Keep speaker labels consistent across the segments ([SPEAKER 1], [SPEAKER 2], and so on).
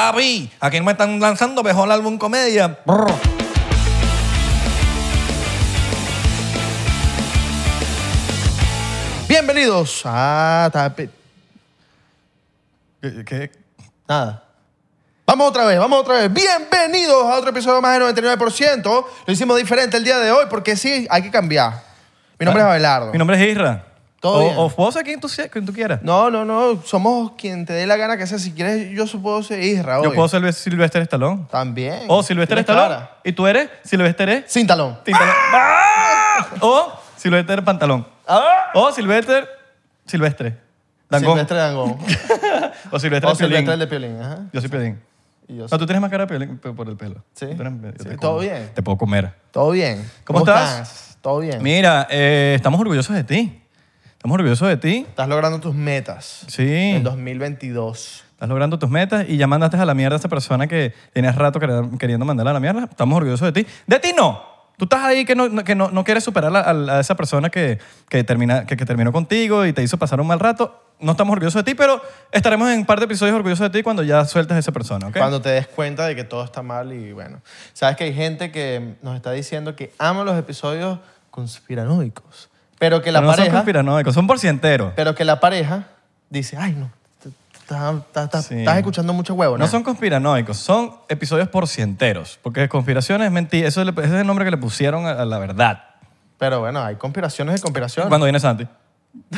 [SPEAKER 1] Papi, aquí me están lanzando mejor álbum comedia.
[SPEAKER 2] Bienvenidos a... Tapi- ¿Qué- qué? Nada. Vamos otra vez, vamos otra vez. Bienvenidos a otro episodio más del 99%. Lo hicimos diferente el día de hoy porque sí, hay que cambiar. Mi nombre es Abelardo.
[SPEAKER 1] Mi nombre es Isra.
[SPEAKER 2] Todo
[SPEAKER 1] o,
[SPEAKER 2] bien.
[SPEAKER 1] o puedo ser quien tú, sea- quien tú quieras.
[SPEAKER 2] No, no, no. Somos quien te dé la gana que sea. Si quieres, yo supongo ser Isra
[SPEAKER 1] Yo
[SPEAKER 2] hoy.
[SPEAKER 1] puedo ser Silvestre Stallone.
[SPEAKER 2] También.
[SPEAKER 1] O Silvestre
[SPEAKER 2] Tienes
[SPEAKER 1] Stallone.
[SPEAKER 2] cara. Ah.
[SPEAKER 1] Y tú eres Silvestre
[SPEAKER 2] Sin talón.
[SPEAKER 1] Tintalón. O Silvestre Pantalón. O Silvestre Silvestre. Ah. Dangón.
[SPEAKER 2] Silvestre Dangón.
[SPEAKER 1] O Silvestre
[SPEAKER 2] o Silvestre
[SPEAKER 1] Piolín.
[SPEAKER 2] de Piolín. Ajá.
[SPEAKER 1] Yo soy Piolín.
[SPEAKER 2] Y yo
[SPEAKER 1] No,
[SPEAKER 2] soy-
[SPEAKER 1] tú tienes más cara de Piolín pe- por el pelo.
[SPEAKER 2] Sí.
[SPEAKER 1] Tú eres- yo
[SPEAKER 2] Sí,
[SPEAKER 1] te
[SPEAKER 2] todo
[SPEAKER 1] como.
[SPEAKER 2] bien.
[SPEAKER 1] Te puedo comer.
[SPEAKER 2] ¿Todo bien?
[SPEAKER 1] ¿Cómo estás?
[SPEAKER 2] ¿Todo bien?
[SPEAKER 1] Mira, eh, estamos orgullosos de ti. Estamos orgullosos de ti.
[SPEAKER 2] Estás logrando tus metas
[SPEAKER 1] Sí.
[SPEAKER 2] en 2022.
[SPEAKER 1] Estás logrando tus metas y ya mandaste a la mierda a esa persona que tenías rato quer- queriendo mandarla a la mierda. Estamos orgullosos de ti. De ti no. Tú estás ahí que no, no- que no, no quieres superar a, a- a esa persona que, que, termina, que, que terminó contigo y te hizo pasar un mal rato. No estamos orgullosos de ti, pero estaremos en un par de episodios orgullosos de ti cuando ya sueltas a esa persona, ¿ok?
[SPEAKER 2] Cuando te des cuenta de que todo está mal y bueno. Sabes que hay gente que nos está diciendo que ama los episodios conspiranoicos, pero que la
[SPEAKER 1] Pero no son
[SPEAKER 2] pareja,
[SPEAKER 1] conspiranoicos, son por si entero.
[SPEAKER 2] pero que la pareja dice, "Ay, no, t- estás- estás- estás
[SPEAKER 1] Sí.
[SPEAKER 2] estás escuchando mucho huevo,
[SPEAKER 1] No son conspiranoicos, son episodios por si enteros. Porque conspiración es mentira. Eso le- ese es el nombre que le pusieron a, a la verdad.
[SPEAKER 2] Pero bueno, hay conspiraciones de conspiraciones.
[SPEAKER 1] Cuando viene Santi.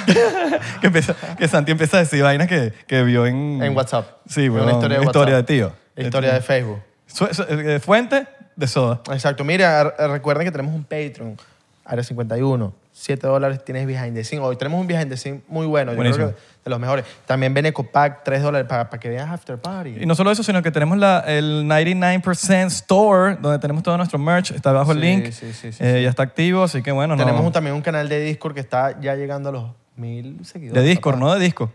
[SPEAKER 1] que, empieza- que Santi empieza a decir vainas que, que vio en...
[SPEAKER 2] En WhatsApp.
[SPEAKER 1] Sí,
[SPEAKER 2] Una
[SPEAKER 1] bueno,
[SPEAKER 2] historia
[SPEAKER 1] historia,
[SPEAKER 2] de
[SPEAKER 1] de,
[SPEAKER 2] WhatsApp.
[SPEAKER 1] tío.
[SPEAKER 2] Historia de Facebook.
[SPEAKER 1] Su- su- eh, fuente de soda.
[SPEAKER 2] Exacto. Mira, re- recuerden que tenemos un Patreon, Área 51. 7 dólares tienes behind the scene. Hoy tenemos un behind the scene muy bueno. Yo creo
[SPEAKER 1] Buenísimo.
[SPEAKER 2] que de los mejores. También Beneco Pack, 3 dólares para, para que veas After
[SPEAKER 1] Y
[SPEAKER 2] Party.
[SPEAKER 1] no solo eso, sino que tenemos la, el 99% Store, donde tenemos todo nuestro merch. Está abajo el
[SPEAKER 2] Sí,
[SPEAKER 1] link.
[SPEAKER 2] sí, sí, sí,
[SPEAKER 1] Eh, Ya está activo, así que bueno.
[SPEAKER 2] tenemos
[SPEAKER 1] no-
[SPEAKER 2] un- también un canal de Discord que está ya llegando a los mil seguidores.
[SPEAKER 1] De Discord, no de disco.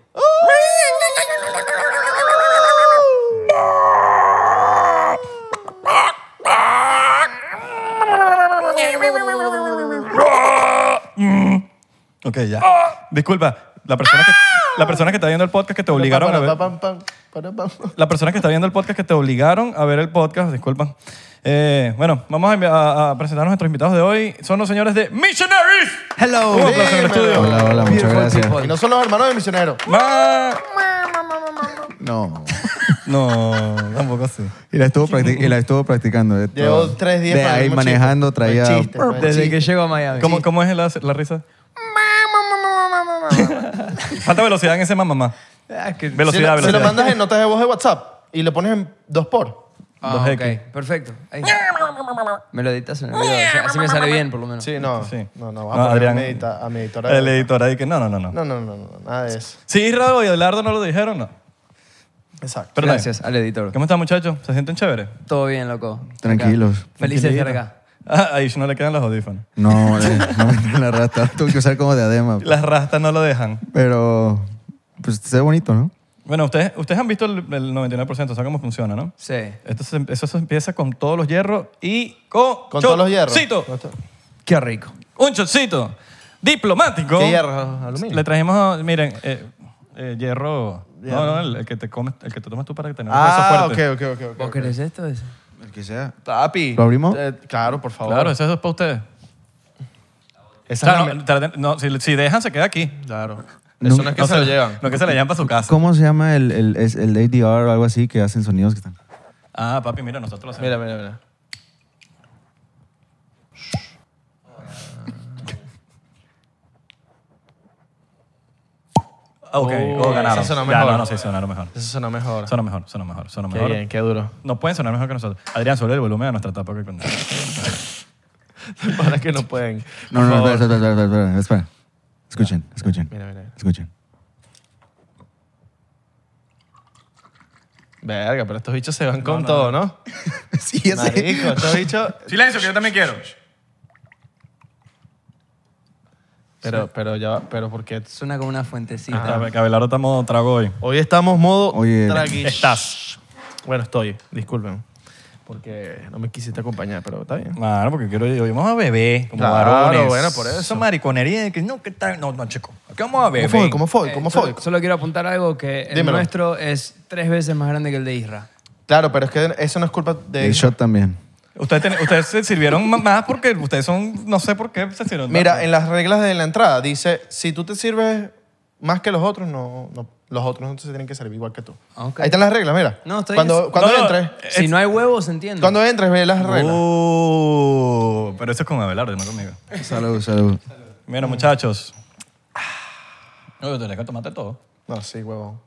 [SPEAKER 1] Ok, ya.
[SPEAKER 2] ¡Ah!
[SPEAKER 1] Disculpa, la persona que, la persona que está viendo el podcast que te obligaron a ver.
[SPEAKER 2] Pam, pam, pam, pam, pam.
[SPEAKER 1] La persona que está viendo el podcast que te obligaron a ver el podcast, disculpa. Eh, bueno, vamos a, envi- a- a presentar a nuestros invitados de hoy. Son los señores de Missionaries.
[SPEAKER 3] Hello.
[SPEAKER 1] Un aplauso en el
[SPEAKER 2] Dímelo.
[SPEAKER 1] estudio.
[SPEAKER 3] Hola, hola, muchas
[SPEAKER 2] Beautiful
[SPEAKER 3] gracias.
[SPEAKER 2] people. Y no son los hermanos de misionero.
[SPEAKER 1] Ma-
[SPEAKER 3] No.
[SPEAKER 1] No, tampoco así.
[SPEAKER 3] Y la estuvo, practi- Pues, y la estuvo practicando. Esto-
[SPEAKER 2] Llevo tres días
[SPEAKER 3] De
[SPEAKER 2] para el
[SPEAKER 3] ahí
[SPEAKER 2] mismo chiste.
[SPEAKER 3] manejando,
[SPEAKER 2] No es
[SPEAKER 3] traía.
[SPEAKER 2] chiste, pues. no es
[SPEAKER 4] Desde que
[SPEAKER 2] chiste.
[SPEAKER 4] llego a Miami.
[SPEAKER 1] ¿Cómo, cómo es la, la risa? Falta velocidad en ese mamá. mamá.
[SPEAKER 4] Ah, es que-
[SPEAKER 2] Si lo-
[SPEAKER 1] Velocidad,
[SPEAKER 2] si lo
[SPEAKER 1] velocidad.
[SPEAKER 2] mandas en notas de voz de WhatsApp y lo pones en 2 por.
[SPEAKER 4] Ah,
[SPEAKER 1] Dos
[SPEAKER 4] ok,
[SPEAKER 1] X.
[SPEAKER 4] perfecto. Ahí. Me lo editas en el video. o sea, así me sale bien, por lo menos.
[SPEAKER 2] Sí, no.
[SPEAKER 1] Sí.
[SPEAKER 2] No, no. Vamos a poner a mi edita- a mi editora.
[SPEAKER 1] El editor ahí que no, no, no. no.
[SPEAKER 2] No, no, no, no. Nada de eso.
[SPEAKER 1] Sí, Rago y Adelardo no lo dijeron, no.
[SPEAKER 2] Exacto.
[SPEAKER 1] Pero
[SPEAKER 4] Gracias al editor.
[SPEAKER 1] ¿Cómo están, muchachos? ¿Se sienten chéveres?
[SPEAKER 4] Todo bien, loco.
[SPEAKER 3] Tranquilos.
[SPEAKER 4] Acá. Feliz de estar acá.
[SPEAKER 1] Ah, ahí no le quedan los audífonos.
[SPEAKER 3] No, eh, no me entra la rata. Tuve que usar como diadema.
[SPEAKER 1] Las rastas no lo dejan.
[SPEAKER 3] Pero. Pues se ve bonito, ¿no?
[SPEAKER 1] Bueno, ustedes, ustedes han visto el, el 99%, saben cómo funciona, ¿no?
[SPEAKER 4] Sí.
[SPEAKER 1] Esto se- eso se empieza con todos los hierros y con...
[SPEAKER 2] Con todos los hierros.
[SPEAKER 1] chocito.
[SPEAKER 2] No está-
[SPEAKER 4] Qué rico.
[SPEAKER 1] Un chocito diplomático.
[SPEAKER 2] ¿Qué hierros? Aluminio.
[SPEAKER 1] Le trajimos, miren, eh, eh, hierro... No,
[SPEAKER 2] Hierro.
[SPEAKER 1] no, el, el que te comes, el que te tomas tú para tener un
[SPEAKER 2] Ah,
[SPEAKER 1] hueso
[SPEAKER 2] ok,
[SPEAKER 1] fuerte.
[SPEAKER 2] ok, ok. ok.
[SPEAKER 4] ¿Vos querés esto? ese?
[SPEAKER 3] El que sea.
[SPEAKER 2] Papi.
[SPEAKER 3] ¿Lo abrimos?
[SPEAKER 2] Eh, claro, por favor.
[SPEAKER 1] Claro, eso es para ustedes.
[SPEAKER 2] Esa
[SPEAKER 1] Claro,
[SPEAKER 2] es la
[SPEAKER 1] no, traten- no, si, si dejan, se queda aquí.
[SPEAKER 2] me- claro.
[SPEAKER 3] No.
[SPEAKER 2] Eso no es que
[SPEAKER 1] No
[SPEAKER 2] se lo llevan.
[SPEAKER 1] No que se la llevan para su casa.
[SPEAKER 3] ¿Cómo se llama el, el, es el ADR o algo así que hacen sonidos que están?
[SPEAKER 1] Ah, papi, mira, nosotros lo hacemos.
[SPEAKER 2] Mira, mira, mira.
[SPEAKER 1] Ok,
[SPEAKER 2] Oh,
[SPEAKER 1] oh, ganaron.
[SPEAKER 2] eso sonó
[SPEAKER 1] Ya,
[SPEAKER 2] mejor.
[SPEAKER 1] no, no, sí, sonaron mejor.
[SPEAKER 2] Eso suena mejor.
[SPEAKER 1] Sonó mejor, sonó mejor, sonó
[SPEAKER 2] qué
[SPEAKER 1] mejor.
[SPEAKER 2] bien, qué duro.
[SPEAKER 1] No pueden sonar mejor que nosotros. Adrián, sube el volumen a nuestra tapa. Que con...
[SPEAKER 2] Para que no pueden.
[SPEAKER 3] No,
[SPEAKER 2] Por
[SPEAKER 3] no, no,
[SPEAKER 2] favor.
[SPEAKER 3] espera, espera, espera, espera, espera. Escuchen, escuchen.
[SPEAKER 2] Mira, mira.
[SPEAKER 3] Escuchen.
[SPEAKER 2] Verga, pero estos bichos se van con todo, ¿no?
[SPEAKER 3] Sí, ya sé.
[SPEAKER 2] Marico, estos bichos...
[SPEAKER 1] Silencio, que yo también quiero.
[SPEAKER 2] Pero, pero ya, pero porque...
[SPEAKER 4] Suena como una fuentecita.
[SPEAKER 1] Que Abelardo estamos trago hoy.
[SPEAKER 2] Hoy estamos modo
[SPEAKER 3] Oye.
[SPEAKER 2] tragui.
[SPEAKER 1] Estás.
[SPEAKER 2] Bueno, estoy. Disculpen. Porque no me quisiste acompañar, pero está bien.
[SPEAKER 1] Claro, porque quiero ir. Hoy vamos a beber como
[SPEAKER 2] Claro,
[SPEAKER 1] varones.
[SPEAKER 2] bueno, por eso.
[SPEAKER 1] Esa mariconería de que no, ¿qué tal? No, no, chico. Aquí vamos a beber.
[SPEAKER 2] ¿Cómo fue? ¿Cómo fue?
[SPEAKER 4] Eh,
[SPEAKER 2] ¿Cómo
[SPEAKER 4] solo-
[SPEAKER 2] fue?
[SPEAKER 4] Solo, quiero apuntar algo que el
[SPEAKER 2] Dímelo.
[SPEAKER 4] nuestro es tres veces más grande que el de Isra.
[SPEAKER 2] Claro, pero es que eso no es culpa
[SPEAKER 3] Y
[SPEAKER 2] de
[SPEAKER 3] El
[SPEAKER 2] ellos.
[SPEAKER 3] shot también.
[SPEAKER 1] Ustedes, ten- ustedes se sirvieron ma- más porque ustedes son, no sé por qué se sirvieron.
[SPEAKER 2] Mira,
[SPEAKER 1] tanto.
[SPEAKER 2] en las reglas de la entrada dice, si tú te sirves más que los otros, no, no, los otros no se tienen que servir igual que tú.
[SPEAKER 4] Ok.
[SPEAKER 2] Ahí están las reglas, mira.
[SPEAKER 4] No, estoy-
[SPEAKER 2] cuando
[SPEAKER 4] No,
[SPEAKER 2] cuando
[SPEAKER 1] no,
[SPEAKER 2] entres,
[SPEAKER 4] Si no hay huevos, se entiende.
[SPEAKER 2] cuando entres ve las reglas.
[SPEAKER 1] Uh, pero eso es con Abelardo, no conmigo.
[SPEAKER 3] Salud, salud.
[SPEAKER 1] Mira, muchachos. No, yo tenía que tomarte todo.
[SPEAKER 2] No, sí, huevón.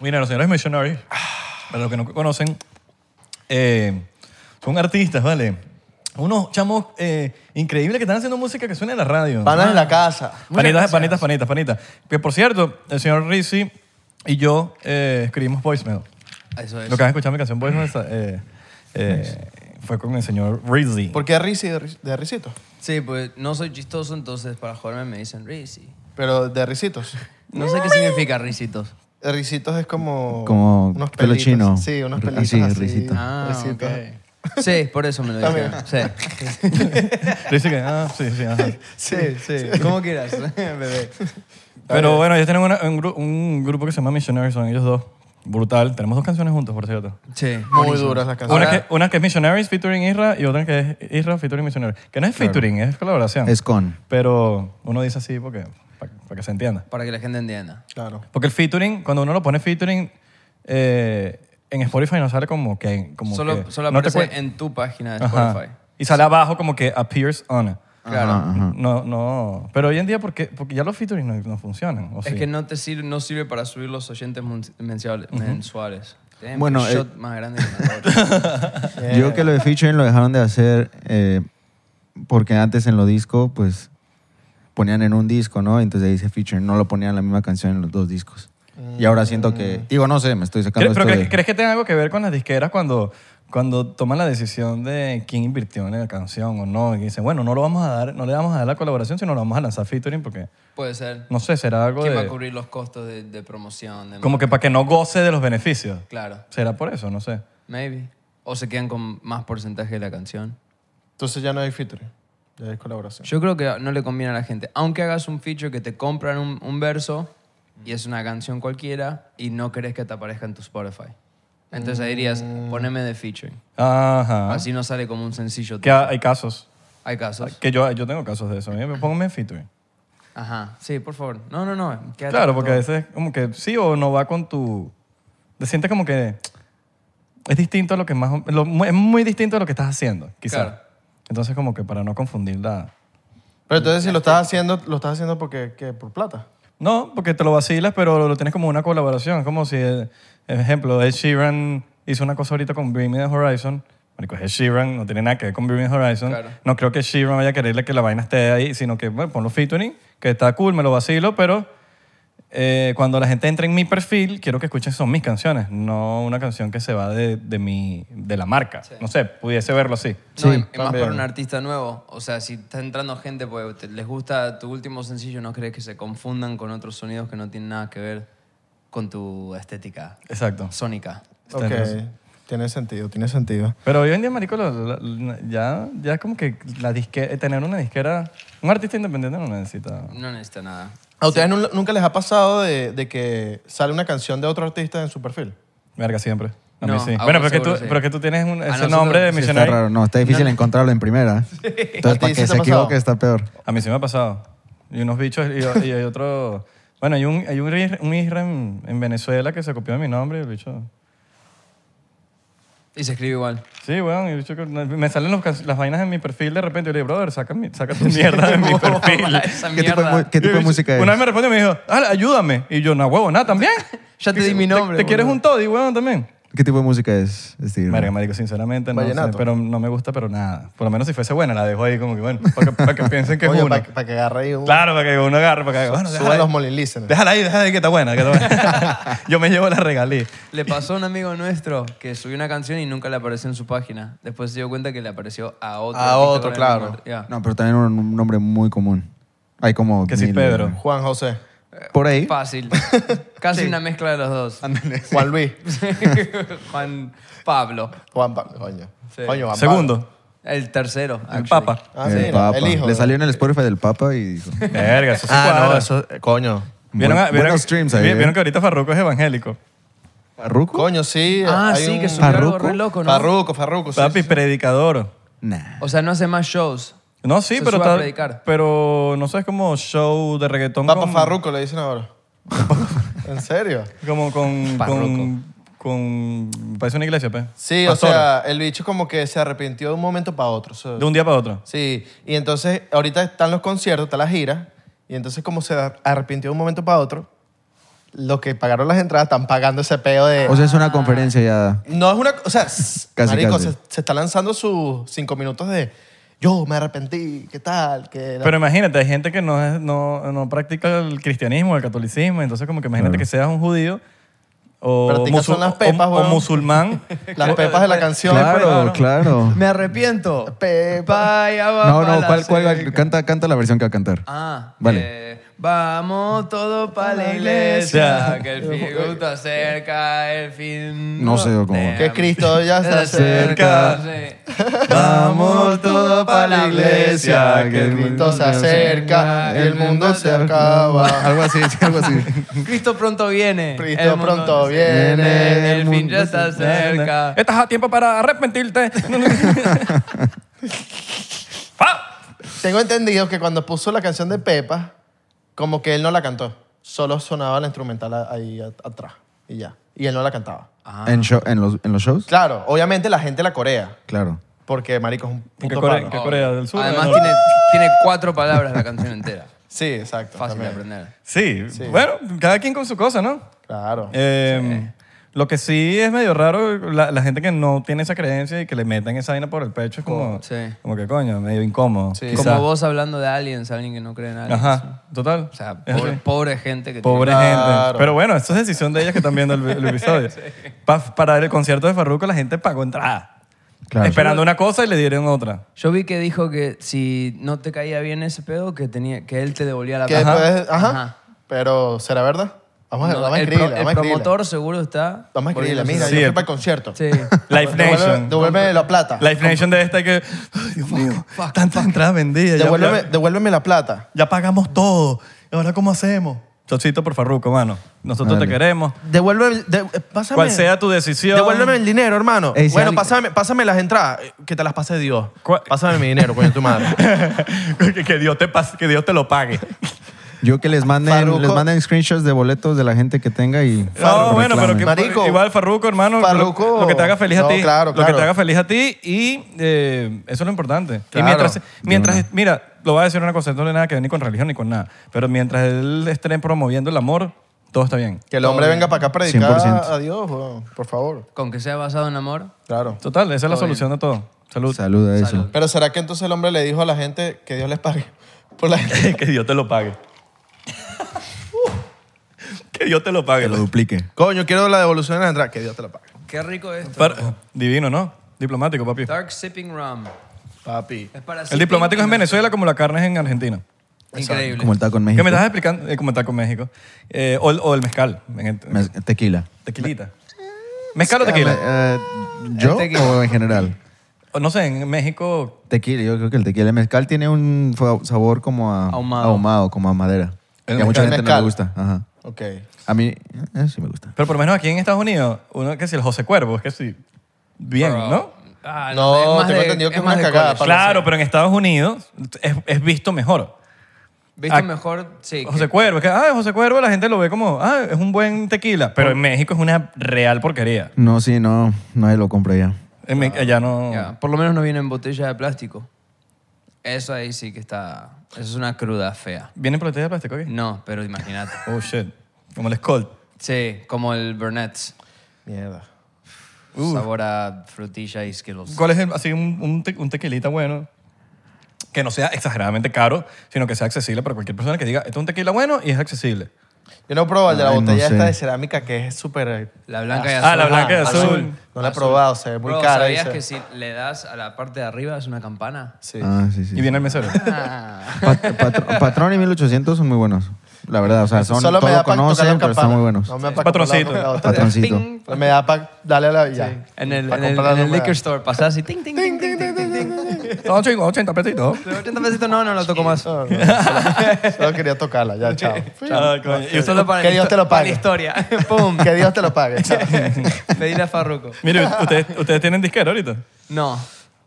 [SPEAKER 1] Mira, los señores Missionary, para los que no conocen, eh, son artistas, ¿vale? Unos chamos eh, increíbles que están haciendo música que suena en la radio.
[SPEAKER 2] Panas en la casa.
[SPEAKER 1] Panitas, panitas, panitas, panitas. Que por cierto, el señor Rizzi y yo eh, escribimos voicemail.
[SPEAKER 4] Ah, Eso es.
[SPEAKER 1] Lo que has escuchado en mi canción voicemail eh, eh, fue con el señor Rizzi.
[SPEAKER 2] ¿Por qué Rizzi de, Riz- de Ricitos?
[SPEAKER 4] Sí, pues no soy chistoso, entonces para joderme me dicen Rizzy.
[SPEAKER 2] Pero de Ricitos.
[SPEAKER 4] No sé qué significa Rizzitos.
[SPEAKER 2] De Ricitos es como...
[SPEAKER 3] Como pelo
[SPEAKER 2] pelitos.
[SPEAKER 3] chino.
[SPEAKER 2] Sí, unos
[SPEAKER 3] Así,
[SPEAKER 2] pelitos así.
[SPEAKER 3] Ricito.
[SPEAKER 4] Ah, ok.
[SPEAKER 2] Ricitos.
[SPEAKER 4] Sí, por eso me lo
[SPEAKER 2] Está
[SPEAKER 4] dijeron. Sí.
[SPEAKER 1] Rizzi que, ah, sí, sí, ajá.
[SPEAKER 4] sí, sí. Como quieras, bebé.
[SPEAKER 1] Pero bueno, ellos tienen una- un, gru- un grupo que se llama Missionary, son ellos dos. Brutal. Tenemos dos canciones juntos, por cierto.
[SPEAKER 4] Sí.
[SPEAKER 2] Muy duras las canciones.
[SPEAKER 1] Una que, una que es Missionaries featuring Isra y otra que es Isra featuring Missionaries. Que no es featuring, es colaboración.
[SPEAKER 3] Es con.
[SPEAKER 1] Pero uno dice así porque, para, que se entienda.
[SPEAKER 4] Para que la gente entienda.
[SPEAKER 2] Claro.
[SPEAKER 1] Porque el featuring, cuando uno lo pone featuring, eh, en Spotify no sale como que... Como
[SPEAKER 4] Solo,
[SPEAKER 1] que-
[SPEAKER 4] solo
[SPEAKER 1] no te
[SPEAKER 4] aparece
[SPEAKER 1] cuen-
[SPEAKER 4] en tu página de
[SPEAKER 1] Ajá.
[SPEAKER 4] Spotify.
[SPEAKER 1] Y sale abajo como que appears on.
[SPEAKER 4] Claro.
[SPEAKER 3] Ajá, ajá.
[SPEAKER 1] Ah, No, no. Pero hoy en día, porque, porque ya los featuring no, no funcionan. ¿o
[SPEAKER 4] Es
[SPEAKER 1] sí?
[SPEAKER 4] que no te sirve, no sirve para subir los oyentes mun- mensuales- mensuales. Damn,
[SPEAKER 3] Bueno,
[SPEAKER 4] qué
[SPEAKER 3] eh,
[SPEAKER 4] shot más grande que me
[SPEAKER 3] Yo
[SPEAKER 4] acabo.
[SPEAKER 3] creo que lo de featuring lo dejaron de hacer eh, porque antes en los discos, pues ponían en un disco, ¿no? Entonces ahí dice featuring, no lo ponían la misma canción en los dos discos. Y ahora siento que,
[SPEAKER 2] Mm.
[SPEAKER 3] digo, no sé, me estoy sacando
[SPEAKER 1] ¿Crees,
[SPEAKER 3] esto
[SPEAKER 1] pero crees,
[SPEAKER 3] de-
[SPEAKER 1] crees que tenga algo que ver con las disqueras cuando, cuando toman la decisión de quién invirtió en la canción o no? Y dicen, bueno, no lo vamos a dar, no le vamos a dar la colaboración, sino lo vamos a lanzar featuring porque,
[SPEAKER 4] Puede ser.
[SPEAKER 1] no sé, será algo
[SPEAKER 4] ¿Quién va a
[SPEAKER 1] de...
[SPEAKER 4] cubrir los costos de, de promoción? de
[SPEAKER 1] Como que para que no goce de los beneficios.
[SPEAKER 4] Claro,
[SPEAKER 1] ¿Será por eso? No sé.
[SPEAKER 4] maybe. O se quedan con más porcentaje de la canción.
[SPEAKER 2] Entonces ya no hay featuring. Ya hay colaboración.
[SPEAKER 4] Yo creo que no le conviene a la gente. Aunque hagas un feature que te compran un, un verso y es una canción cualquiera y no querés que te aparezca en tu Spotify. Entonces ahí dirías,
[SPEAKER 1] Mm.
[SPEAKER 4] poneme de featuring.
[SPEAKER 1] Ajá.
[SPEAKER 4] Así no sale como un sencillo.
[SPEAKER 1] Que Ah. ha- hay casos.
[SPEAKER 4] Hay casos.
[SPEAKER 1] Que yo, yo tengo casos de eso. A mí me- Pónganme featuring.
[SPEAKER 4] Ajá. Sí, por favor. No, no, no. quédate
[SPEAKER 1] Claro,
[SPEAKER 4] con
[SPEAKER 1] porque a
[SPEAKER 4] todo.
[SPEAKER 1] veces como que sí o no va con tu... Te sientes como que es distinto a lo que más... o- lo- mu- es muy distinto a lo que estás haciendo, quizás.
[SPEAKER 4] Claro.
[SPEAKER 1] Entonces como que para no confundir la...
[SPEAKER 2] Pero entonces si lo
[SPEAKER 1] Este-
[SPEAKER 2] estás haciendo, lo estás haciendo porque ¿qué? por plata.
[SPEAKER 1] No, porque te lo vacilas, pero lo tienes como una colaboración. Es como si, eh, ejemplo, Ed Sheeran hizo una cosa ahorita con Bring Me The Horizon. Marico, es Ed Sheeran, no tiene nada que ver con Bring Me The Horizon.
[SPEAKER 4] Claro.
[SPEAKER 1] No creo que Sheeran vaya a quererle que la vaina esté ahí, sino que, bueno, ponlo featuring, que está cool, me lo vacilo, pero eh, cuando la gente entre en mi perfil, quiero que escuchen son mis canciones, no una canción que se va de, de, mi, de la marca. No sé, pudiese verlo así.
[SPEAKER 4] No, y-
[SPEAKER 3] Sí,
[SPEAKER 4] y más
[SPEAKER 2] también.
[SPEAKER 4] para un artista nuevo. O sea, si está entrando gente, pues te- les gusta tu último sencillo, no crees que se confundan con otros sonidos que no tienen nada que ver con tu estética
[SPEAKER 1] Exacto.
[SPEAKER 4] sónica.
[SPEAKER 1] Está en
[SPEAKER 2] Ok.
[SPEAKER 1] eso.
[SPEAKER 2] Tiene sentido, tiene sentido.
[SPEAKER 1] Pero hoy en día, marico, lo- lo- lo- ya, ya es como que la disque, eh, tener una disquera... Un artista independiente no necesita...
[SPEAKER 4] No necesita nada.
[SPEAKER 2] ¿A ustedes nun- nunca les ha pasado de, de que sale una canción de otro artista en su perfil?
[SPEAKER 1] Verga, siempre. A mí
[SPEAKER 4] No,
[SPEAKER 1] sí.
[SPEAKER 4] a
[SPEAKER 1] Bueno, pero
[SPEAKER 4] vos
[SPEAKER 1] es que tú,
[SPEAKER 4] seguro sí.
[SPEAKER 1] pero es que tú tienes un- ese
[SPEAKER 4] nosotros
[SPEAKER 1] nombre de
[SPEAKER 4] sí
[SPEAKER 3] Sí, está
[SPEAKER 1] misionero.
[SPEAKER 3] raro, no, está difícil encontrarlo en primera. Entonces,
[SPEAKER 2] ¿A ti
[SPEAKER 3] para
[SPEAKER 2] sí te
[SPEAKER 3] que se
[SPEAKER 2] ha pasado?
[SPEAKER 3] equivoque está peor.
[SPEAKER 1] a mí sí me ha pasado. Y unos bichos y, y hay otro... Bueno, hay un, hay un, ir- un isra en, en Venezuela que se copió de mi nombre y el bicho...
[SPEAKER 4] Y se escribe igual.
[SPEAKER 1] Sí, weón. y el bicho que- me salen los can- las vainas en mi perfil de repente. Yo le digo, brother, saca, mi- saca tu mierda de mi perfil.
[SPEAKER 4] Esa
[SPEAKER 3] ¿Qué tipo de,
[SPEAKER 4] mierda.
[SPEAKER 3] mu- qué
[SPEAKER 1] Y
[SPEAKER 3] tipo de
[SPEAKER 1] el bicho-
[SPEAKER 3] música es?
[SPEAKER 1] Una vez me respondió y me dijo, "Ah, ayúdame. Y yo, no, huevo, nada, también.
[SPEAKER 4] Ya te di mi
[SPEAKER 1] ¿Te-
[SPEAKER 4] nombre.
[SPEAKER 1] ¿Te, quieres
[SPEAKER 4] boludo.
[SPEAKER 1] un toddy, weón, también?
[SPEAKER 3] ¿Qué tipo de música es? Este,
[SPEAKER 1] Marica, marico, sinceramente no sé,
[SPEAKER 2] Vallenato.
[SPEAKER 1] pero no me gusta, pero nada. Por lo menos si fuese buena, la dejo ahí como que, bueno, para que, para que piensen que es uno.
[SPEAKER 2] para que agarre ahí un...
[SPEAKER 1] Claro, para que uno agarre, para que bueno,
[SPEAKER 2] Suban
[SPEAKER 1] déjala,
[SPEAKER 2] los
[SPEAKER 1] ahí,
[SPEAKER 2] Molin Listeners.
[SPEAKER 1] déjala ahí, déjala ahí que está buena, que está buena. Yo me llevo la regalí.
[SPEAKER 4] Le pasó a un amigo nuestro que subió una canción y nunca le apareció en su página. Después se dio cuenta que le apareció a otro.
[SPEAKER 2] A
[SPEAKER 4] artista
[SPEAKER 2] otro,
[SPEAKER 4] con el
[SPEAKER 2] claro.
[SPEAKER 4] nombre. Ya.
[SPEAKER 3] No, pero también un, un nombre muy común. Hay como.
[SPEAKER 1] Que sí,
[SPEAKER 3] mil, eh,
[SPEAKER 1] Pedro.
[SPEAKER 2] Juan José.
[SPEAKER 3] Por ahí.
[SPEAKER 4] Fácil. Casi una mezcla de los dos.
[SPEAKER 2] Juan Luis.
[SPEAKER 4] Juan Pablo.
[SPEAKER 2] Juan Pa- Coño.
[SPEAKER 4] Sí.
[SPEAKER 2] Coño, Juan
[SPEAKER 1] Segundo,
[SPEAKER 4] El tercero. actually.
[SPEAKER 1] el Papa.
[SPEAKER 2] Pablo. Ah,
[SPEAKER 3] el
[SPEAKER 2] sí,
[SPEAKER 3] Eh, Papa.
[SPEAKER 2] el hijo.
[SPEAKER 3] Le salió en el Spotify del Papa y dijo.
[SPEAKER 1] Verga, eso sí
[SPEAKER 2] Ah, no,
[SPEAKER 1] cuadra.
[SPEAKER 2] eso... Coño.
[SPEAKER 1] ¿Vieron, a-
[SPEAKER 3] Buen-
[SPEAKER 1] vieron-
[SPEAKER 3] buenos streams ahí,
[SPEAKER 1] vi-
[SPEAKER 3] eh.
[SPEAKER 1] vieron que ahorita Farruko es evangélico.
[SPEAKER 3] ¿Parruco?
[SPEAKER 2] Coño, sí.
[SPEAKER 4] Ah,
[SPEAKER 2] hay
[SPEAKER 4] sí,
[SPEAKER 2] un-
[SPEAKER 4] que subió algo
[SPEAKER 3] ¿Farruko?
[SPEAKER 4] re loco, ¿no?
[SPEAKER 2] Farruko, Farruko. sí,
[SPEAKER 1] Papi,
[SPEAKER 2] sí.
[SPEAKER 1] predicador.
[SPEAKER 3] Nah.
[SPEAKER 4] O sea, no hace más shows.
[SPEAKER 1] No, sí,
[SPEAKER 4] Se
[SPEAKER 1] pero
[SPEAKER 4] sube a
[SPEAKER 1] está-
[SPEAKER 4] predicar.
[SPEAKER 1] pero no sé, es como show de reggaetón
[SPEAKER 2] Papa
[SPEAKER 1] con,
[SPEAKER 2] Farruko le dicen ahora. ¿En serio?
[SPEAKER 1] como con
[SPEAKER 4] Farruko.
[SPEAKER 1] con con parece una iglesia, pues.
[SPEAKER 2] Sí,
[SPEAKER 1] Pastor.
[SPEAKER 2] o sea, el bicho como que se arrepintió de un momento para otro. o sea,
[SPEAKER 1] de un día para otro.
[SPEAKER 2] Sí, y entonces ahorita están los conciertos, está la gira, y entonces como se arrepintió de un momento para otro, los que pagaron las entradas están pagando ese peo de...
[SPEAKER 3] O sea, es una conferencia ya.
[SPEAKER 2] no es una... O sea, s-
[SPEAKER 3] Casi,
[SPEAKER 2] marico,
[SPEAKER 3] casi.
[SPEAKER 2] Se, se está lanzando sus cinco minutos de yo me arrepentí, ¿qué tal? Que la-
[SPEAKER 1] Pero imagínate, hay gente que no, es- no, no practica el cristianismo, el catolicismo, entonces como que imagínate que seas un judío o,
[SPEAKER 2] Practicas son las pepas,
[SPEAKER 1] o- o
[SPEAKER 2] weón.
[SPEAKER 1] musulmán.
[SPEAKER 2] las pepas de la canción.
[SPEAKER 3] Claro,
[SPEAKER 1] claro.
[SPEAKER 3] claro.
[SPEAKER 4] Me arrepiento.
[SPEAKER 2] Pepa.
[SPEAKER 4] Vaya, va
[SPEAKER 3] No,
[SPEAKER 4] pa'
[SPEAKER 3] no,
[SPEAKER 4] la
[SPEAKER 3] ¿cuál,
[SPEAKER 4] seca.
[SPEAKER 3] cuál? Canta, canta la versión que va a cantar.
[SPEAKER 4] Ah,
[SPEAKER 3] Vale.
[SPEAKER 4] eh, vamos todos para la iglesia,
[SPEAKER 1] Ya.
[SPEAKER 4] que el fin justo acerca, el fin.
[SPEAKER 3] No sé cómo.
[SPEAKER 4] te
[SPEAKER 2] Que Cristo ya está
[SPEAKER 4] acerca. sí.
[SPEAKER 3] Vamos
[SPEAKER 4] todos pa' la iglesia,
[SPEAKER 2] que el Cristo se acerca, el mundo se acaba.
[SPEAKER 3] Algo así, sí, algo así.
[SPEAKER 4] Cristo pronto viene.
[SPEAKER 2] Cristo
[SPEAKER 4] el mundo
[SPEAKER 2] pronto
[SPEAKER 4] se-
[SPEAKER 2] viene,
[SPEAKER 3] el
[SPEAKER 4] El fin
[SPEAKER 3] mundo
[SPEAKER 4] ya está
[SPEAKER 3] se-
[SPEAKER 4] cerca.
[SPEAKER 1] Estás a tiempo para arrepentirte. Ah,
[SPEAKER 2] Tengo entendido que cuando puso la canción de Pepa, como que él no la cantó. Solo sonaba la instrumental a- ahí a- atrás y ya. Y él no la cantaba.
[SPEAKER 3] ¿En, show- en los, ¿En los shows?
[SPEAKER 2] Claro, obviamente la gente la corea,
[SPEAKER 3] Claro.
[SPEAKER 2] porque marico es un
[SPEAKER 1] ¿En
[SPEAKER 2] puto
[SPEAKER 1] qué core-
[SPEAKER 2] palo.
[SPEAKER 1] qué Corea del Sur,
[SPEAKER 4] Además,
[SPEAKER 1] ¿no?
[SPEAKER 4] tiene, tiene cuatro palabras la canción entera.
[SPEAKER 2] Sí, exacto.
[SPEAKER 4] Fácil de
[SPEAKER 2] también.
[SPEAKER 4] aprender.
[SPEAKER 1] sí. bueno, cada quien con su cosa, ¿no?
[SPEAKER 2] Claro.
[SPEAKER 1] Eh, Lo que sí es medio raro, la, la gente que no tiene esa creencia y que le meten esa vaina por el pecho es como,
[SPEAKER 4] Sí.
[SPEAKER 1] como que coño, medio incómodo.
[SPEAKER 2] Sí.
[SPEAKER 1] quizá.
[SPEAKER 4] Como vos hablando de aliens, alguien que no cree en aliens.
[SPEAKER 1] Ajá, total.
[SPEAKER 4] O sea,
[SPEAKER 1] Es
[SPEAKER 4] pobre,
[SPEAKER 1] así.
[SPEAKER 4] pobre gente que
[SPEAKER 1] Pobre
[SPEAKER 4] tiene-
[SPEAKER 2] Claro.
[SPEAKER 1] gente. Pero bueno, esto es decisión de ellas que están viendo el, el episodio. Pa- para el concierto de Farruko la gente pagó entrada.
[SPEAKER 3] Claro.
[SPEAKER 1] Esperando una cosa y le dieron otra.
[SPEAKER 4] Yo vi que dijo que si no te caía bien ese pedo, que, tenía, que él te devolvía la
[SPEAKER 2] Que
[SPEAKER 4] plata.
[SPEAKER 2] después- ajá.
[SPEAKER 4] Ajá.
[SPEAKER 2] Pero, ¿será verdad? Vamos a,
[SPEAKER 4] No,
[SPEAKER 2] vamos a
[SPEAKER 4] el,
[SPEAKER 2] escribirle,
[SPEAKER 4] pro- el
[SPEAKER 2] vamos a escribirle.
[SPEAKER 4] promotor seguro está.
[SPEAKER 2] Vamos a escribirle, mira,
[SPEAKER 1] Sí,
[SPEAKER 2] yo fui
[SPEAKER 1] el-
[SPEAKER 2] para el concierto.
[SPEAKER 4] Sí.
[SPEAKER 1] Life
[SPEAKER 2] Devuélveme,
[SPEAKER 1] Nation.
[SPEAKER 2] devuélveme la plata.
[SPEAKER 1] Life Nation de esta que. Ay, Dios mío. Tanta entrada vendida. ya-
[SPEAKER 2] Devuélveme,
[SPEAKER 1] Ya,
[SPEAKER 2] devuélveme la plata.
[SPEAKER 1] ya pagamos todo. ¿Y ahora cómo hacemos? Chocito por Farruko, mano. Nosotros
[SPEAKER 3] Dale.
[SPEAKER 1] te queremos.
[SPEAKER 2] Devuélveme, de- pásame.
[SPEAKER 1] Cual sea tu decisión.
[SPEAKER 2] Devuélveme el dinero, hermano.
[SPEAKER 3] Ey, si
[SPEAKER 2] bueno,
[SPEAKER 3] alguien-
[SPEAKER 2] pásame, pásame las entradas. eh, Que te las pase Dios.
[SPEAKER 1] ¿Cuál-
[SPEAKER 2] Pásame mi dinero, coño, tu madre.
[SPEAKER 1] que, que Dios te pas- que Dios te lo pague.
[SPEAKER 3] Yo que les
[SPEAKER 2] Farruko.
[SPEAKER 3] manden, les manden screenshots de boletos de la gente que tenga y.
[SPEAKER 1] No, bueno, pero que
[SPEAKER 2] Marico.
[SPEAKER 1] igual Farruco, hermano,
[SPEAKER 2] Farruko.
[SPEAKER 1] lo, lo que te haga feliz a
[SPEAKER 2] No,
[SPEAKER 1] ti,
[SPEAKER 2] claro,
[SPEAKER 1] lo que
[SPEAKER 2] claro.
[SPEAKER 1] te haga feliz a ti y eh, eso es lo importante.
[SPEAKER 2] Claro.
[SPEAKER 1] Y mientras, mientras mira, lo voy a decir una cosa, no tiene nada que ver ni con religión ni con nada, pero mientras él esté promoviendo el amor, todo está bien.
[SPEAKER 2] Que el hombre venga para acá a predicar
[SPEAKER 3] 100%.
[SPEAKER 2] a Dios, weón, por favor.
[SPEAKER 4] Con que sea basado en amor.
[SPEAKER 2] Claro.
[SPEAKER 1] Total, esa es la
[SPEAKER 4] Todo
[SPEAKER 1] solución de todo. Salud.
[SPEAKER 3] Saluda eso.
[SPEAKER 4] Salud.
[SPEAKER 2] Pero ¿será que entonces el hombre le dijo a la gente que Dios les pague? Por la gente.
[SPEAKER 1] que Dios te lo pague. que Dios te lo pague.
[SPEAKER 3] Que lo duplique.
[SPEAKER 2] Coño, quiero la devolución de la entrada. Que Dios te la pague.
[SPEAKER 4] Qué rico esto.
[SPEAKER 1] Par- Divino, ¿no? Diplomático, papi.
[SPEAKER 4] Dark Sipping Rum.
[SPEAKER 2] Papi.
[SPEAKER 4] Es para
[SPEAKER 1] El
[SPEAKER 4] sipping
[SPEAKER 1] diplomático es en
[SPEAKER 4] y no-
[SPEAKER 1] Venezuela como la carne es en Argentina.
[SPEAKER 4] Increíble.
[SPEAKER 3] Como el taco en
[SPEAKER 1] Que
[SPEAKER 3] México.
[SPEAKER 1] me estás explicando, eh, como está con México. Eh, o, el- o el mezcal. en-
[SPEAKER 3] Mez- Tequila.
[SPEAKER 1] Tequilita. ¿Mezcal o tequila?
[SPEAKER 3] Eh, ¿Yo
[SPEAKER 4] El tequila.
[SPEAKER 3] o en general?
[SPEAKER 1] O No sé, en México.
[SPEAKER 3] Tequila, yo creo que el tequila. El mezcal tiene un fa- sabor como a
[SPEAKER 4] Ahumado.
[SPEAKER 3] ahumado, como a madera.
[SPEAKER 1] El
[SPEAKER 3] que a mucha
[SPEAKER 2] mezcal.
[SPEAKER 3] gente no
[SPEAKER 2] Mezcal.
[SPEAKER 3] le gusta. Ajá.
[SPEAKER 2] Ok.
[SPEAKER 3] A mí eh, sí me gusta.
[SPEAKER 1] Pero por lo menos aquí en Estados Unidos, uno que si el José Cuervo, es que sí. Bien,
[SPEAKER 4] Bro.
[SPEAKER 1] ¿no?
[SPEAKER 4] Ah,
[SPEAKER 2] No,
[SPEAKER 4] es más
[SPEAKER 2] tengo
[SPEAKER 4] de-
[SPEAKER 2] entendido que es
[SPEAKER 4] más
[SPEAKER 2] una
[SPEAKER 4] de
[SPEAKER 2] cagada,
[SPEAKER 4] college.
[SPEAKER 2] parece.
[SPEAKER 1] Claro, pero en Estados Unidos es, es visto mejor.
[SPEAKER 4] Visto
[SPEAKER 1] Ah,
[SPEAKER 4] mejor, sí. que-
[SPEAKER 1] José Cuervo, es que, ah, José Cuervo la gente lo ve como, ah, es un buen tequila, pero en México es una real porquería. Ah,
[SPEAKER 3] No, sí, no. Nadie lo compra ya.
[SPEAKER 1] En Me- allá no.
[SPEAKER 4] Ya, Por lo menos no viene en botella de plástico. Eso ahí sí que está. Eso es una cruda fea.
[SPEAKER 1] ¿Vienen por botella de plástico aquí?
[SPEAKER 4] No, pero imagínate.
[SPEAKER 1] Oh shit. Como el Skull.
[SPEAKER 4] Sí, como el Burnett.
[SPEAKER 2] Mierda.
[SPEAKER 4] Sabor a frutilla y Skittles.
[SPEAKER 1] ¿Cuál es el- así un, un te- un tequilita bueno? Que no sea exageradamente caro, sino que sea accesible para cualquier persona que diga, esto es un tequila bueno y es accesible.
[SPEAKER 2] Yo no he probado el de la
[SPEAKER 3] Ay, no
[SPEAKER 2] botella
[SPEAKER 3] sé.
[SPEAKER 2] esta de cerámica que es súper... eh,
[SPEAKER 4] La blanca y azul.
[SPEAKER 1] Ah, la blanca y
[SPEAKER 4] Ah,
[SPEAKER 1] azul.
[SPEAKER 2] No la he probado, se ve muy cara
[SPEAKER 4] ¿Sabías
[SPEAKER 2] esa.
[SPEAKER 4] que si le das a la parte de arriba es una campana?
[SPEAKER 2] Sí.
[SPEAKER 3] Ah, sí, sí.
[SPEAKER 1] Y viene el mesero.
[SPEAKER 3] Pat- patro- Patrón y 1800 son muy buenos. La verdad, o sea, son,
[SPEAKER 2] Solo me
[SPEAKER 3] todos
[SPEAKER 2] da para
[SPEAKER 3] lo
[SPEAKER 2] tocar
[SPEAKER 3] conocen,
[SPEAKER 2] la
[SPEAKER 3] pero están
[SPEAKER 2] campana.
[SPEAKER 3] muy buenos.
[SPEAKER 2] No me da pa'
[SPEAKER 1] Patroncito.
[SPEAKER 2] comprar la botella.
[SPEAKER 3] Patroncito.
[SPEAKER 4] Ping.
[SPEAKER 2] Pues Me da para darle a la... ya.
[SPEAKER 4] En el,
[SPEAKER 2] Pa'
[SPEAKER 4] en
[SPEAKER 2] comprarla
[SPEAKER 4] el, en el
[SPEAKER 2] no me da.
[SPEAKER 4] liquor store pasás así. ting, ting, ting, ting, ting, ting, ting.
[SPEAKER 1] Son chingos, 80 pesitos.
[SPEAKER 4] 80 pesitos no, no lo toco más.
[SPEAKER 2] No, no, solo, solo quería tocarla, ya, chao.
[SPEAKER 1] Ah, coño. Y usted
[SPEAKER 4] Solo para
[SPEAKER 2] Que
[SPEAKER 4] la
[SPEAKER 2] Dios
[SPEAKER 4] histo-
[SPEAKER 2] te lo
[SPEAKER 4] para
[SPEAKER 2] pague.
[SPEAKER 4] la historia. Pum.
[SPEAKER 2] Que Dios te lo pague, chao.
[SPEAKER 4] Pedir a Farruko.
[SPEAKER 1] Mire, ustedes, ustedes tienen disquero ahorita.
[SPEAKER 4] No.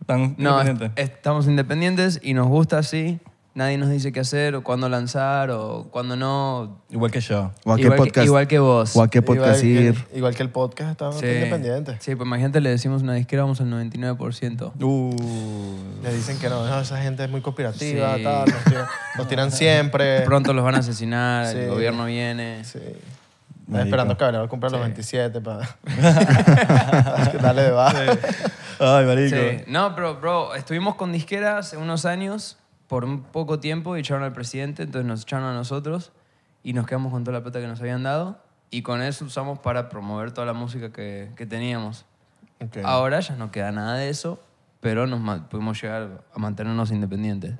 [SPEAKER 1] Están
[SPEAKER 4] No,
[SPEAKER 1] independientes.
[SPEAKER 4] es- estamos independientes y nos gusta así. Nadie nos dice qué hacer o cuándo lanzar o cuándo no.
[SPEAKER 1] Igual que yo.
[SPEAKER 3] O a qué
[SPEAKER 4] Igual que-
[SPEAKER 3] podcast.
[SPEAKER 4] igual que vos.
[SPEAKER 3] O a qué podcast
[SPEAKER 2] igual,
[SPEAKER 3] ir.
[SPEAKER 2] que, igual que el podcast, estamos independientes.
[SPEAKER 4] Sí, pues imagínate, le decimos una disquera, vamos al 99%.
[SPEAKER 1] Uh.
[SPEAKER 2] Le dicen que no, no, esa gente es muy conspirativa,
[SPEAKER 4] Sí.
[SPEAKER 2] tal, nos tiran, nos tiran siempre.
[SPEAKER 4] Pronto los van a asesinar,
[SPEAKER 2] Eh. Sí.
[SPEAKER 4] el gobierno viene.
[SPEAKER 2] Sí. Están
[SPEAKER 1] Marico.
[SPEAKER 2] esperando que Abelardo cumpla los 27 para darle de baja.
[SPEAKER 1] Ay, marico.
[SPEAKER 4] Sí. No, pero, bro, estuvimos con disquera hace unos años por un poco tiempo y echaron al presidente, entonces nos echaron a nosotros y nos quedamos con toda la plata que nos habían dado y con eso usamos para promover toda la música que, que teníamos.
[SPEAKER 2] Ok.
[SPEAKER 4] Ahora ya no queda nada de eso, pero nos ma- pudimos llegar a mantenernos independientes.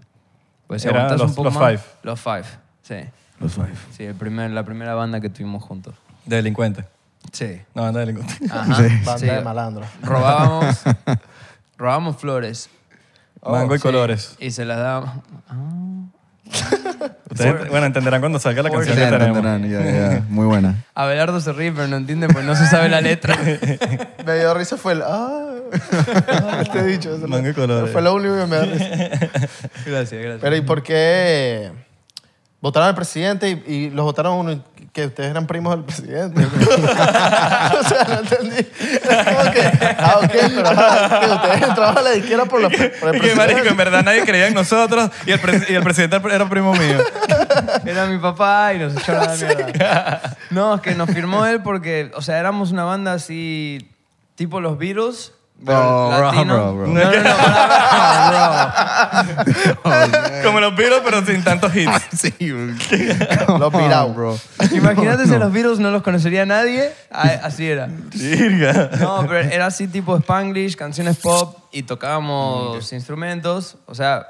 [SPEAKER 4] Pues si
[SPEAKER 1] Era
[SPEAKER 4] aguantás
[SPEAKER 1] los-
[SPEAKER 4] un poco
[SPEAKER 1] los
[SPEAKER 4] más,
[SPEAKER 1] Five.
[SPEAKER 4] Los Five, sí.
[SPEAKER 3] Los five.
[SPEAKER 4] Sí, el primer, la primera banda que tuvimos juntos.
[SPEAKER 1] De delincuente.
[SPEAKER 4] Sí.
[SPEAKER 1] No, anda delincuente.
[SPEAKER 4] Ajá.
[SPEAKER 3] Sí.
[SPEAKER 2] Banda
[SPEAKER 4] Sí.
[SPEAKER 2] de malandros.
[SPEAKER 4] Robábamos, robábamos flores.
[SPEAKER 2] Oh,
[SPEAKER 1] Mango y
[SPEAKER 4] Oh, Sí.
[SPEAKER 1] colores.
[SPEAKER 4] Y se las dábamos. Ah.
[SPEAKER 1] Ustedes, bueno, entenderán cuando salga la canción que
[SPEAKER 3] Ya
[SPEAKER 1] tenemos.
[SPEAKER 3] entenderán, ya, ya. Muy buena.
[SPEAKER 4] Abelardo se ríe, pero no entiende, pues no se sabe la letra.
[SPEAKER 2] Me dio risa fue el. ¡Ah! te he dicho eso.
[SPEAKER 1] Mango y colores.
[SPEAKER 2] Fue lo único que me dio risa.
[SPEAKER 4] gracias, gracias.
[SPEAKER 2] Pero ¿y por qué votaron al presidente y, y los votaron uno y que ustedes eran primos del presidente? o sea, no entendí. Como que, ah, ok, pero ajá, que ustedes entraban a la izquierda por, la, por el
[SPEAKER 1] Y que,
[SPEAKER 2] presidente.
[SPEAKER 1] marico, en verdad nadie creía en nosotros y el, pres- y el presidente era primo mío.
[SPEAKER 4] Era mi papá y nos echaron a la mierda. No, es que nos firmó él porque, o sea, éramos una banda así, tipo los Beatles. pero
[SPEAKER 3] Bro, bro,
[SPEAKER 4] latino.
[SPEAKER 3] bro, bro.
[SPEAKER 4] No, no, no, para,
[SPEAKER 1] Como los Beatles, pero sin tantos hits.
[SPEAKER 3] Sí,
[SPEAKER 2] Los pirados.
[SPEAKER 3] bro.
[SPEAKER 4] bro. Imagínate si a los Beatles no los conocería nadie. A- Así era.
[SPEAKER 1] Virga.
[SPEAKER 4] No, pero era así tipo Spanglish, canciones pop y tocábamos instrumentos. O sea,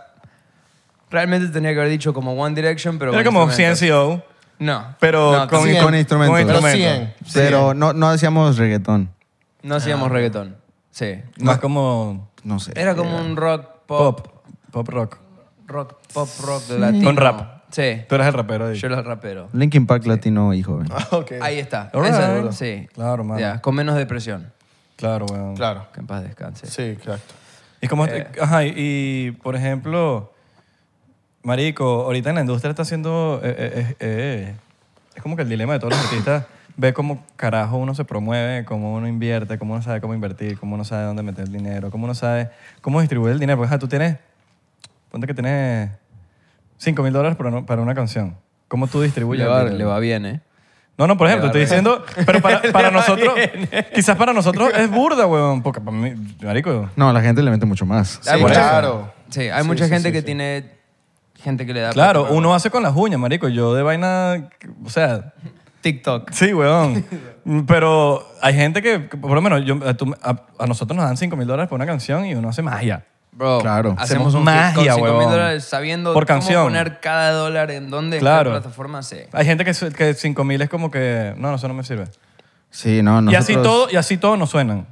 [SPEAKER 4] realmente tenía que haber dicho como One Direction, pero.
[SPEAKER 1] Era
[SPEAKER 4] con
[SPEAKER 1] como
[SPEAKER 4] instrumentos.
[SPEAKER 1] CNCO,
[SPEAKER 4] No.
[SPEAKER 1] pero
[SPEAKER 4] No,
[SPEAKER 1] con,
[SPEAKER 2] cien.
[SPEAKER 1] con
[SPEAKER 3] Pero
[SPEAKER 1] Con instrumentos.
[SPEAKER 2] cien.
[SPEAKER 3] Pero no, no hacíamos reggaetón.
[SPEAKER 4] No hacíamos reggaetón. Sí.
[SPEAKER 1] Más como
[SPEAKER 3] No sé.
[SPEAKER 2] Eh.
[SPEAKER 4] Era como un rock pop.
[SPEAKER 1] pop, pop rock.
[SPEAKER 4] Rock, pop rock latino.
[SPEAKER 1] Con rap.
[SPEAKER 4] Sí.
[SPEAKER 1] Tú eras el rapero ahí.
[SPEAKER 4] Yo era el rapero.
[SPEAKER 3] Linkin Park latino y joven.
[SPEAKER 2] Ah, ok.
[SPEAKER 4] Ahí está.
[SPEAKER 1] All
[SPEAKER 4] Esa,
[SPEAKER 1] right.
[SPEAKER 4] Sí.
[SPEAKER 1] Claro, mano.
[SPEAKER 4] Ya, con menos depresión.
[SPEAKER 1] Claro, weón.
[SPEAKER 2] Claro.
[SPEAKER 4] Que en paz descanse.
[SPEAKER 2] Sí, exacto.
[SPEAKER 1] Y como,
[SPEAKER 4] Eh.
[SPEAKER 1] ajá, y, y, por ejemplo, marico, ahorita en la industria está haciendo, eh, eh, eh, eh, es como que el dilema de todos los artistas, ve cómo carajo uno se promueve, cómo uno invierte, cómo uno sabe cómo invertir, cómo uno sabe dónde meter el dinero, cómo uno sabe cómo distribuir el dinero. Porque, ajá, tú tienes, ponte que tienes 5 mil dólares para una- para una canción. ¿Cómo tú distribuyes?
[SPEAKER 4] Le
[SPEAKER 1] el
[SPEAKER 4] va,
[SPEAKER 1] dinero?
[SPEAKER 4] le va bien, ¿eh?
[SPEAKER 1] No, no, por ejemplo,
[SPEAKER 4] Le
[SPEAKER 1] estoy
[SPEAKER 4] va
[SPEAKER 1] diciendo, pero para, para nosotros, quizás para nosotros es burda, weón, porque para mí, marico,
[SPEAKER 3] No, la gente le mete mucho más.
[SPEAKER 2] Sí, claro.
[SPEAKER 4] Sí, hay mucha gente que tiene. Gente que le da.
[SPEAKER 1] Claro,
[SPEAKER 4] plata, pero-
[SPEAKER 1] uno hace con las uñas, marico. Yo de vaina, o sea,
[SPEAKER 4] TikTok.
[SPEAKER 1] sí, weón. Pero hay gente que, que por lo menos, yo, a, tú- a- a nosotros nos dan 5 mil dólares por una canción y uno hace magia.
[SPEAKER 4] Bro,
[SPEAKER 3] Claro.
[SPEAKER 1] Hacemos
[SPEAKER 4] hacemos un
[SPEAKER 1] magia,
[SPEAKER 4] hit con 5
[SPEAKER 1] huevón.
[SPEAKER 4] mil dólares sabiendo
[SPEAKER 1] Por canción.
[SPEAKER 4] cómo poner cada dólar en dónde,
[SPEAKER 1] Claro.
[SPEAKER 4] en qué plataforma, sí.
[SPEAKER 1] Hay gente que, su- que 5 mil es como que, no, no, eso no me sirve.
[SPEAKER 3] Sí, no, nosotros...
[SPEAKER 1] Y así todo, y así todo nos suenan.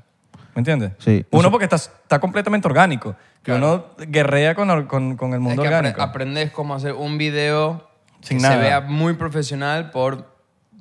[SPEAKER 1] ¿Me entiendes?
[SPEAKER 3] Sí.
[SPEAKER 1] Uno porque está, está completamente orgánico. Que uno guerrea con, la- con- con el
[SPEAKER 4] Es
[SPEAKER 1] mundo
[SPEAKER 4] que apre-
[SPEAKER 1] orgánico.
[SPEAKER 4] aprendes cómo hacer un video
[SPEAKER 1] Sin
[SPEAKER 4] que
[SPEAKER 1] nada.
[SPEAKER 4] se vea muy profesional por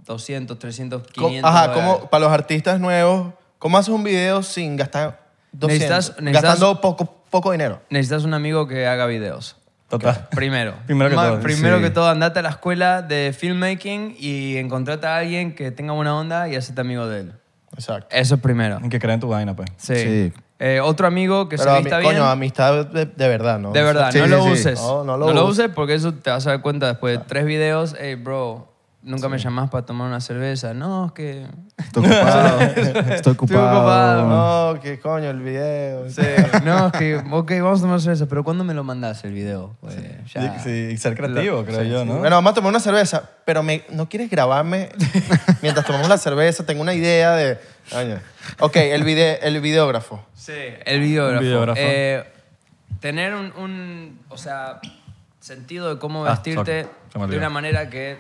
[SPEAKER 4] 200, 300, 500
[SPEAKER 2] Ajá,
[SPEAKER 4] dólares.
[SPEAKER 2] como para los artistas nuevos, ¿cómo haces un video sin gastar 200?
[SPEAKER 4] Necesitas- necesitas-
[SPEAKER 2] Gastando poco, poco dinero.
[SPEAKER 4] Necesitas un amigo que haga videos.
[SPEAKER 1] Total.
[SPEAKER 4] Primero.
[SPEAKER 1] Primero que
[SPEAKER 4] Ma-
[SPEAKER 1] todo,
[SPEAKER 4] Primero
[SPEAKER 1] sí.
[SPEAKER 4] que todo, andate a la escuela de filmmaking y encontrate a alguien que tenga buena onda y hacete amigo de él.
[SPEAKER 2] Exacto.
[SPEAKER 4] Eso es primero.
[SPEAKER 1] Que crean tu vaina, pues.
[SPEAKER 4] Sí.
[SPEAKER 3] Sí.
[SPEAKER 4] Eh, otro amigo que
[SPEAKER 2] Pero,
[SPEAKER 4] se
[SPEAKER 2] ami-
[SPEAKER 4] vista bien.
[SPEAKER 2] coño, amistad de, de verdad, ¿no?
[SPEAKER 4] De verdad,
[SPEAKER 3] Sí,
[SPEAKER 4] no
[SPEAKER 3] sí,
[SPEAKER 4] lo
[SPEAKER 3] sí.
[SPEAKER 4] uses.
[SPEAKER 2] No, no lo uses.
[SPEAKER 4] uses porque eso te vas a dar cuenta después de tres videos. Hey, bro, nunca me llamás para tomar una cerveza. No, es que...
[SPEAKER 3] Estoy ocupado. Estoy ocupado.
[SPEAKER 4] ocupado,
[SPEAKER 2] No, que Oh, coño, el video.
[SPEAKER 4] Sí, no, es que, ok, vamos a tomar cerveza, pero ¿cuándo me lo mandás el video? Pues, ya.
[SPEAKER 1] Y, sí, y ser creativo, creo yo, ¿no?
[SPEAKER 2] Bueno, vamos a tomar una cerveza, pero me, ¿no quieres grabarme mientras tomamos la cerveza? Tengo una idea de... Coño. Ok, el, vide- el videógrafo.
[SPEAKER 4] Sí, el videógrafo.
[SPEAKER 1] Un videógrafo.
[SPEAKER 4] Eh, tener un, un, o sea, sentido de cómo
[SPEAKER 1] Ah,
[SPEAKER 4] vestirte
[SPEAKER 1] sorry, se me
[SPEAKER 4] de
[SPEAKER 1] olvidó.
[SPEAKER 4] una manera que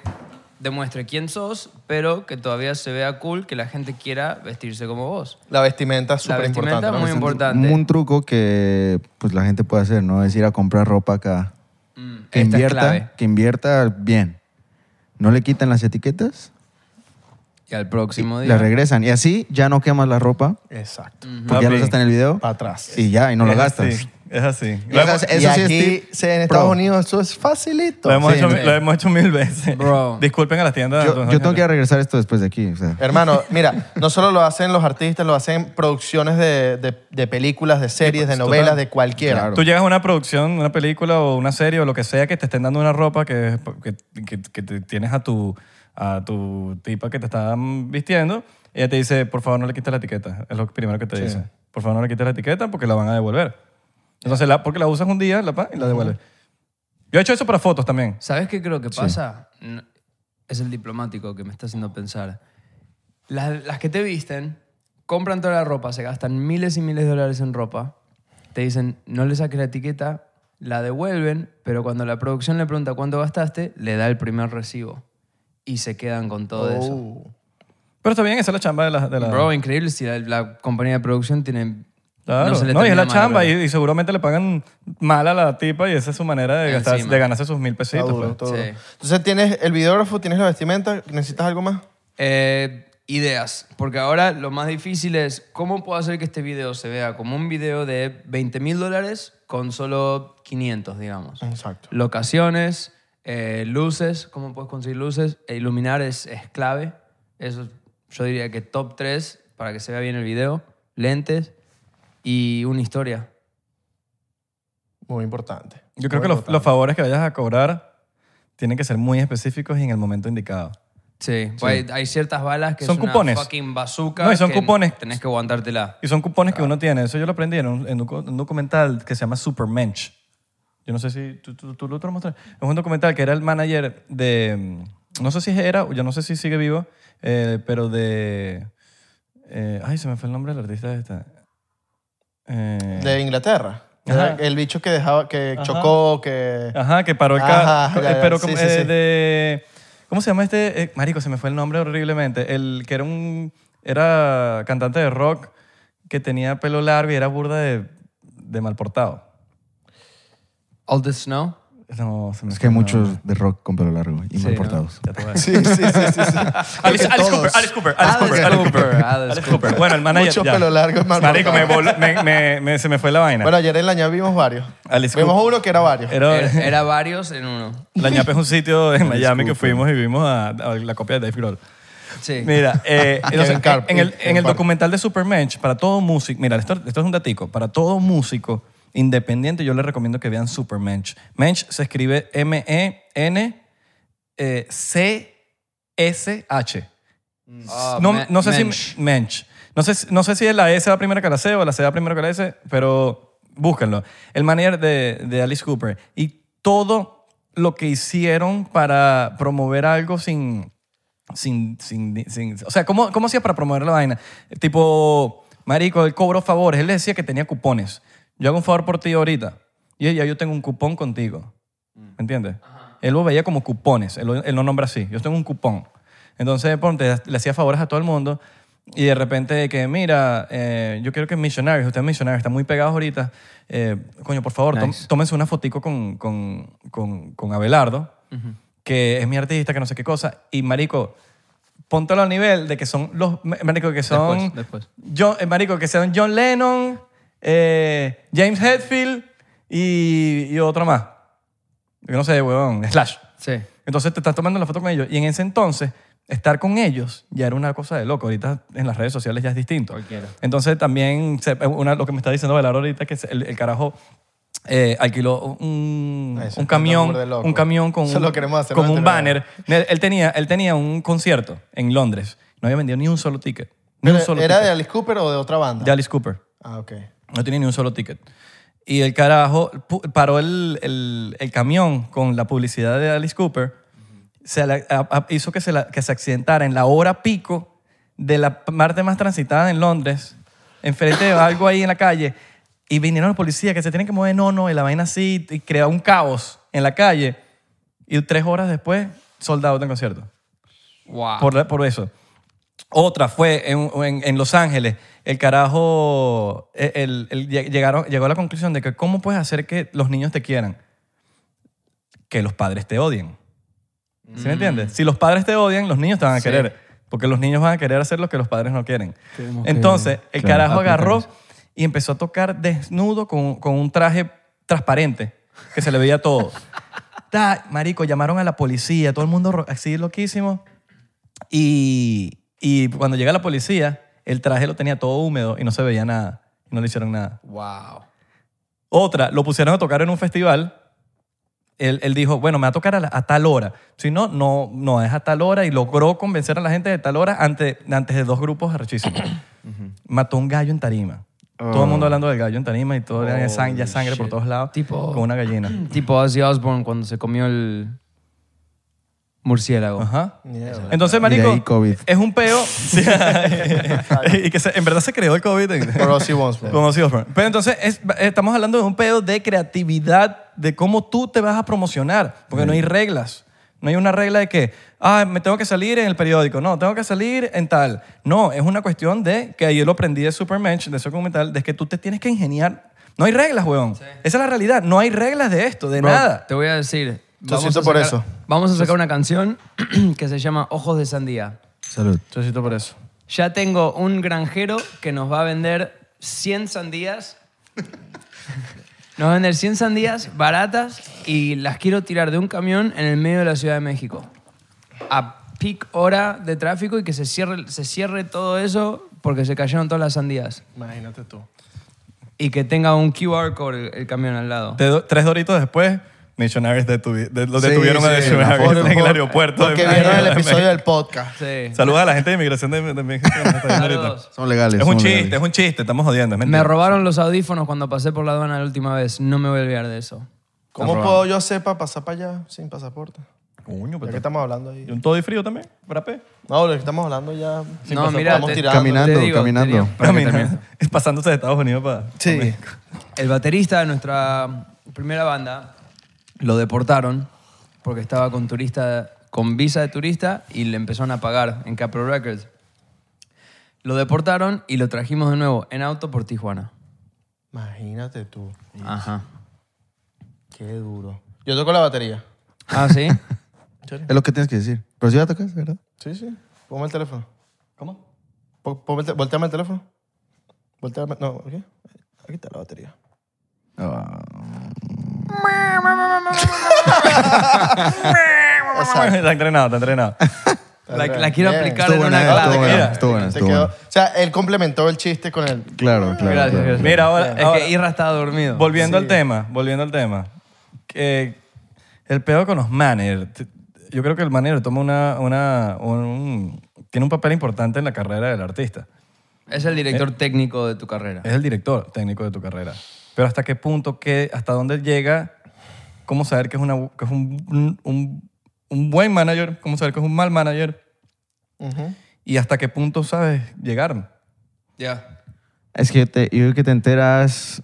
[SPEAKER 4] demuestre quién sos, pero que todavía se vea cool que la gente quiera vestirse como vos.
[SPEAKER 2] La vestimenta es
[SPEAKER 4] La
[SPEAKER 2] súper
[SPEAKER 4] vestimenta
[SPEAKER 2] importante.
[SPEAKER 4] es muy importante.
[SPEAKER 3] Un truco que pues la gente puede hacer, ¿no? Es ir a comprar ropa acá.
[SPEAKER 4] Mm,
[SPEAKER 3] Que
[SPEAKER 4] esta es clave.
[SPEAKER 3] invierta, que invierta bien. No le quitan las etiquetas,
[SPEAKER 4] Y al próximo día.
[SPEAKER 3] la regresan. Y así ya no quemas la ropa,
[SPEAKER 2] Exacto.
[SPEAKER 3] porque ya
[SPEAKER 1] Papi.
[SPEAKER 3] no está en el video,
[SPEAKER 2] Para atrás.
[SPEAKER 3] y ya, y no lo
[SPEAKER 1] Es
[SPEAKER 3] gastas.
[SPEAKER 1] así, Es así.
[SPEAKER 3] Lo hemos-
[SPEAKER 2] y
[SPEAKER 3] eso sí es
[SPEAKER 2] aquí,
[SPEAKER 3] tip
[SPEAKER 2] en Estados
[SPEAKER 3] pro.
[SPEAKER 2] Unidos, eso es facilito.
[SPEAKER 1] Lo hemos,
[SPEAKER 3] Sí,
[SPEAKER 1] hecho,
[SPEAKER 3] no.
[SPEAKER 1] lo hemos hecho mil veces.
[SPEAKER 4] Bro.
[SPEAKER 1] Disculpen a las tiendas.
[SPEAKER 3] Yo, yo tengo que ir a regresar esto después de aquí. o sea.
[SPEAKER 2] Hermano, mira, no solo lo hacen los artistas, lo hacen producciones de, de- de películas, de series, de
[SPEAKER 1] pues, total.
[SPEAKER 2] novelas, de cualquiera.
[SPEAKER 3] Claro.
[SPEAKER 1] Tú llegas a una producción, una película o una serie o lo que sea que te estén dando una ropa que, que, que- que te- tienes a tu, a tu tipa que te está vistiendo, ella te dice, por favor no le quites la etiqueta. Es lo primero que te dice. Por favor no le quites la etiqueta porque la van a devolver. Entonces, la, porque la usas un día, la pa- y la devuelves. Yo he hecho eso para fotos también.
[SPEAKER 4] ¿Sabes qué creo que pasa? No- Es el diplomático que me está haciendo pensar. Las, las que te visten, compran toda la ropa, se gastan miles y miles de dólares en ropa, te dicen, no le saques la etiqueta, la devuelven, pero cuando la producción le pregunta cuánto gastaste, le da el primer recibo. Y se quedan con todo eso.
[SPEAKER 2] Oh.
[SPEAKER 1] Pero está bien, esa es la chamba de la... de la-
[SPEAKER 4] Bro, increíble si la, la compañía de producción tiene...
[SPEAKER 1] Claro.
[SPEAKER 4] se le
[SPEAKER 1] No, y es
[SPEAKER 4] termina
[SPEAKER 1] la chamba y,
[SPEAKER 4] madurando.
[SPEAKER 1] y seguramente le pagan mal a la tipa y esa es su manera de, gastar-
[SPEAKER 4] Encima.
[SPEAKER 1] de ganarse sus mil
[SPEAKER 2] Está
[SPEAKER 1] pesitos.
[SPEAKER 2] duro,
[SPEAKER 1] pues.
[SPEAKER 2] está duro.
[SPEAKER 4] Sí.
[SPEAKER 2] Entonces tienes el videógrafo, tienes la vestimenta, ¿necesitas algo más?
[SPEAKER 4] Eh, ideas, porque ahora lo más difícil es cómo puedo hacer que este video se vea como un video de 20 mil dólares con solo 500, digamos.
[SPEAKER 2] Exacto.
[SPEAKER 4] Locaciones, eh, luces, cómo puedes conseguir luces, e iluminar es, es clave. Eso es- yo diría que top 3 para que se vea bien el video, lentes y una historia.
[SPEAKER 2] Muy importante.
[SPEAKER 1] Yo creo
[SPEAKER 2] Muy
[SPEAKER 1] que los,
[SPEAKER 2] importante.
[SPEAKER 1] los favores que vayas a cobrar tienen que ser muy específicos y en el momento indicado.
[SPEAKER 4] Sí, pues Hay, hay ciertas balas que
[SPEAKER 1] Son
[SPEAKER 4] es una
[SPEAKER 1] cupones.
[SPEAKER 4] fucking bazooka.
[SPEAKER 1] No, y son
[SPEAKER 4] que
[SPEAKER 1] cupones.
[SPEAKER 4] Tenés que aguantártela.
[SPEAKER 1] Y son cupones que uno tiene. Eso yo lo aprendí en un, en un co- un documental que se llama Supermensch. Yo no sé si tú, tú- tú lo te lo mostré. Es un documental que era el manager de... mm, No sé si era, o yo no sé si sigue vivo, eh, pero de... eh, ay, se me fue el nombre del artista de esta. Eh,
[SPEAKER 2] De Inglaterra.
[SPEAKER 1] Ajá.
[SPEAKER 2] El bicho que dejaba, que chocó, que...
[SPEAKER 1] Ajá, que paró el
[SPEAKER 2] Ajá,
[SPEAKER 1] carro.
[SPEAKER 2] ya, ya,
[SPEAKER 1] pero
[SPEAKER 2] sí,
[SPEAKER 1] como-
[SPEAKER 2] sí,
[SPEAKER 1] eh,
[SPEAKER 2] sí.
[SPEAKER 1] de- ¿Cómo se llama este? Eh, marico, se me fue el nombre horriblemente. El que era un... Era cantante de rock que tenía pelo largo y era burda de, de mal portado.
[SPEAKER 4] All the snow.
[SPEAKER 1] No, se me
[SPEAKER 3] Es
[SPEAKER 1] fue
[SPEAKER 3] que hay
[SPEAKER 1] el
[SPEAKER 3] muchos
[SPEAKER 1] nombre.
[SPEAKER 3] de rock con pelo largo y mal
[SPEAKER 4] ¿no?
[SPEAKER 3] portados.
[SPEAKER 1] Ya te voy a decir.
[SPEAKER 2] Sí, sí, sí, sí. sí.
[SPEAKER 1] Alice,
[SPEAKER 2] Creo que
[SPEAKER 1] Alice
[SPEAKER 2] todos.
[SPEAKER 1] Cooper, Alice Cooper, Alice
[SPEAKER 4] Alice
[SPEAKER 1] Cooper, Alice Cooper.
[SPEAKER 4] Cooper, Alice
[SPEAKER 1] Alice Cooper. Bueno, el manager.
[SPEAKER 2] Ah, Mucho
[SPEAKER 1] ya.
[SPEAKER 2] pelo largo, mal
[SPEAKER 1] Marico, me,
[SPEAKER 2] portado.
[SPEAKER 1] voló- me- me- me- se me fue la vaina.
[SPEAKER 2] Bueno, ayer en la ña vimos varios.
[SPEAKER 1] Alice
[SPEAKER 2] vimos
[SPEAKER 1] Cooper.
[SPEAKER 2] uno que era varios.
[SPEAKER 1] Era-
[SPEAKER 4] Era- era varios en uno.
[SPEAKER 1] la ñapa es un sitio en Miami que fuimos y vimos a, a la copia de Dave Grohl.
[SPEAKER 4] Sí.
[SPEAKER 1] Mira, eh, entonces,
[SPEAKER 2] Kevin Carp-
[SPEAKER 1] en el, en
[SPEAKER 2] Kevin
[SPEAKER 1] el
[SPEAKER 2] Carp.
[SPEAKER 1] documental de Supermensch, para todo músico, mira, esto, esto es un datico, para todo músico independiente yo les recomiendo que vean Supermensch. Mensch se escribe E eh, M-E-N-C-S-H.
[SPEAKER 4] Ah,
[SPEAKER 1] no,
[SPEAKER 4] me-
[SPEAKER 1] no sé
[SPEAKER 4] mensch.
[SPEAKER 1] si Mensch. No sé, si- no sé si es la S va primero que la C o la C va primero que la S, pero búsquenlo. El manager de, de Alice Cooper. Y todo lo que hicieron para promover algo sin... sin, sin, sin- o sea, ¿cómo, ¿cómo hacía para promover la vaina? Tipo, marico, él cobró favores. Él le decía que tenía cupones. Yo hago un favor por ti ahorita. Y ella, yo tengo un cupón contigo. ¿Me entiendes? Él lo veía como cupones. Él, lo- él lo nombra así. Yo tengo un cupón. Entonces, ponte, le hacía favores a todo el mundo. Y de repente que, mira, eh, yo quiero que Missionaries, ustedes Missionaries están muy pegados ahorita. eh, coño, por favor, tó-
[SPEAKER 4] Nice.
[SPEAKER 1] tómense una fotico con, con, con, con Abelardo, que es mi artista, que no sé qué cosa. Y, marico, póntalo al nivel de que son los... Marico, que son...
[SPEAKER 4] Después, después.
[SPEAKER 1] John, eh, marico, que sean John Lennon, eh, James Hetfield y, y otro más. Yo no sé, huevón, Slash.
[SPEAKER 4] Sí.
[SPEAKER 1] Entonces te estás tomando la foto con ellos. Y en ese entonces, estar con ellos ya era una cosa de loco. Ahorita en las redes sociales ya es distinto.
[SPEAKER 4] Cualquiera.
[SPEAKER 1] Entonces también, se- eh, una, lo que me está diciendo Velar ahorita, que el, el carajo eh, alquiló un,
[SPEAKER 2] Eso
[SPEAKER 1] un
[SPEAKER 2] está
[SPEAKER 1] camión,
[SPEAKER 2] burda de loco.
[SPEAKER 1] un camión con,
[SPEAKER 2] Eso
[SPEAKER 1] un-
[SPEAKER 2] lo queremos hacer,
[SPEAKER 1] con
[SPEAKER 2] no
[SPEAKER 1] un
[SPEAKER 2] tenemos.
[SPEAKER 1] banner. Él, él tenía, él tenía un concierto en Londres. No había vendido ni un solo ticket. Ni un solo
[SPEAKER 2] ¿Era de
[SPEAKER 1] ticket.
[SPEAKER 2] Alice Cooper o de otra banda?
[SPEAKER 1] de Alice Cooper.
[SPEAKER 2] Ah, ok.
[SPEAKER 1] No tenía ni un solo ticket. Y el carajo pu- paró el, el- el camión con la publicidad de Alice Cooper. Se la- a- a- hizo que se, la- que se accidentara en la hora pico de la parte más transitada en Londres, enfrente de algo ahí en la calle. Y vinieron los policías que se tienen que mover no, no, y la vaina así, y crear un caos en la calle. Y tres horas después, soldado del concierto.
[SPEAKER 4] Wow.
[SPEAKER 1] Por, la- por eso. Otra fue en, en- en Los Ángeles. El carajo. e, el- el- lleg- llegaron, llegó a la conclusión de que cómo puedes hacer que los niños te quieran. Que los padres te odien. ¿Sí me entiendes? Si los padres te odian, los niños te van a
[SPEAKER 4] Mm. Sí.
[SPEAKER 1] querer. Porque los niños van a querer hacer lo que los padres no quieren. Entonces, el
[SPEAKER 3] claro,
[SPEAKER 1] carajo
[SPEAKER 3] aplicar
[SPEAKER 1] agarró
[SPEAKER 3] eso.
[SPEAKER 1] y empezó a tocar desnudo con, con un traje transparente que se le veía todo. Ta, marico, llamaron a la policía, todo el mundo ro- así loquísimo. Y, y cuando llega la policía, el traje lo tenía todo húmedo y no se veía nada. No le hicieron nada.
[SPEAKER 4] Wow.
[SPEAKER 1] Otra, lo pusieron a tocar en un festival. Él, él dijo, bueno, me va a tocar a, la- a tal hora. Si no, no, no es a tal hora. Y logró convencer a la gente de tal hora antes, antes de dos grupos arrechísimos. Mató un gallo en tarima. Todo
[SPEAKER 3] Oh.
[SPEAKER 1] el mundo hablando del gallo en tarima y todo era sangre, sangre por todos lados.
[SPEAKER 4] Tipo-
[SPEAKER 1] Con una gallina.
[SPEAKER 4] Tipo Ozzy Osbourne cuando se comió el murciélago.
[SPEAKER 1] Ajá.
[SPEAKER 2] Mierda.
[SPEAKER 1] Entonces,
[SPEAKER 3] Y de
[SPEAKER 1] marico,
[SPEAKER 3] ahí COVID.
[SPEAKER 1] es un peo. Sí. y que se- en verdad se creó el COVID. en-
[SPEAKER 2] Por Ozzy Osbourne.
[SPEAKER 1] Con Ozzy Osbourne. Pero entonces es- estamos hablando de un pedo de creatividad, de cómo tú te vas a promocionar, porque no hay reglas. No hay una regla de que, ah, me tengo que salir en el periódico, no, tengo que salir en tal. No, es una cuestión de, que yo lo aprendí de Superman, de ese documental, de que tú te tienes que ingeniar. No hay reglas, weón. Esa es la realidad. No hay reglas de esto, de
[SPEAKER 4] Bro,
[SPEAKER 1] nada.
[SPEAKER 4] Te voy a decir.
[SPEAKER 2] Yo siento por
[SPEAKER 4] sacar,
[SPEAKER 2] eso.
[SPEAKER 4] Vamos a sacar una canción que se llama Ojos de Sandía. Ah,
[SPEAKER 3] Salud.
[SPEAKER 1] Yo siento por eso.
[SPEAKER 4] Ya tengo un granjero que nos va a vender 100 sandías. Nos va a vender 100 sandías baratas y las quiero tirar de un camión en el medio de la Ciudad de México. A peak hora de tráfico y que se cierre, se cierre todo eso porque se cayeron todas las sandías.
[SPEAKER 2] Imagínate tú.
[SPEAKER 4] Y que tenga un QR code el, el camión al lado.
[SPEAKER 1] Te do- tres doritos después, Missionaries detuvi- de- lo
[SPEAKER 3] Sí,
[SPEAKER 1] detuvieron a
[SPEAKER 3] sí, la
[SPEAKER 1] Missionaries
[SPEAKER 2] Por-
[SPEAKER 1] en el
[SPEAKER 2] por-
[SPEAKER 1] aeropuerto. de
[SPEAKER 2] Porque vieron el
[SPEAKER 1] México.
[SPEAKER 2] episodio del podcast.
[SPEAKER 4] Sí.
[SPEAKER 1] Saluda a la gente de inmigración de, de México. que nos está viendo ahorita.
[SPEAKER 4] Eh, Saludos.
[SPEAKER 3] Son legales.
[SPEAKER 1] Es un
[SPEAKER 3] son
[SPEAKER 1] chiste,
[SPEAKER 3] legales.
[SPEAKER 1] es un chiste, estamos jodiendo. es mentira.
[SPEAKER 4] Me robaron los audífonos cuando pasé por la aduana la última vez. No me voy a olvidar de eso.
[SPEAKER 2] ¿Cómo puedo yo hacer para pasar para allá sin pasaporte?
[SPEAKER 1] Coño,
[SPEAKER 2] ¿De
[SPEAKER 1] pero
[SPEAKER 2] qué estamos hablando ahí?
[SPEAKER 1] ¿Y un todo y frío también? ¿Brape?
[SPEAKER 2] No, lo que estamos hablando ya.
[SPEAKER 4] no, mira,
[SPEAKER 2] estamos
[SPEAKER 4] te-
[SPEAKER 2] tirando.
[SPEAKER 3] Caminando,
[SPEAKER 4] te digo,
[SPEAKER 3] caminando.
[SPEAKER 4] te digo, para que termine.
[SPEAKER 1] Es pasándose de Estados Unidos para...
[SPEAKER 2] Sí.
[SPEAKER 4] El baterista de nuestra primera banda lo deportaron porque estaba con turista, con visa de turista y le empezaron a pagar en Capitol Records. Lo deportaron y lo trajimos de nuevo en auto por Tijuana.
[SPEAKER 2] Imagínate tú.
[SPEAKER 4] Ajá.
[SPEAKER 2] Qué duro. Yo toco la batería.
[SPEAKER 4] Ah, sí.
[SPEAKER 3] Es lo que tienes que decir. Pero si ya tocas, ¿verdad?
[SPEAKER 2] Sí, sí. Ponme el teléfono.
[SPEAKER 1] ¿Cómo?
[SPEAKER 2] Po- ponme el te- volteame el teléfono. Volteame. No, ¿qué? Aquí está la batería.
[SPEAKER 1] Está entrenado, está entrenado.
[SPEAKER 4] La, la quiero
[SPEAKER 2] Bien.
[SPEAKER 4] aplicar
[SPEAKER 3] Estuvo
[SPEAKER 4] en una
[SPEAKER 3] buena,
[SPEAKER 4] clase.
[SPEAKER 3] estuvo
[SPEAKER 1] mira,
[SPEAKER 3] buena, estuvo buena,
[SPEAKER 2] Se
[SPEAKER 3] estuvo
[SPEAKER 2] quedó-
[SPEAKER 3] buena.
[SPEAKER 2] O sea, él complementó el chiste con el.
[SPEAKER 3] Claro, claro.
[SPEAKER 4] Gracias,
[SPEAKER 3] claro.
[SPEAKER 4] gracias.
[SPEAKER 1] Mira, ahora,
[SPEAKER 4] Es
[SPEAKER 1] ahora,
[SPEAKER 4] que Irra estaba dormido.
[SPEAKER 1] volviendo al tema, volviendo al tema. Que el peor con los managers. t- Yo creo que el manager toma una, una, un- tiene un papel importante en la carrera del artista.
[SPEAKER 4] Es el
[SPEAKER 1] Eh,
[SPEAKER 4] director técnico de tu carrera.
[SPEAKER 1] Es el director técnico de tu carrera. Pero hasta qué punto, qué, hasta dónde llega, cómo saber que es, una, que es un, un- un- un buen manager, cómo saber que es un mal manager
[SPEAKER 2] Ujú.
[SPEAKER 1] y hasta qué punto sabes llegar.
[SPEAKER 4] Ya.
[SPEAKER 3] Es que te, yo creo que te enteras,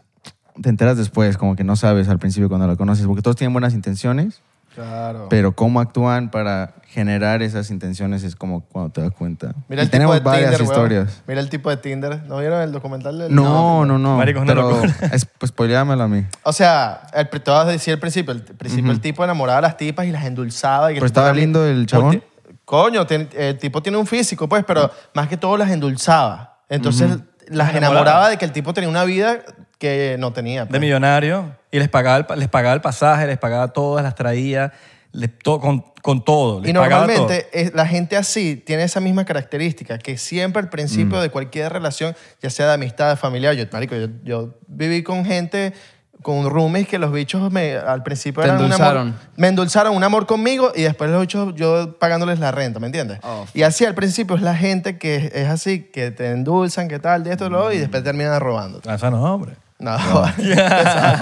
[SPEAKER 3] te enteras después, como que no sabes al principio cuando lo conoces, porque todos tienen buenas intenciones,
[SPEAKER 2] Claro.
[SPEAKER 3] pero cómo actúan para generar esas intenciones es como cuando te das cuenta.
[SPEAKER 2] Mira
[SPEAKER 3] y
[SPEAKER 2] el
[SPEAKER 3] tenemos
[SPEAKER 2] tipo de
[SPEAKER 3] varias
[SPEAKER 2] Tinder, weón.
[SPEAKER 3] historias.
[SPEAKER 2] Mira el tipo de Tinder. ¿No vieron el documental? del-
[SPEAKER 3] No, no, no.
[SPEAKER 1] Marico, es una
[SPEAKER 3] pero
[SPEAKER 1] locura.
[SPEAKER 3] es, pues spoileámelo a mí.
[SPEAKER 2] O sea, el, te vas a decir al principio, el, al principio el tipo enamoraba a las tipas y las endulzaba. Y que
[SPEAKER 3] Pero
[SPEAKER 2] el tipo
[SPEAKER 3] estaba
[SPEAKER 2] también-
[SPEAKER 3] lindo el chabón.
[SPEAKER 2] Porque- Coño, ten- el tipo tiene un físico, pues, pero más que todo las endulzaba. Entonces las enamoraba de que el tipo tenía una vida que no tenía.
[SPEAKER 1] De
[SPEAKER 2] pues.
[SPEAKER 1] millonario y les pagaba el, pa- les pagaba el pasaje, les pagaba todas, las traía, le- to- con, con todo. Les
[SPEAKER 2] Y
[SPEAKER 1] pagaba todo.
[SPEAKER 2] normalmente es- la gente así tiene esa misma característica, que siempre al
[SPEAKER 4] Mm.
[SPEAKER 2] principio de cualquier relación, ya sea de amistad, de familiar, yo, marico, yo, yo viví con gente, con roomies que los bichos me, al principio
[SPEAKER 4] Te
[SPEAKER 2] eran un amor-
[SPEAKER 4] endulzaron.
[SPEAKER 2] me endulzaron un amor conmigo y después los bichos yo pagándoles la renta, ¿me entiendes?
[SPEAKER 4] Oh,
[SPEAKER 2] y así al principio es la gente que es, es así, que te endulzan, que tal, de esto, lo otro, y después terminan robándote.
[SPEAKER 1] Ah, eso no, hombre.
[SPEAKER 4] Oh.
[SPEAKER 2] No,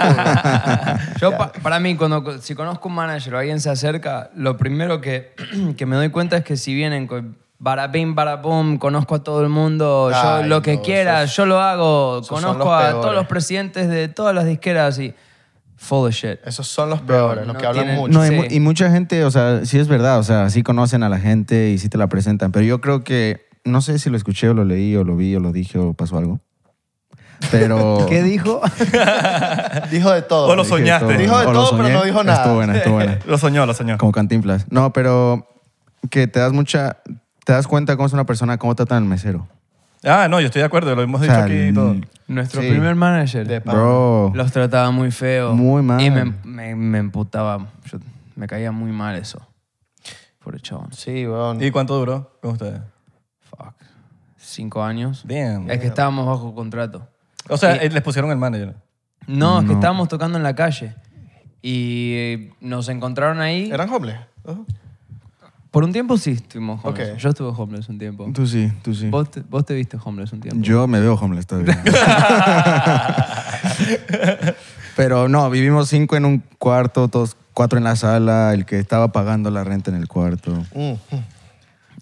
[SPEAKER 4] Yo, pa- para mí, cuando, si conozco un manager o alguien se acerca, lo primero que, que me doy cuenta es que si vienen con barabim, barabum, conozco a todo el mundo, yo
[SPEAKER 2] Ay,
[SPEAKER 4] lo que
[SPEAKER 2] no,
[SPEAKER 4] quiera,
[SPEAKER 2] esos-
[SPEAKER 4] yo lo hago,
[SPEAKER 2] esos son
[SPEAKER 4] conozco
[SPEAKER 2] los
[SPEAKER 4] a
[SPEAKER 2] peores.
[SPEAKER 4] todos los presidentes de todas las disqueras y full of shit.
[SPEAKER 2] Esos son los
[SPEAKER 4] Bro,
[SPEAKER 2] peores, los
[SPEAKER 4] no
[SPEAKER 2] que hablan
[SPEAKER 4] tienen-
[SPEAKER 2] mucho.
[SPEAKER 3] No, y, mu-
[SPEAKER 4] Sí.
[SPEAKER 3] y mucha gente, o sea, sí es verdad, o sea, sí conocen a la gente y sí te la presentan, pero yo creo que, no sé si lo escuché o lo leí o lo vi o lo dije o pasó algo, pero...
[SPEAKER 5] ¿Qué dijo?
[SPEAKER 2] Dijo de todo.
[SPEAKER 1] O lo soy- Soñaste.
[SPEAKER 3] Estuvo
[SPEAKER 2] Dijo de
[SPEAKER 3] buena. O lo
[SPEAKER 2] todo, pero no dijo nada.
[SPEAKER 3] Estuvo buena, estuvo buena.
[SPEAKER 1] Eh, Lo soñó, lo soñó.
[SPEAKER 3] Como cantinflas. No, pero que te das mucha... Te das cuenta cómo es una persona, cómo tratan al mesero.
[SPEAKER 1] Ah, no, yo estoy de acuerdo, lo hemos
[SPEAKER 3] O
[SPEAKER 1] dicho
[SPEAKER 3] sea,
[SPEAKER 1] aquí y todo.
[SPEAKER 3] mm,
[SPEAKER 4] Nuestro
[SPEAKER 3] Sí.
[SPEAKER 4] primer manager
[SPEAKER 2] De-
[SPEAKER 3] Bro.
[SPEAKER 4] los trataba muy feo.
[SPEAKER 3] Muy mal.
[SPEAKER 4] Y me, me, me emputaba. Yo- me caía muy mal eso. Por el chabón.
[SPEAKER 2] Sí, weón.
[SPEAKER 1] ¿Y cuánto duró con ustedes?
[SPEAKER 4] Fuck. Cinco años.
[SPEAKER 1] Damn.
[SPEAKER 4] Es que estábamos bajo contrato.
[SPEAKER 1] O sea, eh, les pusieron el manager.
[SPEAKER 4] No, es que estábamos tocando en la calle. Y eh, nos encontraron ahí.
[SPEAKER 2] ¿Eran homeless? Oh. Ujú.
[SPEAKER 4] Por un tiempo sí estuvimos homeless.
[SPEAKER 2] Ok.
[SPEAKER 4] Yo estuve homeless un tiempo.
[SPEAKER 3] Tú sí, tú sí.
[SPEAKER 4] Vos te, vos te viste homeless un tiempo.
[SPEAKER 3] Yo me veo homeless todavía. Pero no, vivimos cinco en un cuarto, todos cuatro en la sala, el que estaba pagando la renta en el cuarto.
[SPEAKER 2] Mm.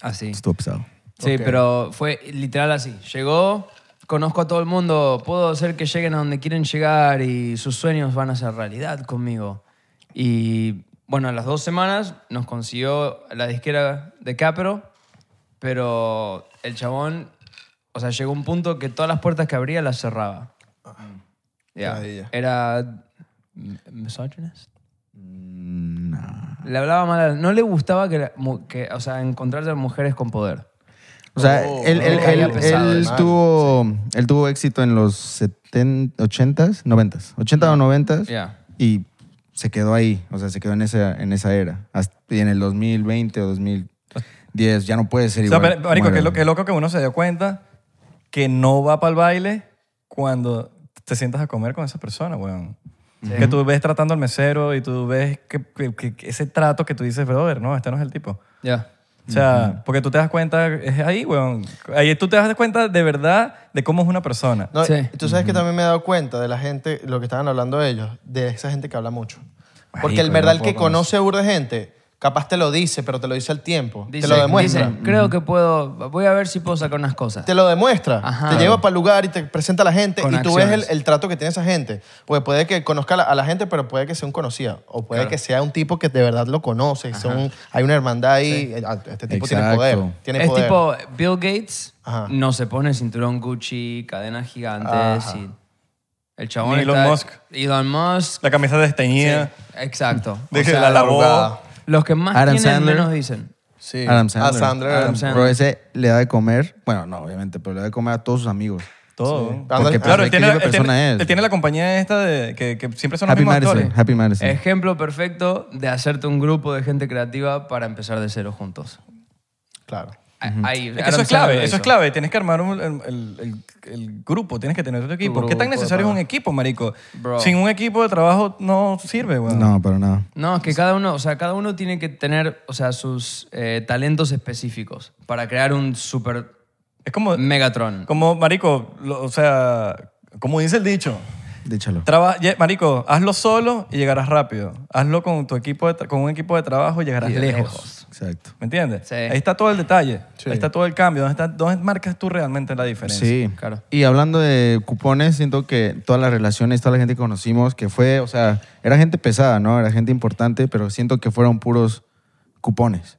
[SPEAKER 4] Así.
[SPEAKER 3] Estuvo pesado.
[SPEAKER 4] Sí, pero fue literal así. Llegó, conozco a todo el mundo, puedo hacer que lleguen a donde quieren llegar y sus sueños van a ser realidad conmigo. Y bueno, a las dos semanas nos consiguió la disquera de Capro, pero el chabón, o sea, llegó un punto que todas las puertas que abría las cerraba. Ya.
[SPEAKER 2] Maravilla.
[SPEAKER 4] Era m- misogynist. Le hablaba mal, a- no le gustaba que, la- mu- que, o sea, encontrarse a mujeres con poder.
[SPEAKER 3] O sea,
[SPEAKER 2] Oh,
[SPEAKER 3] él, él-
[SPEAKER 2] no,
[SPEAKER 3] él-
[SPEAKER 2] caía pesado,
[SPEAKER 3] él
[SPEAKER 2] mal.
[SPEAKER 3] tuvo, él tuvo éxito en los 70, 80s, 90s, 80 o 90s
[SPEAKER 4] Ya.
[SPEAKER 3] y se quedó ahí, o sea, se quedó en esa, en esa era. Hasta- y en el 2020 o 2010 ya no puede ser
[SPEAKER 1] O sea,
[SPEAKER 3] igual.
[SPEAKER 1] pero, marico,
[SPEAKER 3] como
[SPEAKER 1] qué,
[SPEAKER 3] era.
[SPEAKER 1] lo- qué loco que uno se dio cuenta que no va para el baile cuando te sientas a comer con esa persona, weón. Que tú ves tratando al mesero y tú ves que, que- que- que ese trato que tú dices, brother, no, este no es el tipo.
[SPEAKER 4] Ya.
[SPEAKER 1] O sea, porque tú te das cuenta, es ahí, weón. Ahí tú te das cuenta de verdad de cómo es una persona.
[SPEAKER 2] No,
[SPEAKER 4] Sí.
[SPEAKER 2] Tú sabes que también me he dado cuenta de la gente, lo que estaban hablando ellos, de esa gente que habla mucho. Porque el
[SPEAKER 1] yo
[SPEAKER 2] verdad,
[SPEAKER 1] no
[SPEAKER 2] el que
[SPEAKER 1] puedo con
[SPEAKER 2] conoce burda de gente, capaz te lo dice, pero te lo dice al tiempo. te
[SPEAKER 4] Dice-
[SPEAKER 2] lo demuestra.
[SPEAKER 4] dice, creo que puedo, voy a ver si puedo sacar unas cosas.
[SPEAKER 2] Te lo demuestra.
[SPEAKER 4] Ajá.
[SPEAKER 2] Te lleva para el lugar y te presenta a la gente
[SPEAKER 4] Con
[SPEAKER 2] y tú ves el,
[SPEAKER 4] acciones.
[SPEAKER 2] el trato que tiene esa gente. Porque puede que conozca a la, a la gente, pero puede que sea un conocido. O puede que sea un tipo que de verdad lo conoce. y Son, hay una hermandad ahí. eh, ah, Este tipo tiene
[SPEAKER 3] Exacto.
[SPEAKER 2] poder. Tiene
[SPEAKER 4] es
[SPEAKER 2] poder.
[SPEAKER 4] tipo Bill Gates
[SPEAKER 2] Ajá.
[SPEAKER 4] no se pone cinturón Gucci, cadenas gigantes
[SPEAKER 2] Ajá.
[SPEAKER 4] y el chabón
[SPEAKER 1] Ni Elon
[SPEAKER 4] está-
[SPEAKER 1] Musk.
[SPEAKER 4] Elon Musk.
[SPEAKER 1] La camisa
[SPEAKER 4] sí,
[SPEAKER 1] desteñida,
[SPEAKER 4] exacto.
[SPEAKER 1] de
[SPEAKER 2] O
[SPEAKER 1] que
[SPEAKER 2] sea,
[SPEAKER 1] la lavó.
[SPEAKER 2] arrugada.
[SPEAKER 4] Los que más
[SPEAKER 3] Adam
[SPEAKER 4] tienen
[SPEAKER 3] Sandler.
[SPEAKER 4] menos dicen.
[SPEAKER 2] Sí.
[SPEAKER 3] Adam Sandler.
[SPEAKER 2] Ah, Sandler.
[SPEAKER 4] Adam Sandler.
[SPEAKER 3] Pero ese le da de comer, bueno, no, obviamente, pero le da de comer a todos sus amigos.
[SPEAKER 1] Todo.
[SPEAKER 3] Porque pues,
[SPEAKER 2] Ah,
[SPEAKER 1] Claro,
[SPEAKER 3] claro,
[SPEAKER 1] él tiene,
[SPEAKER 3] qué
[SPEAKER 1] él tiene-
[SPEAKER 3] persona
[SPEAKER 1] él
[SPEAKER 3] es.
[SPEAKER 1] tiene la compañía esta de, que, que siempre son los
[SPEAKER 3] Happy
[SPEAKER 1] mismos
[SPEAKER 3] Madison,
[SPEAKER 1] actores. Eh,
[SPEAKER 3] Happy Madison.
[SPEAKER 4] Ejemplo perfecto de hacerte un grupo de gente creativa para empezar de cero juntos.
[SPEAKER 2] Claro.
[SPEAKER 4] A- ahí,
[SPEAKER 1] Es que
[SPEAKER 4] Adam
[SPEAKER 1] eso es
[SPEAKER 4] Sandler lo
[SPEAKER 1] clave, eso es
[SPEAKER 4] hizo.
[SPEAKER 1] clave. Tienes que armar un- el, el- el- el grupo, tienes que tener tu equipo.
[SPEAKER 2] Tu
[SPEAKER 1] ¿Qué tan
[SPEAKER 2] grupo de
[SPEAKER 1] necesario es un
[SPEAKER 2] trabajo.
[SPEAKER 1] equipo, marico?
[SPEAKER 4] Bro.
[SPEAKER 1] Sin un equipo de trabajo no sirve, weón.
[SPEAKER 3] No, pero no.
[SPEAKER 4] No, es que cada uno, o sea, cada uno tiene que tener, o sea, sus eh, talentos específicos para crear un super
[SPEAKER 1] Es como,
[SPEAKER 4] Megatron.
[SPEAKER 1] como marico, lo- o sea, como dice el dicho,
[SPEAKER 3] Díchalo.
[SPEAKER 1] traba- ye- marico, hazlo solo y llegarás rápido. Hazlo con, tu equipo de tra- con un equipo de trabajo y llegarás
[SPEAKER 4] Y de
[SPEAKER 1] lejos.
[SPEAKER 4] lejos.
[SPEAKER 3] Exacto.
[SPEAKER 1] ¿Me entiendes?
[SPEAKER 4] Sí.
[SPEAKER 1] Ahí está todo el detalle,
[SPEAKER 2] Sí.
[SPEAKER 1] ahí está todo el cambio. ¿Dónde, está- dónde marcas tú realmente la diferencia?
[SPEAKER 3] Sí.
[SPEAKER 4] Claro.
[SPEAKER 3] Y hablando de cupones, siento que todas las relaciones, toda la gente que conocimos, que fue, o sea, era gente pesada, ¿no? Era gente importante, pero siento que fueron puros cupones.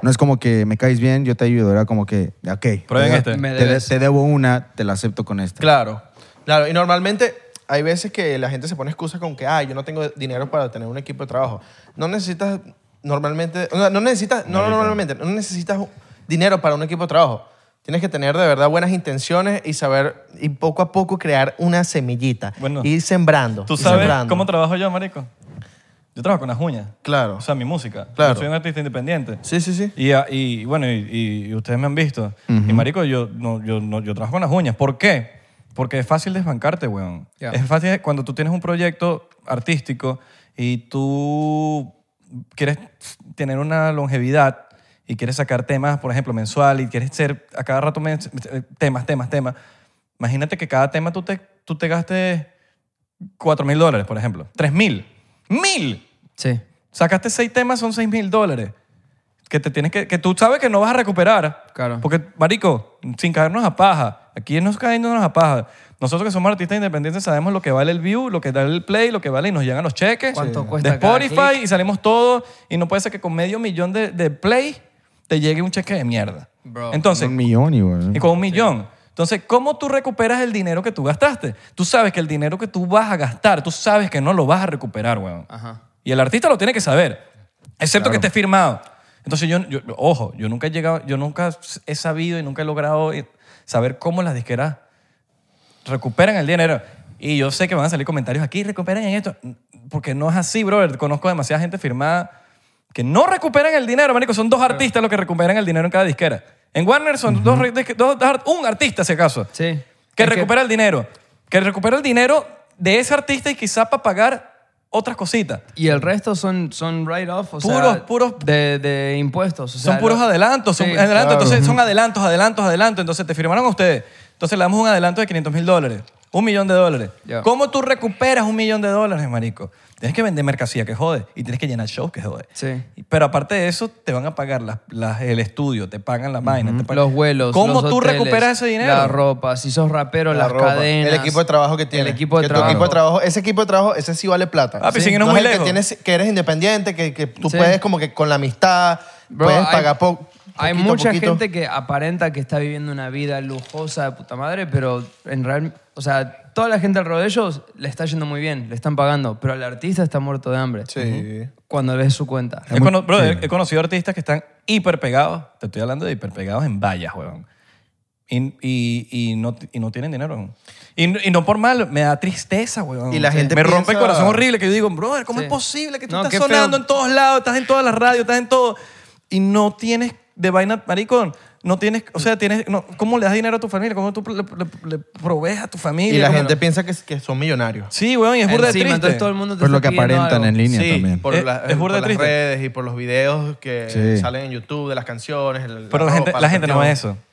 [SPEAKER 3] No es como que me caes bien, yo te ayudo. Era como que, ok.
[SPEAKER 1] Prueben
[SPEAKER 3] te-
[SPEAKER 1] este.
[SPEAKER 4] Me
[SPEAKER 3] Te,
[SPEAKER 4] debes.
[SPEAKER 3] te debo una, te la acepto con esta.
[SPEAKER 2] Claro, claro. Y normalmente hay veces que la gente se pone excusa con que, ah, yo no tengo dinero para tener un equipo de trabajo. No necesitas normalmente, o sea, no necesitas, no, no, normalmente, no necesitas dinero para un equipo de trabajo. Tienes que tener de verdad buenas intenciones y saber, y poco a poco crear una semillita.
[SPEAKER 1] Bueno,
[SPEAKER 2] ir sembrando.
[SPEAKER 1] ¿Tú
[SPEAKER 2] ir
[SPEAKER 1] sabes
[SPEAKER 2] sembrando.
[SPEAKER 1] cómo trabajo yo, marico? Yo trabajo con las uñas.
[SPEAKER 2] Claro.
[SPEAKER 1] O sea, mi música.
[SPEAKER 2] Claro.
[SPEAKER 1] Yo soy un artista independiente.
[SPEAKER 2] sí, sí, sí.
[SPEAKER 1] Y, ah, y bueno, y, y ustedes me han visto. Y marico, yo, no, yo, no, yo trabajo con las uñas. ¿Por qué? Porque es fácil desbancarte, weón.
[SPEAKER 4] Ya.
[SPEAKER 1] Es fácil cuando tú tienes un proyecto artístico y tú quieres tener una longevidad y quieres sacar temas, por ejemplo, mensual y quieres ser a cada rato mens- temas, temas, temas. Imagínate que cada tema tú te, tú te gastes 4 mil dólares, por ejemplo. 3 mil. ¡Mil!
[SPEAKER 4] Sí.
[SPEAKER 1] Sacaste seis temas, son seis mil dólares. Que, te tienes que, que tú sabes que no vas a recuperar.
[SPEAKER 4] Claro.
[SPEAKER 1] Porque, marico, sin caernos a paja, Aquí nos cayéndonos a paja. Nosotros que somos artistas independientes sabemos lo que vale el view, lo que da el play, lo que vale y nos llegan los cheques
[SPEAKER 4] ¿Cuánto
[SPEAKER 1] de
[SPEAKER 4] cuesta cada
[SPEAKER 1] Spotify
[SPEAKER 4] click?
[SPEAKER 1] y salimos todos. Y no puede ser que con medio millón de, de play te llegue un cheque de mierda.
[SPEAKER 4] Bro,
[SPEAKER 1] Entonces,
[SPEAKER 3] Un millón igual.
[SPEAKER 1] y con un millón. Entonces, ¿cómo tú recuperas el dinero que tú gastaste? Tú sabes que el dinero que tú vas a gastar, tú sabes que no lo vas a recuperar, weón.
[SPEAKER 4] Ajá.
[SPEAKER 1] Y el artista lo tiene que saber, excepto que esté firmado. Entonces, yo, yo- ojo, yo nunca he llegado, yo nunca he sabido y nunca he logrado eh, saber cómo las disqueras recuperan el dinero. Y yo sé que van a salir comentarios aquí, recuperan en esto. Porque no es así, brother. Conozco demasiada gente firmada que no recuperan el dinero, marico. Son dos artistas los que recuperan el dinero en cada disquera. En Warner son dos re- disque- dos, dos art- un artista, si acaso.
[SPEAKER 4] Sí.
[SPEAKER 1] Que
[SPEAKER 4] Es que-
[SPEAKER 1] recupera el dinero. Que recupera el dinero de ese artista y quizá para pagar otras cositas.
[SPEAKER 4] Y el resto son, son write-off, o
[SPEAKER 1] Puros-
[SPEAKER 4] sea,
[SPEAKER 1] puros-
[SPEAKER 4] de, de impuestos. o
[SPEAKER 1] Son
[SPEAKER 4] sea,
[SPEAKER 1] puros
[SPEAKER 4] lo-
[SPEAKER 1] adelantos, son
[SPEAKER 4] Sí.
[SPEAKER 1] adelantos. Entonces, son adelantos, adelantos, adelantos. Entonces, te firmaron a ustedes. Entonces, le damos un adelanto de 500 mil dólares. Un millón de dólares.
[SPEAKER 4] Ya.
[SPEAKER 1] ¿Cómo tú recuperas un millón de dólares, marico? Tienes que vender mercancía que jode y tienes que llenar shows que jode.
[SPEAKER 4] Sí.
[SPEAKER 1] Y- Pero aparte de eso, te van a pagar las, las- el estudio, te pagan las vainas. te pagan-
[SPEAKER 4] Los vuelos.
[SPEAKER 1] ¿Cómo
[SPEAKER 4] los
[SPEAKER 1] tú
[SPEAKER 4] hoteles,
[SPEAKER 1] recuperas ese dinero?
[SPEAKER 4] La ropa, si sos rapero,
[SPEAKER 2] La
[SPEAKER 4] las
[SPEAKER 2] ropa,
[SPEAKER 4] cadenas.
[SPEAKER 2] El equipo de trabajo que tiene.
[SPEAKER 4] El equipo de
[SPEAKER 2] que tu
[SPEAKER 4] trabajo.
[SPEAKER 2] equipo de trabajo. Ese equipo de trabajo, ese sí vale plata.
[SPEAKER 1] Papi,
[SPEAKER 2] Sí.
[SPEAKER 1] sin irnos
[SPEAKER 2] No
[SPEAKER 1] muy
[SPEAKER 2] es el
[SPEAKER 1] lejos.
[SPEAKER 2] Que, tienes, que eres independiente, que, que tú
[SPEAKER 4] Sí.
[SPEAKER 2] puedes como que con la amistad,
[SPEAKER 4] Bro,
[SPEAKER 2] puedes
[SPEAKER 4] hay-
[SPEAKER 2] pagar poco.
[SPEAKER 4] Hay mucha gente que aparenta que está viviendo una vida lujosa de puta madre, pero en real, o sea, toda la gente alrededor de ellos le está yendo muy bien, le están pagando, pero al artista está muerto de hambre.
[SPEAKER 2] Sí.
[SPEAKER 4] Cuando ves su cuenta.
[SPEAKER 1] He, cono- brother, he conocido artistas que están hiper pegados. Te estoy hablando de hiper pegados en vallas, weón. Y, y- y no, y no tienen dinero. weón. Y, no- y no por mal, me da tristeza, weón.
[SPEAKER 2] Y la gente
[SPEAKER 1] me rompe el
[SPEAKER 2] piensa-
[SPEAKER 1] corazón horrible que yo digo, brother, ¿cómo
[SPEAKER 4] Sí.
[SPEAKER 1] es posible que tú
[SPEAKER 4] No, qué
[SPEAKER 1] estás
[SPEAKER 4] feo.
[SPEAKER 1] sonando en todos lados, estás en todas las radios, estás en todo y no tienes de vaina, maricón? No tienes, o sea, tienes, no, ¿cómo le das dinero a tu familia? ¿Cómo tú le, le- le provees a tu familia?
[SPEAKER 2] Y la
[SPEAKER 1] ¿Cómo-
[SPEAKER 2] gente piensa que, que son millonarios.
[SPEAKER 1] Sí, weón, y es burda de
[SPEAKER 4] Encima,
[SPEAKER 1] triste.
[SPEAKER 4] entonces todo el mundo te
[SPEAKER 3] Por lo
[SPEAKER 4] está
[SPEAKER 3] que
[SPEAKER 4] pidiendo
[SPEAKER 3] aparentan
[SPEAKER 4] algo.
[SPEAKER 3] en línea
[SPEAKER 2] sí,
[SPEAKER 3] también.
[SPEAKER 2] Por,
[SPEAKER 1] Es-
[SPEAKER 2] la-
[SPEAKER 1] Eh, es burda
[SPEAKER 2] por las
[SPEAKER 1] triste.
[SPEAKER 2] redes y por los videos que
[SPEAKER 3] Sí.
[SPEAKER 2] salen en YouTube de las canciones. el-
[SPEAKER 1] Pero la,
[SPEAKER 2] ropa,
[SPEAKER 1] gente, la
[SPEAKER 2] las
[SPEAKER 1] gente no ve
[SPEAKER 2] canciones.
[SPEAKER 1] eso.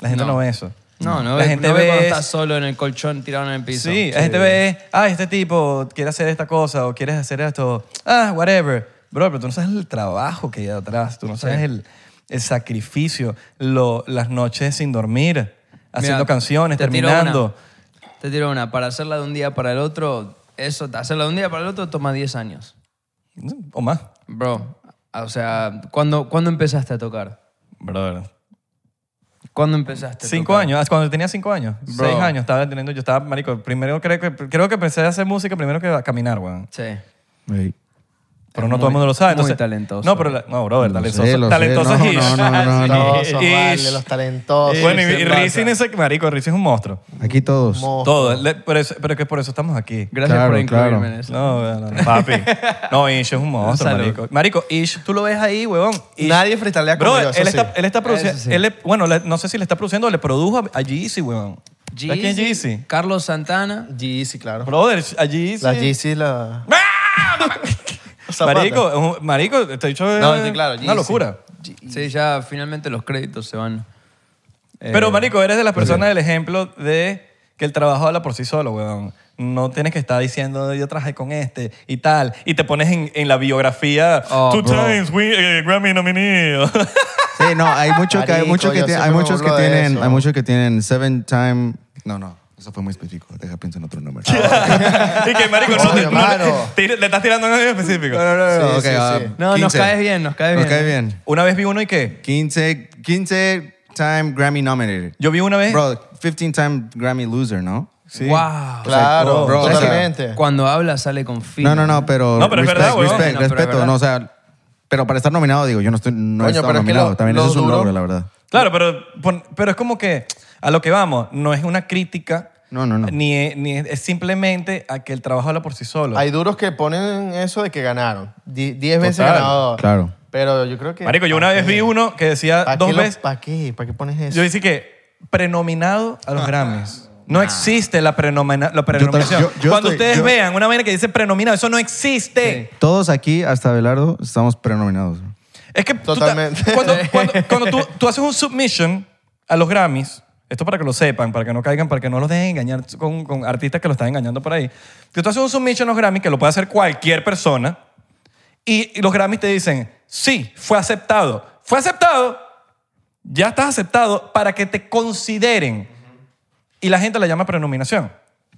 [SPEAKER 1] La gente no,
[SPEAKER 4] No.
[SPEAKER 1] ve eso.
[SPEAKER 4] No, no,
[SPEAKER 1] la
[SPEAKER 4] ve-
[SPEAKER 1] gente
[SPEAKER 4] no ve cuando
[SPEAKER 1] ve
[SPEAKER 4] estás solo en el colchón tirado en el piso.
[SPEAKER 1] Sí, la gente ve, ah, este tipo quiere hacer esta cosa o quieres hacer esto, ah, whatever. Bro, pero tú no sabes el trabajo que hay atrás, tú no sabes el, el sacrificio, lo- las noches sin dormir, haciendo
[SPEAKER 4] Mira,
[SPEAKER 1] canciones,
[SPEAKER 4] te tiro
[SPEAKER 1] terminando.
[SPEAKER 4] una. Te tiro una. Para hacerla de un día para el otro, eso, hacerla de un día para el otro toma 10 años.
[SPEAKER 1] O más.
[SPEAKER 4] Bro, o sea, ¿cuándo, ¿cuándo empezaste a tocar?
[SPEAKER 1] Brother.
[SPEAKER 4] ¿Cuándo empezaste a
[SPEAKER 1] Cinco
[SPEAKER 4] tocar?
[SPEAKER 1] años, ah, cuando tenía cinco años,
[SPEAKER 4] Bro.
[SPEAKER 1] seis años, estaba teniendo, yo estaba, marico, primero creo que, creo que empecé a hacer música primero que a caminar, weón.
[SPEAKER 4] Sí.
[SPEAKER 3] Ey.
[SPEAKER 1] Pero
[SPEAKER 4] Es
[SPEAKER 1] no todo el
[SPEAKER 4] muy-
[SPEAKER 1] mundo lo sabe.
[SPEAKER 4] muy
[SPEAKER 1] Entonces,
[SPEAKER 4] talentoso.
[SPEAKER 1] No, pero, la- no, brother,
[SPEAKER 3] Lo
[SPEAKER 1] talentoso.
[SPEAKER 3] sé, lo sé.
[SPEAKER 1] talentoso
[SPEAKER 3] No,
[SPEAKER 1] es Ish.
[SPEAKER 3] no, no, no,
[SPEAKER 1] Sí.
[SPEAKER 3] no.
[SPEAKER 2] Talentosos, vale,
[SPEAKER 1] Ish.
[SPEAKER 2] los talentosos.
[SPEAKER 1] Oh, Bueno, y,
[SPEAKER 2] Se
[SPEAKER 1] y
[SPEAKER 2] pasa.
[SPEAKER 1] Rizin ese marico, Rizin es un monstruo.
[SPEAKER 3] Aquí todos.
[SPEAKER 2] Mo- Monstruo.
[SPEAKER 1] Todo, le- pero, es, pero que por eso estamos aquí.
[SPEAKER 4] Gracias
[SPEAKER 3] Claro,
[SPEAKER 4] por incluirme
[SPEAKER 3] claro.
[SPEAKER 4] en eso.
[SPEAKER 1] No, no, no, papi. No, Ish es un monstruo,
[SPEAKER 4] Salud.
[SPEAKER 1] marico. Marico, Ish, tú lo ves ahí, huevón. Ish.
[SPEAKER 2] Nadie freestalea como
[SPEAKER 1] Bro,
[SPEAKER 2] yo,
[SPEAKER 1] él,
[SPEAKER 2] eso sí.
[SPEAKER 1] está, él está produciendo,
[SPEAKER 4] Eso sí.
[SPEAKER 1] él le- bueno, le- no sé si le está produciendo o le produjo a, a Jeezy, huevón. ¿Sabes quién es
[SPEAKER 4] Jeezy,
[SPEAKER 1] Jeezy?
[SPEAKER 4] E Carlos Santana.
[SPEAKER 2] Yeezy, claro.
[SPEAKER 1] Brother, a Jeezy.
[SPEAKER 2] La Yeezy, la... Zapata.
[SPEAKER 1] Marico, es un- marico, te he dicho,
[SPEAKER 2] No,
[SPEAKER 1] eh,
[SPEAKER 2] sí, claro,
[SPEAKER 1] una
[SPEAKER 2] Jeezy.
[SPEAKER 1] locura.
[SPEAKER 3] E
[SPEAKER 4] Sí, ya finalmente los créditos se van. Eh,
[SPEAKER 1] Pero, marico, eres de las personas del ejemplo de que el trabajo habla por sí solo, weón. No tienes que estar diciendo, yo trabajé con este y tal. Y te pones en, en la biografía,
[SPEAKER 4] Oh,
[SPEAKER 1] two
[SPEAKER 4] bro.
[SPEAKER 1] times we, eh, Grammy nominee.
[SPEAKER 3] Sí, no, hay muchos que, hay
[SPEAKER 2] Marico,
[SPEAKER 3] muchos que,
[SPEAKER 2] yo
[SPEAKER 3] tie- hay
[SPEAKER 2] siempre me
[SPEAKER 3] muchos que
[SPEAKER 2] burlo de
[SPEAKER 3] tienen,
[SPEAKER 2] eso.
[SPEAKER 3] hay muchos que tienen seven time. No, no, eso fue muy específico. Deja pienso en otro número. Ah,
[SPEAKER 1] y que, marico, no, te- no le-
[SPEAKER 2] Coño, mano.
[SPEAKER 1] tira- le estás tirando en algo específico.
[SPEAKER 2] no, no,
[SPEAKER 3] Ok,
[SPEAKER 2] sí,
[SPEAKER 3] va,
[SPEAKER 2] sí.
[SPEAKER 4] No, nos
[SPEAKER 3] 15.
[SPEAKER 4] caes bien, nos caes bien.
[SPEAKER 3] Nos caes bien.
[SPEAKER 1] Una vez vi uno y que,
[SPEAKER 3] 15, 15 time Grammy nominated.
[SPEAKER 1] yo vi una vez,
[SPEAKER 3] Bro, 15 time Grammy loser, ¿no?
[SPEAKER 4] Wow.
[SPEAKER 2] Claro,
[SPEAKER 3] bro, bro, o sea,
[SPEAKER 2] totalmente.
[SPEAKER 4] Cuando habla sale con filo.
[SPEAKER 3] No, no, no, pero.
[SPEAKER 1] No, pero es
[SPEAKER 3] respect,
[SPEAKER 1] verdad, weón.
[SPEAKER 3] respect,
[SPEAKER 4] No, pero es
[SPEAKER 3] respeto,
[SPEAKER 4] verdad.
[SPEAKER 3] no, o sea. Pero para estar nominado, digo, yo no estoy no he
[SPEAKER 2] Coño,
[SPEAKER 3] estado
[SPEAKER 2] pero es que
[SPEAKER 3] nominado.
[SPEAKER 2] lo-
[SPEAKER 3] También
[SPEAKER 2] lo
[SPEAKER 3] eso es un
[SPEAKER 2] duro-
[SPEAKER 3] logro, la verdad.
[SPEAKER 1] Claro, pero, pon- pero es como que a lo que vamos, no es una crítica.
[SPEAKER 3] No, no, no.
[SPEAKER 1] Ni, es- ni es es simplemente a que el trabajo habla por sí solo.
[SPEAKER 2] Hay duros que ponen eso de que ganaron. Di- diez veces
[SPEAKER 1] Total,
[SPEAKER 2] ganador.
[SPEAKER 3] claro.
[SPEAKER 2] Pero yo creo que...
[SPEAKER 1] Marico, yo una
[SPEAKER 2] ¿pa'
[SPEAKER 1] vez
[SPEAKER 2] qué?
[SPEAKER 1] vi uno que
[SPEAKER 2] ¿Pa'
[SPEAKER 1] decía
[SPEAKER 2] qué
[SPEAKER 1] dos
[SPEAKER 2] lo-
[SPEAKER 1] veces.
[SPEAKER 2] ¿Pa' qué? ¿Pa' qué pones eso?
[SPEAKER 1] Yo decía que prenominado a los Grammys. No existe la, prenomina- la prenominación.
[SPEAKER 3] yo- yo
[SPEAKER 1] Cuando
[SPEAKER 3] estoy-
[SPEAKER 1] ustedes
[SPEAKER 3] yo-
[SPEAKER 1] vean una vaina que dice prenominado, eso no existe.
[SPEAKER 3] Todos aquí, hasta Belardo, estamos prenominados.
[SPEAKER 1] Es que tú ta-
[SPEAKER 2] Totalmente.
[SPEAKER 1] cuando, cuando- cuando tú, tú haces un submission a los Grammys, esto para que lo sepan, para que no caigan, para que no los dejen engañar con, con artistas que lo están engañando por ahí. Que tú haces un submission a los Grammys, que lo puede hacer cualquier persona, y, y los Grammys te dicen, sí, fue aceptado. Fue aceptado, ya estás aceptado para que te consideren Y la gente la llama prenominación.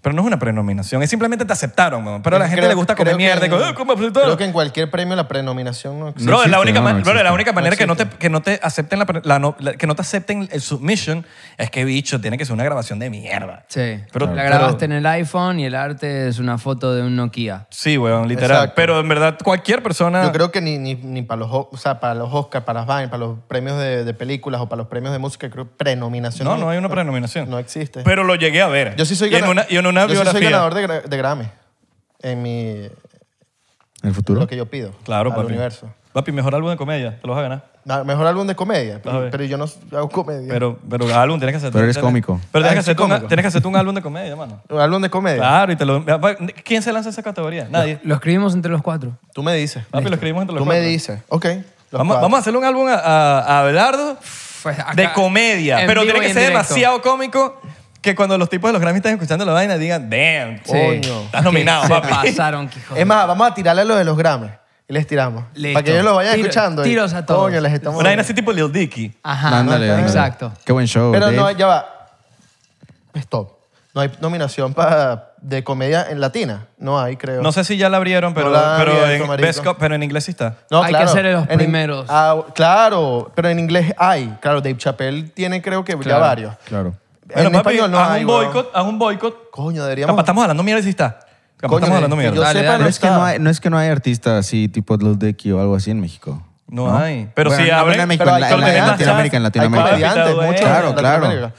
[SPEAKER 1] Pero no es una prenominación, es simplemente te aceptaron, weón. Pero a la gente le gusta comer
[SPEAKER 2] creo que
[SPEAKER 1] mierda. y
[SPEAKER 2] en-
[SPEAKER 1] como, "Ah, ¿Cómo aceptaron?"
[SPEAKER 2] Creo que en cualquier premio la prenominación no existe.
[SPEAKER 3] No
[SPEAKER 1] Bro, la
[SPEAKER 3] existe,
[SPEAKER 1] única,
[SPEAKER 3] no,
[SPEAKER 1] man-
[SPEAKER 3] no
[SPEAKER 1] bro, la
[SPEAKER 3] existe.
[SPEAKER 1] única manera que, no te,
[SPEAKER 2] existe.
[SPEAKER 1] que no te acepten la, pre- la no- la- que no te acepten el submission es que bicho tiene que ser una grabación de mierda.
[SPEAKER 4] Sí.
[SPEAKER 1] Pero-
[SPEAKER 4] la
[SPEAKER 1] pero-
[SPEAKER 4] grabaste en el iPhone y el arte es una foto de un Nokia.
[SPEAKER 1] Sí, weón, literal.
[SPEAKER 2] Exacto.
[SPEAKER 1] Pero en verdad cualquier persona
[SPEAKER 2] Yo creo que ni, ni, ni para los, o- o sea, para los Oscars, para las vainas, para los premios de, de películas o para los premios de música, creo que prenominación.
[SPEAKER 1] no, no hay una prenominación.
[SPEAKER 2] No existe.
[SPEAKER 1] Pero lo llegué a ver.
[SPEAKER 2] yo sí soy,
[SPEAKER 1] y en
[SPEAKER 2] gana-
[SPEAKER 1] una, y en una
[SPEAKER 2] yo sí soy
[SPEAKER 1] biografía.
[SPEAKER 2] ganador de, gra- de Grammy en mi
[SPEAKER 3] ¿En el futuro?
[SPEAKER 2] lo que yo pido
[SPEAKER 1] Claro,
[SPEAKER 2] al
[SPEAKER 1] papi.
[SPEAKER 2] universo.
[SPEAKER 1] Papi, mejor álbum de comedia, te lo vas a ganar.
[SPEAKER 2] No, Mejor álbum de comedia,
[SPEAKER 1] A
[SPEAKER 2] pero,
[SPEAKER 1] ver.
[SPEAKER 2] pero yo no hago comedia.
[SPEAKER 1] Pero, pero el álbum tienes que hacer.
[SPEAKER 3] Pero eres
[SPEAKER 1] tienes-
[SPEAKER 3] cómico.
[SPEAKER 1] Pero tienes que,
[SPEAKER 2] Ah, soy
[SPEAKER 1] hacerte un,
[SPEAKER 2] cómico.
[SPEAKER 1] tienes que hacerte un álbum de comedia, mano.
[SPEAKER 2] Un álbum de comedia.
[SPEAKER 1] Claro, y te lo. ¿Quién se lanza a esa categoría? Nadie.
[SPEAKER 4] Lo escribimos entre los cuatro.
[SPEAKER 2] Tú me dices.
[SPEAKER 1] Papi, lo escribimos entre los
[SPEAKER 2] Tú me
[SPEAKER 1] cuatro.
[SPEAKER 2] dices. Ok. los
[SPEAKER 1] Vamos,
[SPEAKER 2] cuatro.
[SPEAKER 1] vamos a hacerle un álbum a, a, a Abelardo de comedia. Pero tiene que ser demasiado cómico que cuando los tipos de los Grammy están escuchando la vaina digan, damn, oh".
[SPEAKER 2] Sí.
[SPEAKER 1] coño, estás nominado,
[SPEAKER 4] se
[SPEAKER 1] papi.
[SPEAKER 4] pasaron, que hijo de-
[SPEAKER 2] Es más, vamos a tirarle a los de los Grammys. Y les tiramos.
[SPEAKER 4] Listo.
[SPEAKER 2] Para que ellos los vayan
[SPEAKER 4] Tiro-
[SPEAKER 2] escuchando. y-
[SPEAKER 4] tiros a todos.
[SPEAKER 2] Coño, les estamos...
[SPEAKER 1] Una vaina así tipo Lil Dicky.
[SPEAKER 3] Eh,
[SPEAKER 4] Ajá.
[SPEAKER 3] Ándale, ándale.
[SPEAKER 4] Exacto.
[SPEAKER 3] Qué buen show.
[SPEAKER 2] Pero
[SPEAKER 3] Dave.
[SPEAKER 2] no, ya va. Stop. No hay nominación para de comedia en latina. No hay, creo.
[SPEAKER 1] No sé si ya la abrieron, pero,
[SPEAKER 2] No la han
[SPEAKER 1] pero,
[SPEAKER 2] abierto,
[SPEAKER 1] en,
[SPEAKER 2] marico.
[SPEAKER 1] Best Cop- pero en inglés sí está.
[SPEAKER 2] No,
[SPEAKER 4] Hay que ser de los
[SPEAKER 2] en in-
[SPEAKER 4] primeros.
[SPEAKER 2] Ah, claro, pero en inglés hay. Claro, Dave Chappelle tiene creo que ya
[SPEAKER 4] Claro.
[SPEAKER 2] varios.
[SPEAKER 3] Claro.
[SPEAKER 1] Bueno,
[SPEAKER 2] en
[SPEAKER 1] papi,
[SPEAKER 2] español no
[SPEAKER 1] haz
[SPEAKER 2] hay,
[SPEAKER 1] un
[SPEAKER 2] weón.
[SPEAKER 1] boicot, haz un boicot.
[SPEAKER 2] Coño,
[SPEAKER 1] Capaz
[SPEAKER 2] deberíamos...
[SPEAKER 1] estamos hablando mierda y sí está. Capaz
[SPEAKER 2] Coño,
[SPEAKER 1] estamos hablando
[SPEAKER 2] que
[SPEAKER 1] mierda.
[SPEAKER 2] Yo
[SPEAKER 4] Dale,
[SPEAKER 2] sepa,
[SPEAKER 4] dale.
[SPEAKER 2] no
[SPEAKER 3] Pero es que
[SPEAKER 2] está.
[SPEAKER 3] no, hay, no es que no hay artistas así tipo Lil Dicky o algo así en México.
[SPEAKER 1] No hay. Pero
[SPEAKER 3] Bueno,
[SPEAKER 1] sí
[SPEAKER 3] no,
[SPEAKER 1] abren-
[SPEAKER 3] bueno, en México,
[SPEAKER 2] Pero
[SPEAKER 3] en, la-
[SPEAKER 2] hay
[SPEAKER 3] en la- en
[SPEAKER 2] comediantes,
[SPEAKER 3] Latinoamérica, en
[SPEAKER 1] hay
[SPEAKER 3] Latinoamérica.
[SPEAKER 2] Hay comediantes,
[SPEAKER 1] Claro,
[SPEAKER 2] muchos.
[SPEAKER 1] claro.
[SPEAKER 2] en Latinoamérica.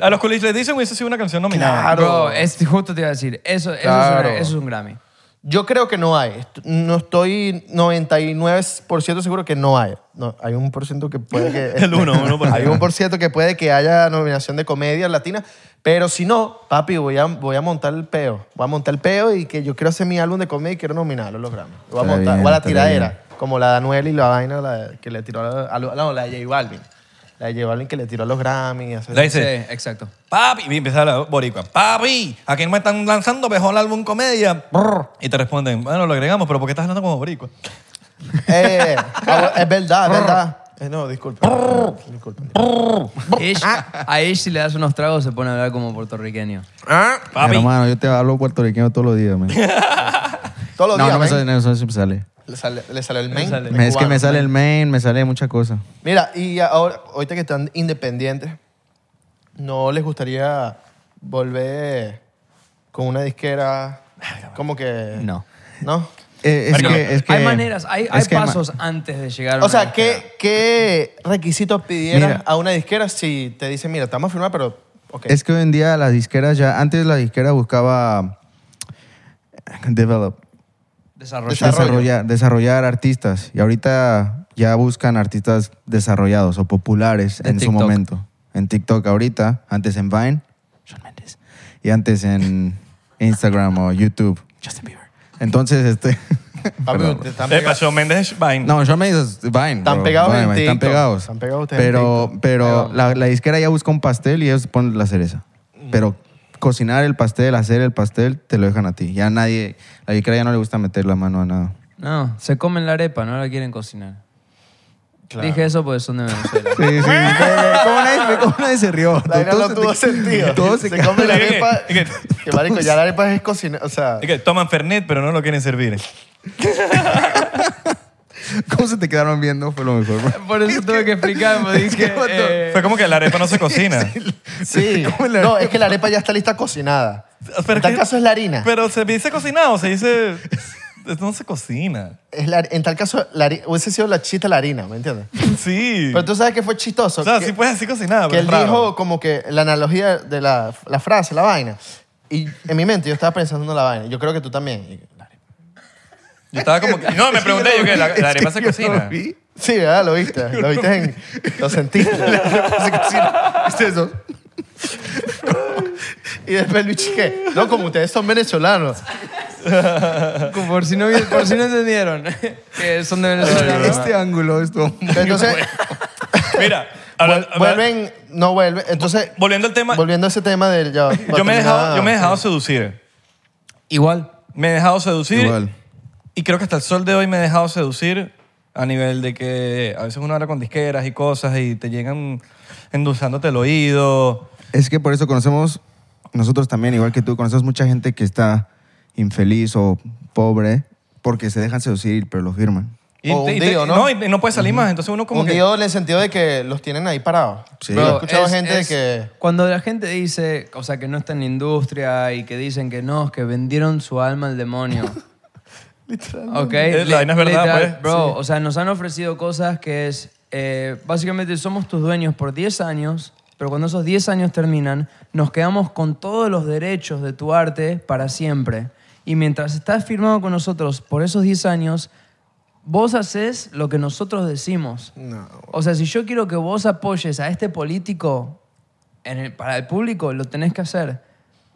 [SPEAKER 1] A los colis les dicen hubiese sido una canción nominada.
[SPEAKER 2] Claro.
[SPEAKER 4] Bro, es, justo te iba a decir. Eso, eso es un-
[SPEAKER 2] Claro.
[SPEAKER 4] eso es un Grammy.
[SPEAKER 2] Yo creo que no hay. Est- No estoy 99% seguro que no hay. No, hay un por ciento que puede que...
[SPEAKER 1] El uno, uno por
[SPEAKER 2] Hay un por ciento que puede que haya nominación de comedia latina. Pero si no, papi, voy a, voy a montar el peo. Voy a montar el peo y que yo quiero hacer mi álbum de comedia y quiero nominarlo a los Grammy. Lo Voy a
[SPEAKER 3] Está
[SPEAKER 2] montar.
[SPEAKER 3] bien,
[SPEAKER 2] o a la
[SPEAKER 3] está
[SPEAKER 2] tiradera.
[SPEAKER 3] bien.
[SPEAKER 2] Como la de Anuel y la vaina la que le tiró a... a lo- no, la de J Balvin. La de J Balvin que le tiró a los Grammy. hace-
[SPEAKER 1] Le
[SPEAKER 4] Sí,
[SPEAKER 1] dice,
[SPEAKER 4] exacto.
[SPEAKER 1] papi, y empieza la boricua, papi, ¿a quién me están lanzando mejor álbum comedia? Brr. Y te responden, bueno, lo agregamos, pero ¿por qué estás hablando como boricua?
[SPEAKER 2] Eh, ah, es verdad, es verdad. Eh, no, disculpa. Disculpa.
[SPEAKER 4] Ish- a Ish si le das unos tragos se pone a hablar como puertorriqueño.
[SPEAKER 1] Papi.
[SPEAKER 3] Hermano, yo te hablo puertorriqueño todos los días, man.
[SPEAKER 2] Todos los
[SPEAKER 3] no,
[SPEAKER 2] días.
[SPEAKER 3] no me
[SPEAKER 2] ven.
[SPEAKER 3] sale, no, eso siempre sale.
[SPEAKER 2] Le sale, le sale el main.
[SPEAKER 4] sale.
[SPEAKER 2] el
[SPEAKER 3] Me- es que
[SPEAKER 2] cubano.
[SPEAKER 3] me sale el main, me sale mucha cosa.
[SPEAKER 2] Mira, y ahora, ahorita que están independientes, ¿no les gustaría volver con una disquera como que...?
[SPEAKER 4] No.
[SPEAKER 2] ¿No?
[SPEAKER 3] Eh, es,
[SPEAKER 1] Marico,
[SPEAKER 3] que, es que-
[SPEAKER 4] hay maneras, hay, hay
[SPEAKER 3] es que ma-
[SPEAKER 4] pasos ah, antes de llegar a
[SPEAKER 2] O
[SPEAKER 4] una
[SPEAKER 2] sea,
[SPEAKER 4] disquera.
[SPEAKER 2] ¿qué, qué requisitos pidieran
[SPEAKER 3] Mira.
[SPEAKER 2] a una disquera si te dicen, mira, estamos a firmar, pero... ok.
[SPEAKER 3] Es que hoy en día las disqueras ya... Antes la disquera buscaba... Develop.
[SPEAKER 4] Desarrollar.
[SPEAKER 2] Desarrollo.
[SPEAKER 3] Desarrollar, desarrollar artistas. Y ahorita ya buscan artistas desarrollados o populares
[SPEAKER 4] De
[SPEAKER 3] en
[SPEAKER 4] TikTok.
[SPEAKER 3] su momento. En TikTok ahorita, antes en Vine, Shawn Mendes. Y antes en Instagram o YouTube, Justin Bieber. Entonces, este...
[SPEAKER 2] Papi,
[SPEAKER 3] perdón.
[SPEAKER 2] te están
[SPEAKER 1] Eh,
[SPEAKER 2] pegando.
[SPEAKER 1] pasó Méndez Vine.
[SPEAKER 3] No, Shawn Mendes, Vine.
[SPEAKER 2] Están
[SPEAKER 3] bro.
[SPEAKER 2] pegados en
[SPEAKER 3] Están
[SPEAKER 2] TikTok.
[SPEAKER 3] pegados.
[SPEAKER 2] Están pegados ustedes en
[SPEAKER 3] Pero,
[SPEAKER 2] TikTok.
[SPEAKER 3] pero la, la disquera ya busca un pastel y ellos ponen la cereza.
[SPEAKER 2] Mm.
[SPEAKER 3] Pero cocinar el pastel, hacer el pastel, te lo dejan a ti. Ya nadie... La disquera ya no le gusta meter la mano a nada.
[SPEAKER 4] No, se comen la arepa, no la quieren cocinar. Dije eso porque son de Venezuela.
[SPEAKER 3] Sí, sí. ¿Cómo nadie, cómo nadie se rió?
[SPEAKER 2] La vaina no
[SPEAKER 3] se-
[SPEAKER 2] tuvo sentido.
[SPEAKER 3] Todos se,
[SPEAKER 2] se come la
[SPEAKER 1] Es que-
[SPEAKER 2] arepa.
[SPEAKER 1] es que-
[SPEAKER 2] Que marico, ya la arepa es cocina. O sea,
[SPEAKER 1] Es que toman Fernet, pero no lo quieren servir.
[SPEAKER 3] ¿Cómo se te quedaron viendo? Fue lo mejor. bro.
[SPEAKER 4] Por eso tuve que explicar, porque
[SPEAKER 3] Es que
[SPEAKER 4] dije,
[SPEAKER 3] cuando-
[SPEAKER 4] eh,
[SPEAKER 1] Fue como que la arepa no se cocina.
[SPEAKER 2] sí. No, es que la arepa ya está lista cocinada.
[SPEAKER 1] Pero
[SPEAKER 2] en tal
[SPEAKER 1] que-
[SPEAKER 2] caso es la harina.
[SPEAKER 1] Pero se dice cocinado, se dice... No se cocina.
[SPEAKER 2] Es la- en tal caso, la, hari- hubiese sido la chita la harina, ¿me entiendes?
[SPEAKER 1] Sí.
[SPEAKER 2] Pero tú sabes que fue chistoso.
[SPEAKER 1] o sea,
[SPEAKER 2] que,
[SPEAKER 1] sí puedes así cocinar,
[SPEAKER 2] que
[SPEAKER 1] pero
[SPEAKER 2] él
[SPEAKER 1] es raro.
[SPEAKER 2] dijo como que la analogía de la, la frase, la vaina. Y en mi mente yo estaba pensando en la vaina. Yo creo que tú también. Y-
[SPEAKER 1] Yo estaba como que... No, me pregunté yo que la, la arepa se cocina.
[SPEAKER 2] Sí, ¿verdad? Lo viste. Lo viste en... Lo sentiste. ¿Viste eso? y después Luis ¿qué? No, como ustedes son venezolanos.
[SPEAKER 4] por, si no, vi- por si no entendieron, que son de Venezuela. ¿no?
[SPEAKER 3] Este ángulo esto.
[SPEAKER 2] Entonces,
[SPEAKER 1] pues. Mira,
[SPEAKER 2] vuel-
[SPEAKER 1] habla-
[SPEAKER 2] vuelven, no vuelven. Entonces,
[SPEAKER 1] volviendo al tema,
[SPEAKER 2] volviendo a ese tema del... ya va, va a
[SPEAKER 1] yo me, he dejado,
[SPEAKER 2] terminar.
[SPEAKER 1] yo me he dejado seducir.
[SPEAKER 4] Igual.
[SPEAKER 1] Me he dejado seducir.
[SPEAKER 3] Igual.
[SPEAKER 1] Y creo que hasta el sol de hoy me he dejado seducir a nivel de que a veces uno habla con disqueras y cosas y te llegan endulzándote el oído.
[SPEAKER 3] Es que por eso conocemos nosotros también, igual que tú, conocemos mucha gente que está infeliz o pobre porque se dejan seducir, pero lo firman.
[SPEAKER 1] Y,
[SPEAKER 2] O un
[SPEAKER 1] te- y te-
[SPEAKER 2] deal, ¿no?
[SPEAKER 1] y y no puede salir más. Entonces uno como
[SPEAKER 2] un
[SPEAKER 1] que...
[SPEAKER 2] deal en el sentido de que los tienen ahí parados.
[SPEAKER 3] Sí.
[SPEAKER 2] Yo he
[SPEAKER 4] Bro,
[SPEAKER 2] escuchado
[SPEAKER 4] es-
[SPEAKER 2] gente de
[SPEAKER 4] es-
[SPEAKER 2] que...
[SPEAKER 4] Cuando la gente dice, o sea, que no está en la industria y que dicen que no, es que vendieron su alma al demonio. ok.
[SPEAKER 1] Es- la vaina es verdad,
[SPEAKER 4] li- literal,
[SPEAKER 1] pues.
[SPEAKER 4] Bro,
[SPEAKER 1] Sí.
[SPEAKER 4] o sea, nos han ofrecido cosas que es, eh, básicamente somos tus dueños por 10 años, pero cuando esos 10 años terminan, nos quedamos con todos los derechos de tu arte para siempre. Y mientras estás firmado con nosotros por esos 10 años, vos haces lo que nosotros decimos.
[SPEAKER 2] No.
[SPEAKER 4] O sea, si yo quiero que vos apoyes a este político en el- para el público, lo tenés que hacer.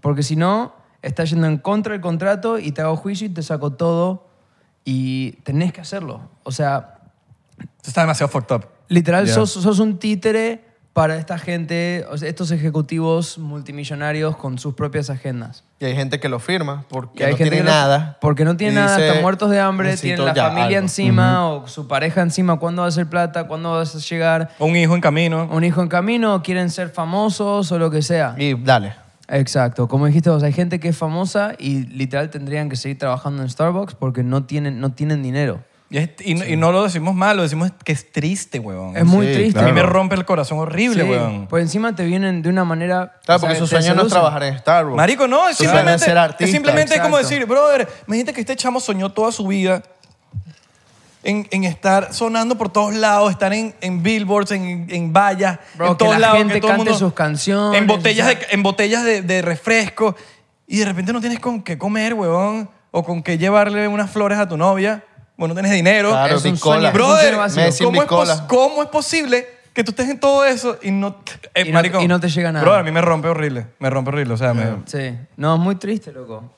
[SPEAKER 4] Porque si no, estás yendo en contra del contrato y te hago juicio y te saco todo y tenés que hacerlo. O sea,
[SPEAKER 1] Está demasiado fucked up.
[SPEAKER 4] literal,
[SPEAKER 1] Ya.
[SPEAKER 4] sos, sos un títere para esta gente, o sea, estos ejecutivos multimillonarios con sus propias agendas.
[SPEAKER 2] Y hay gente que lo firma porque
[SPEAKER 4] Y hay
[SPEAKER 2] no
[SPEAKER 4] gente
[SPEAKER 2] tiene
[SPEAKER 4] que no-
[SPEAKER 2] nada.
[SPEAKER 4] Porque no tiene
[SPEAKER 2] Y
[SPEAKER 4] nada,
[SPEAKER 2] dice,
[SPEAKER 4] están muertos de hambre,
[SPEAKER 2] "Necesito
[SPEAKER 4] tienen la
[SPEAKER 2] ya
[SPEAKER 4] familia
[SPEAKER 2] algo".
[SPEAKER 4] encima o su pareja encima. ¿Cuándo va a ser plata? ¿Cuándo vas a llegar?
[SPEAKER 1] Un hijo en camino.
[SPEAKER 4] un hijo en camino, o quieren ser famosos o lo que sea.
[SPEAKER 2] Y dale.
[SPEAKER 4] Exacto, como dijiste vos, hay gente que es famosa y literal tendrían que seguir trabajando en Starbucks porque no tienen, no tienen dinero.
[SPEAKER 1] Y, es- y no- y no lo decimos mal, lo decimos que es triste, weón.
[SPEAKER 4] Es muy
[SPEAKER 3] Sí,
[SPEAKER 4] triste.
[SPEAKER 1] A mí
[SPEAKER 3] claro.
[SPEAKER 1] me rompe el corazón horrible,
[SPEAKER 4] Sí,
[SPEAKER 1] weón.
[SPEAKER 4] Por encima te vienen de una manera...
[SPEAKER 2] Claro,
[SPEAKER 4] o sea,
[SPEAKER 2] porque su
[SPEAKER 4] te
[SPEAKER 2] sueño no es
[SPEAKER 4] seducen.
[SPEAKER 2] trabajar en Starbucks.
[SPEAKER 1] Marico, no, es
[SPEAKER 2] Su sueño es
[SPEAKER 1] simplemente,
[SPEAKER 2] ser artista.
[SPEAKER 1] es simplemente como
[SPEAKER 4] Exacto.
[SPEAKER 1] decir, brother, imagínate que este chamo soñó toda su vida en, en estar sonando por todos lados, estar en, en billboards, en, en vallas,
[SPEAKER 4] Bro,
[SPEAKER 1] en
[SPEAKER 4] que
[SPEAKER 1] todos
[SPEAKER 4] la
[SPEAKER 1] lados.
[SPEAKER 4] gente
[SPEAKER 1] todo el
[SPEAKER 4] cante sus canciones,
[SPEAKER 1] En botellas,
[SPEAKER 4] o
[SPEAKER 1] de,
[SPEAKER 4] sea.
[SPEAKER 1] en botellas de, de refresco. Y de repente no tienes con qué comer, weón, o con qué llevarle unas flores a tu novia, o no tienes dinero.
[SPEAKER 2] Claro,
[SPEAKER 4] Es un
[SPEAKER 2] Bicola.
[SPEAKER 4] sueño, es un
[SPEAKER 1] Brother,
[SPEAKER 4] sueño vacío.
[SPEAKER 2] Messi,
[SPEAKER 1] ¿cómo es,
[SPEAKER 2] Bicola.
[SPEAKER 1] pos- cómo es posible que tú estés en todo eso y no, eh,
[SPEAKER 4] Y no-
[SPEAKER 1] marico,
[SPEAKER 4] y no te llega nada?
[SPEAKER 1] Bro, a mí me rompe horrible. Me rompe horrible. O sea, me-
[SPEAKER 4] Sí, no, es muy triste, loco.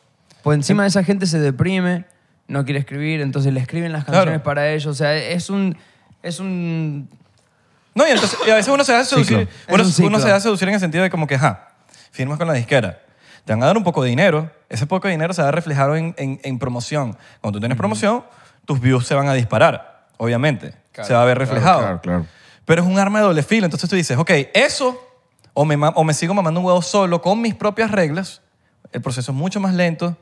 [SPEAKER 4] Por encima de esa gente se deprime, no quiere escribir, entonces le escriben las
[SPEAKER 1] Claro.
[SPEAKER 4] canciones para ellos. O sea, es un... Es un...
[SPEAKER 1] No, y, entonces, y a veces uno se da seducir.
[SPEAKER 4] Ciclo.
[SPEAKER 1] Uno,
[SPEAKER 4] Es un ciclo.
[SPEAKER 1] uno se da seducir en el sentido de como que, ajá, firmas con la disquera. Te van a dar un poco de dinero. Ese poco de dinero se va a reflejar en, en- en promoción. Cuando tú tienes promoción, tus views se van a disparar, obviamente. se va a ver reflejado.
[SPEAKER 3] claro, claro.
[SPEAKER 1] Pero es un arma de doble filo. Entonces tú dices, ok, eso, o me, ma- o me sigo mamando un huevo solo con mis propias reglas. El proceso es mucho más lento.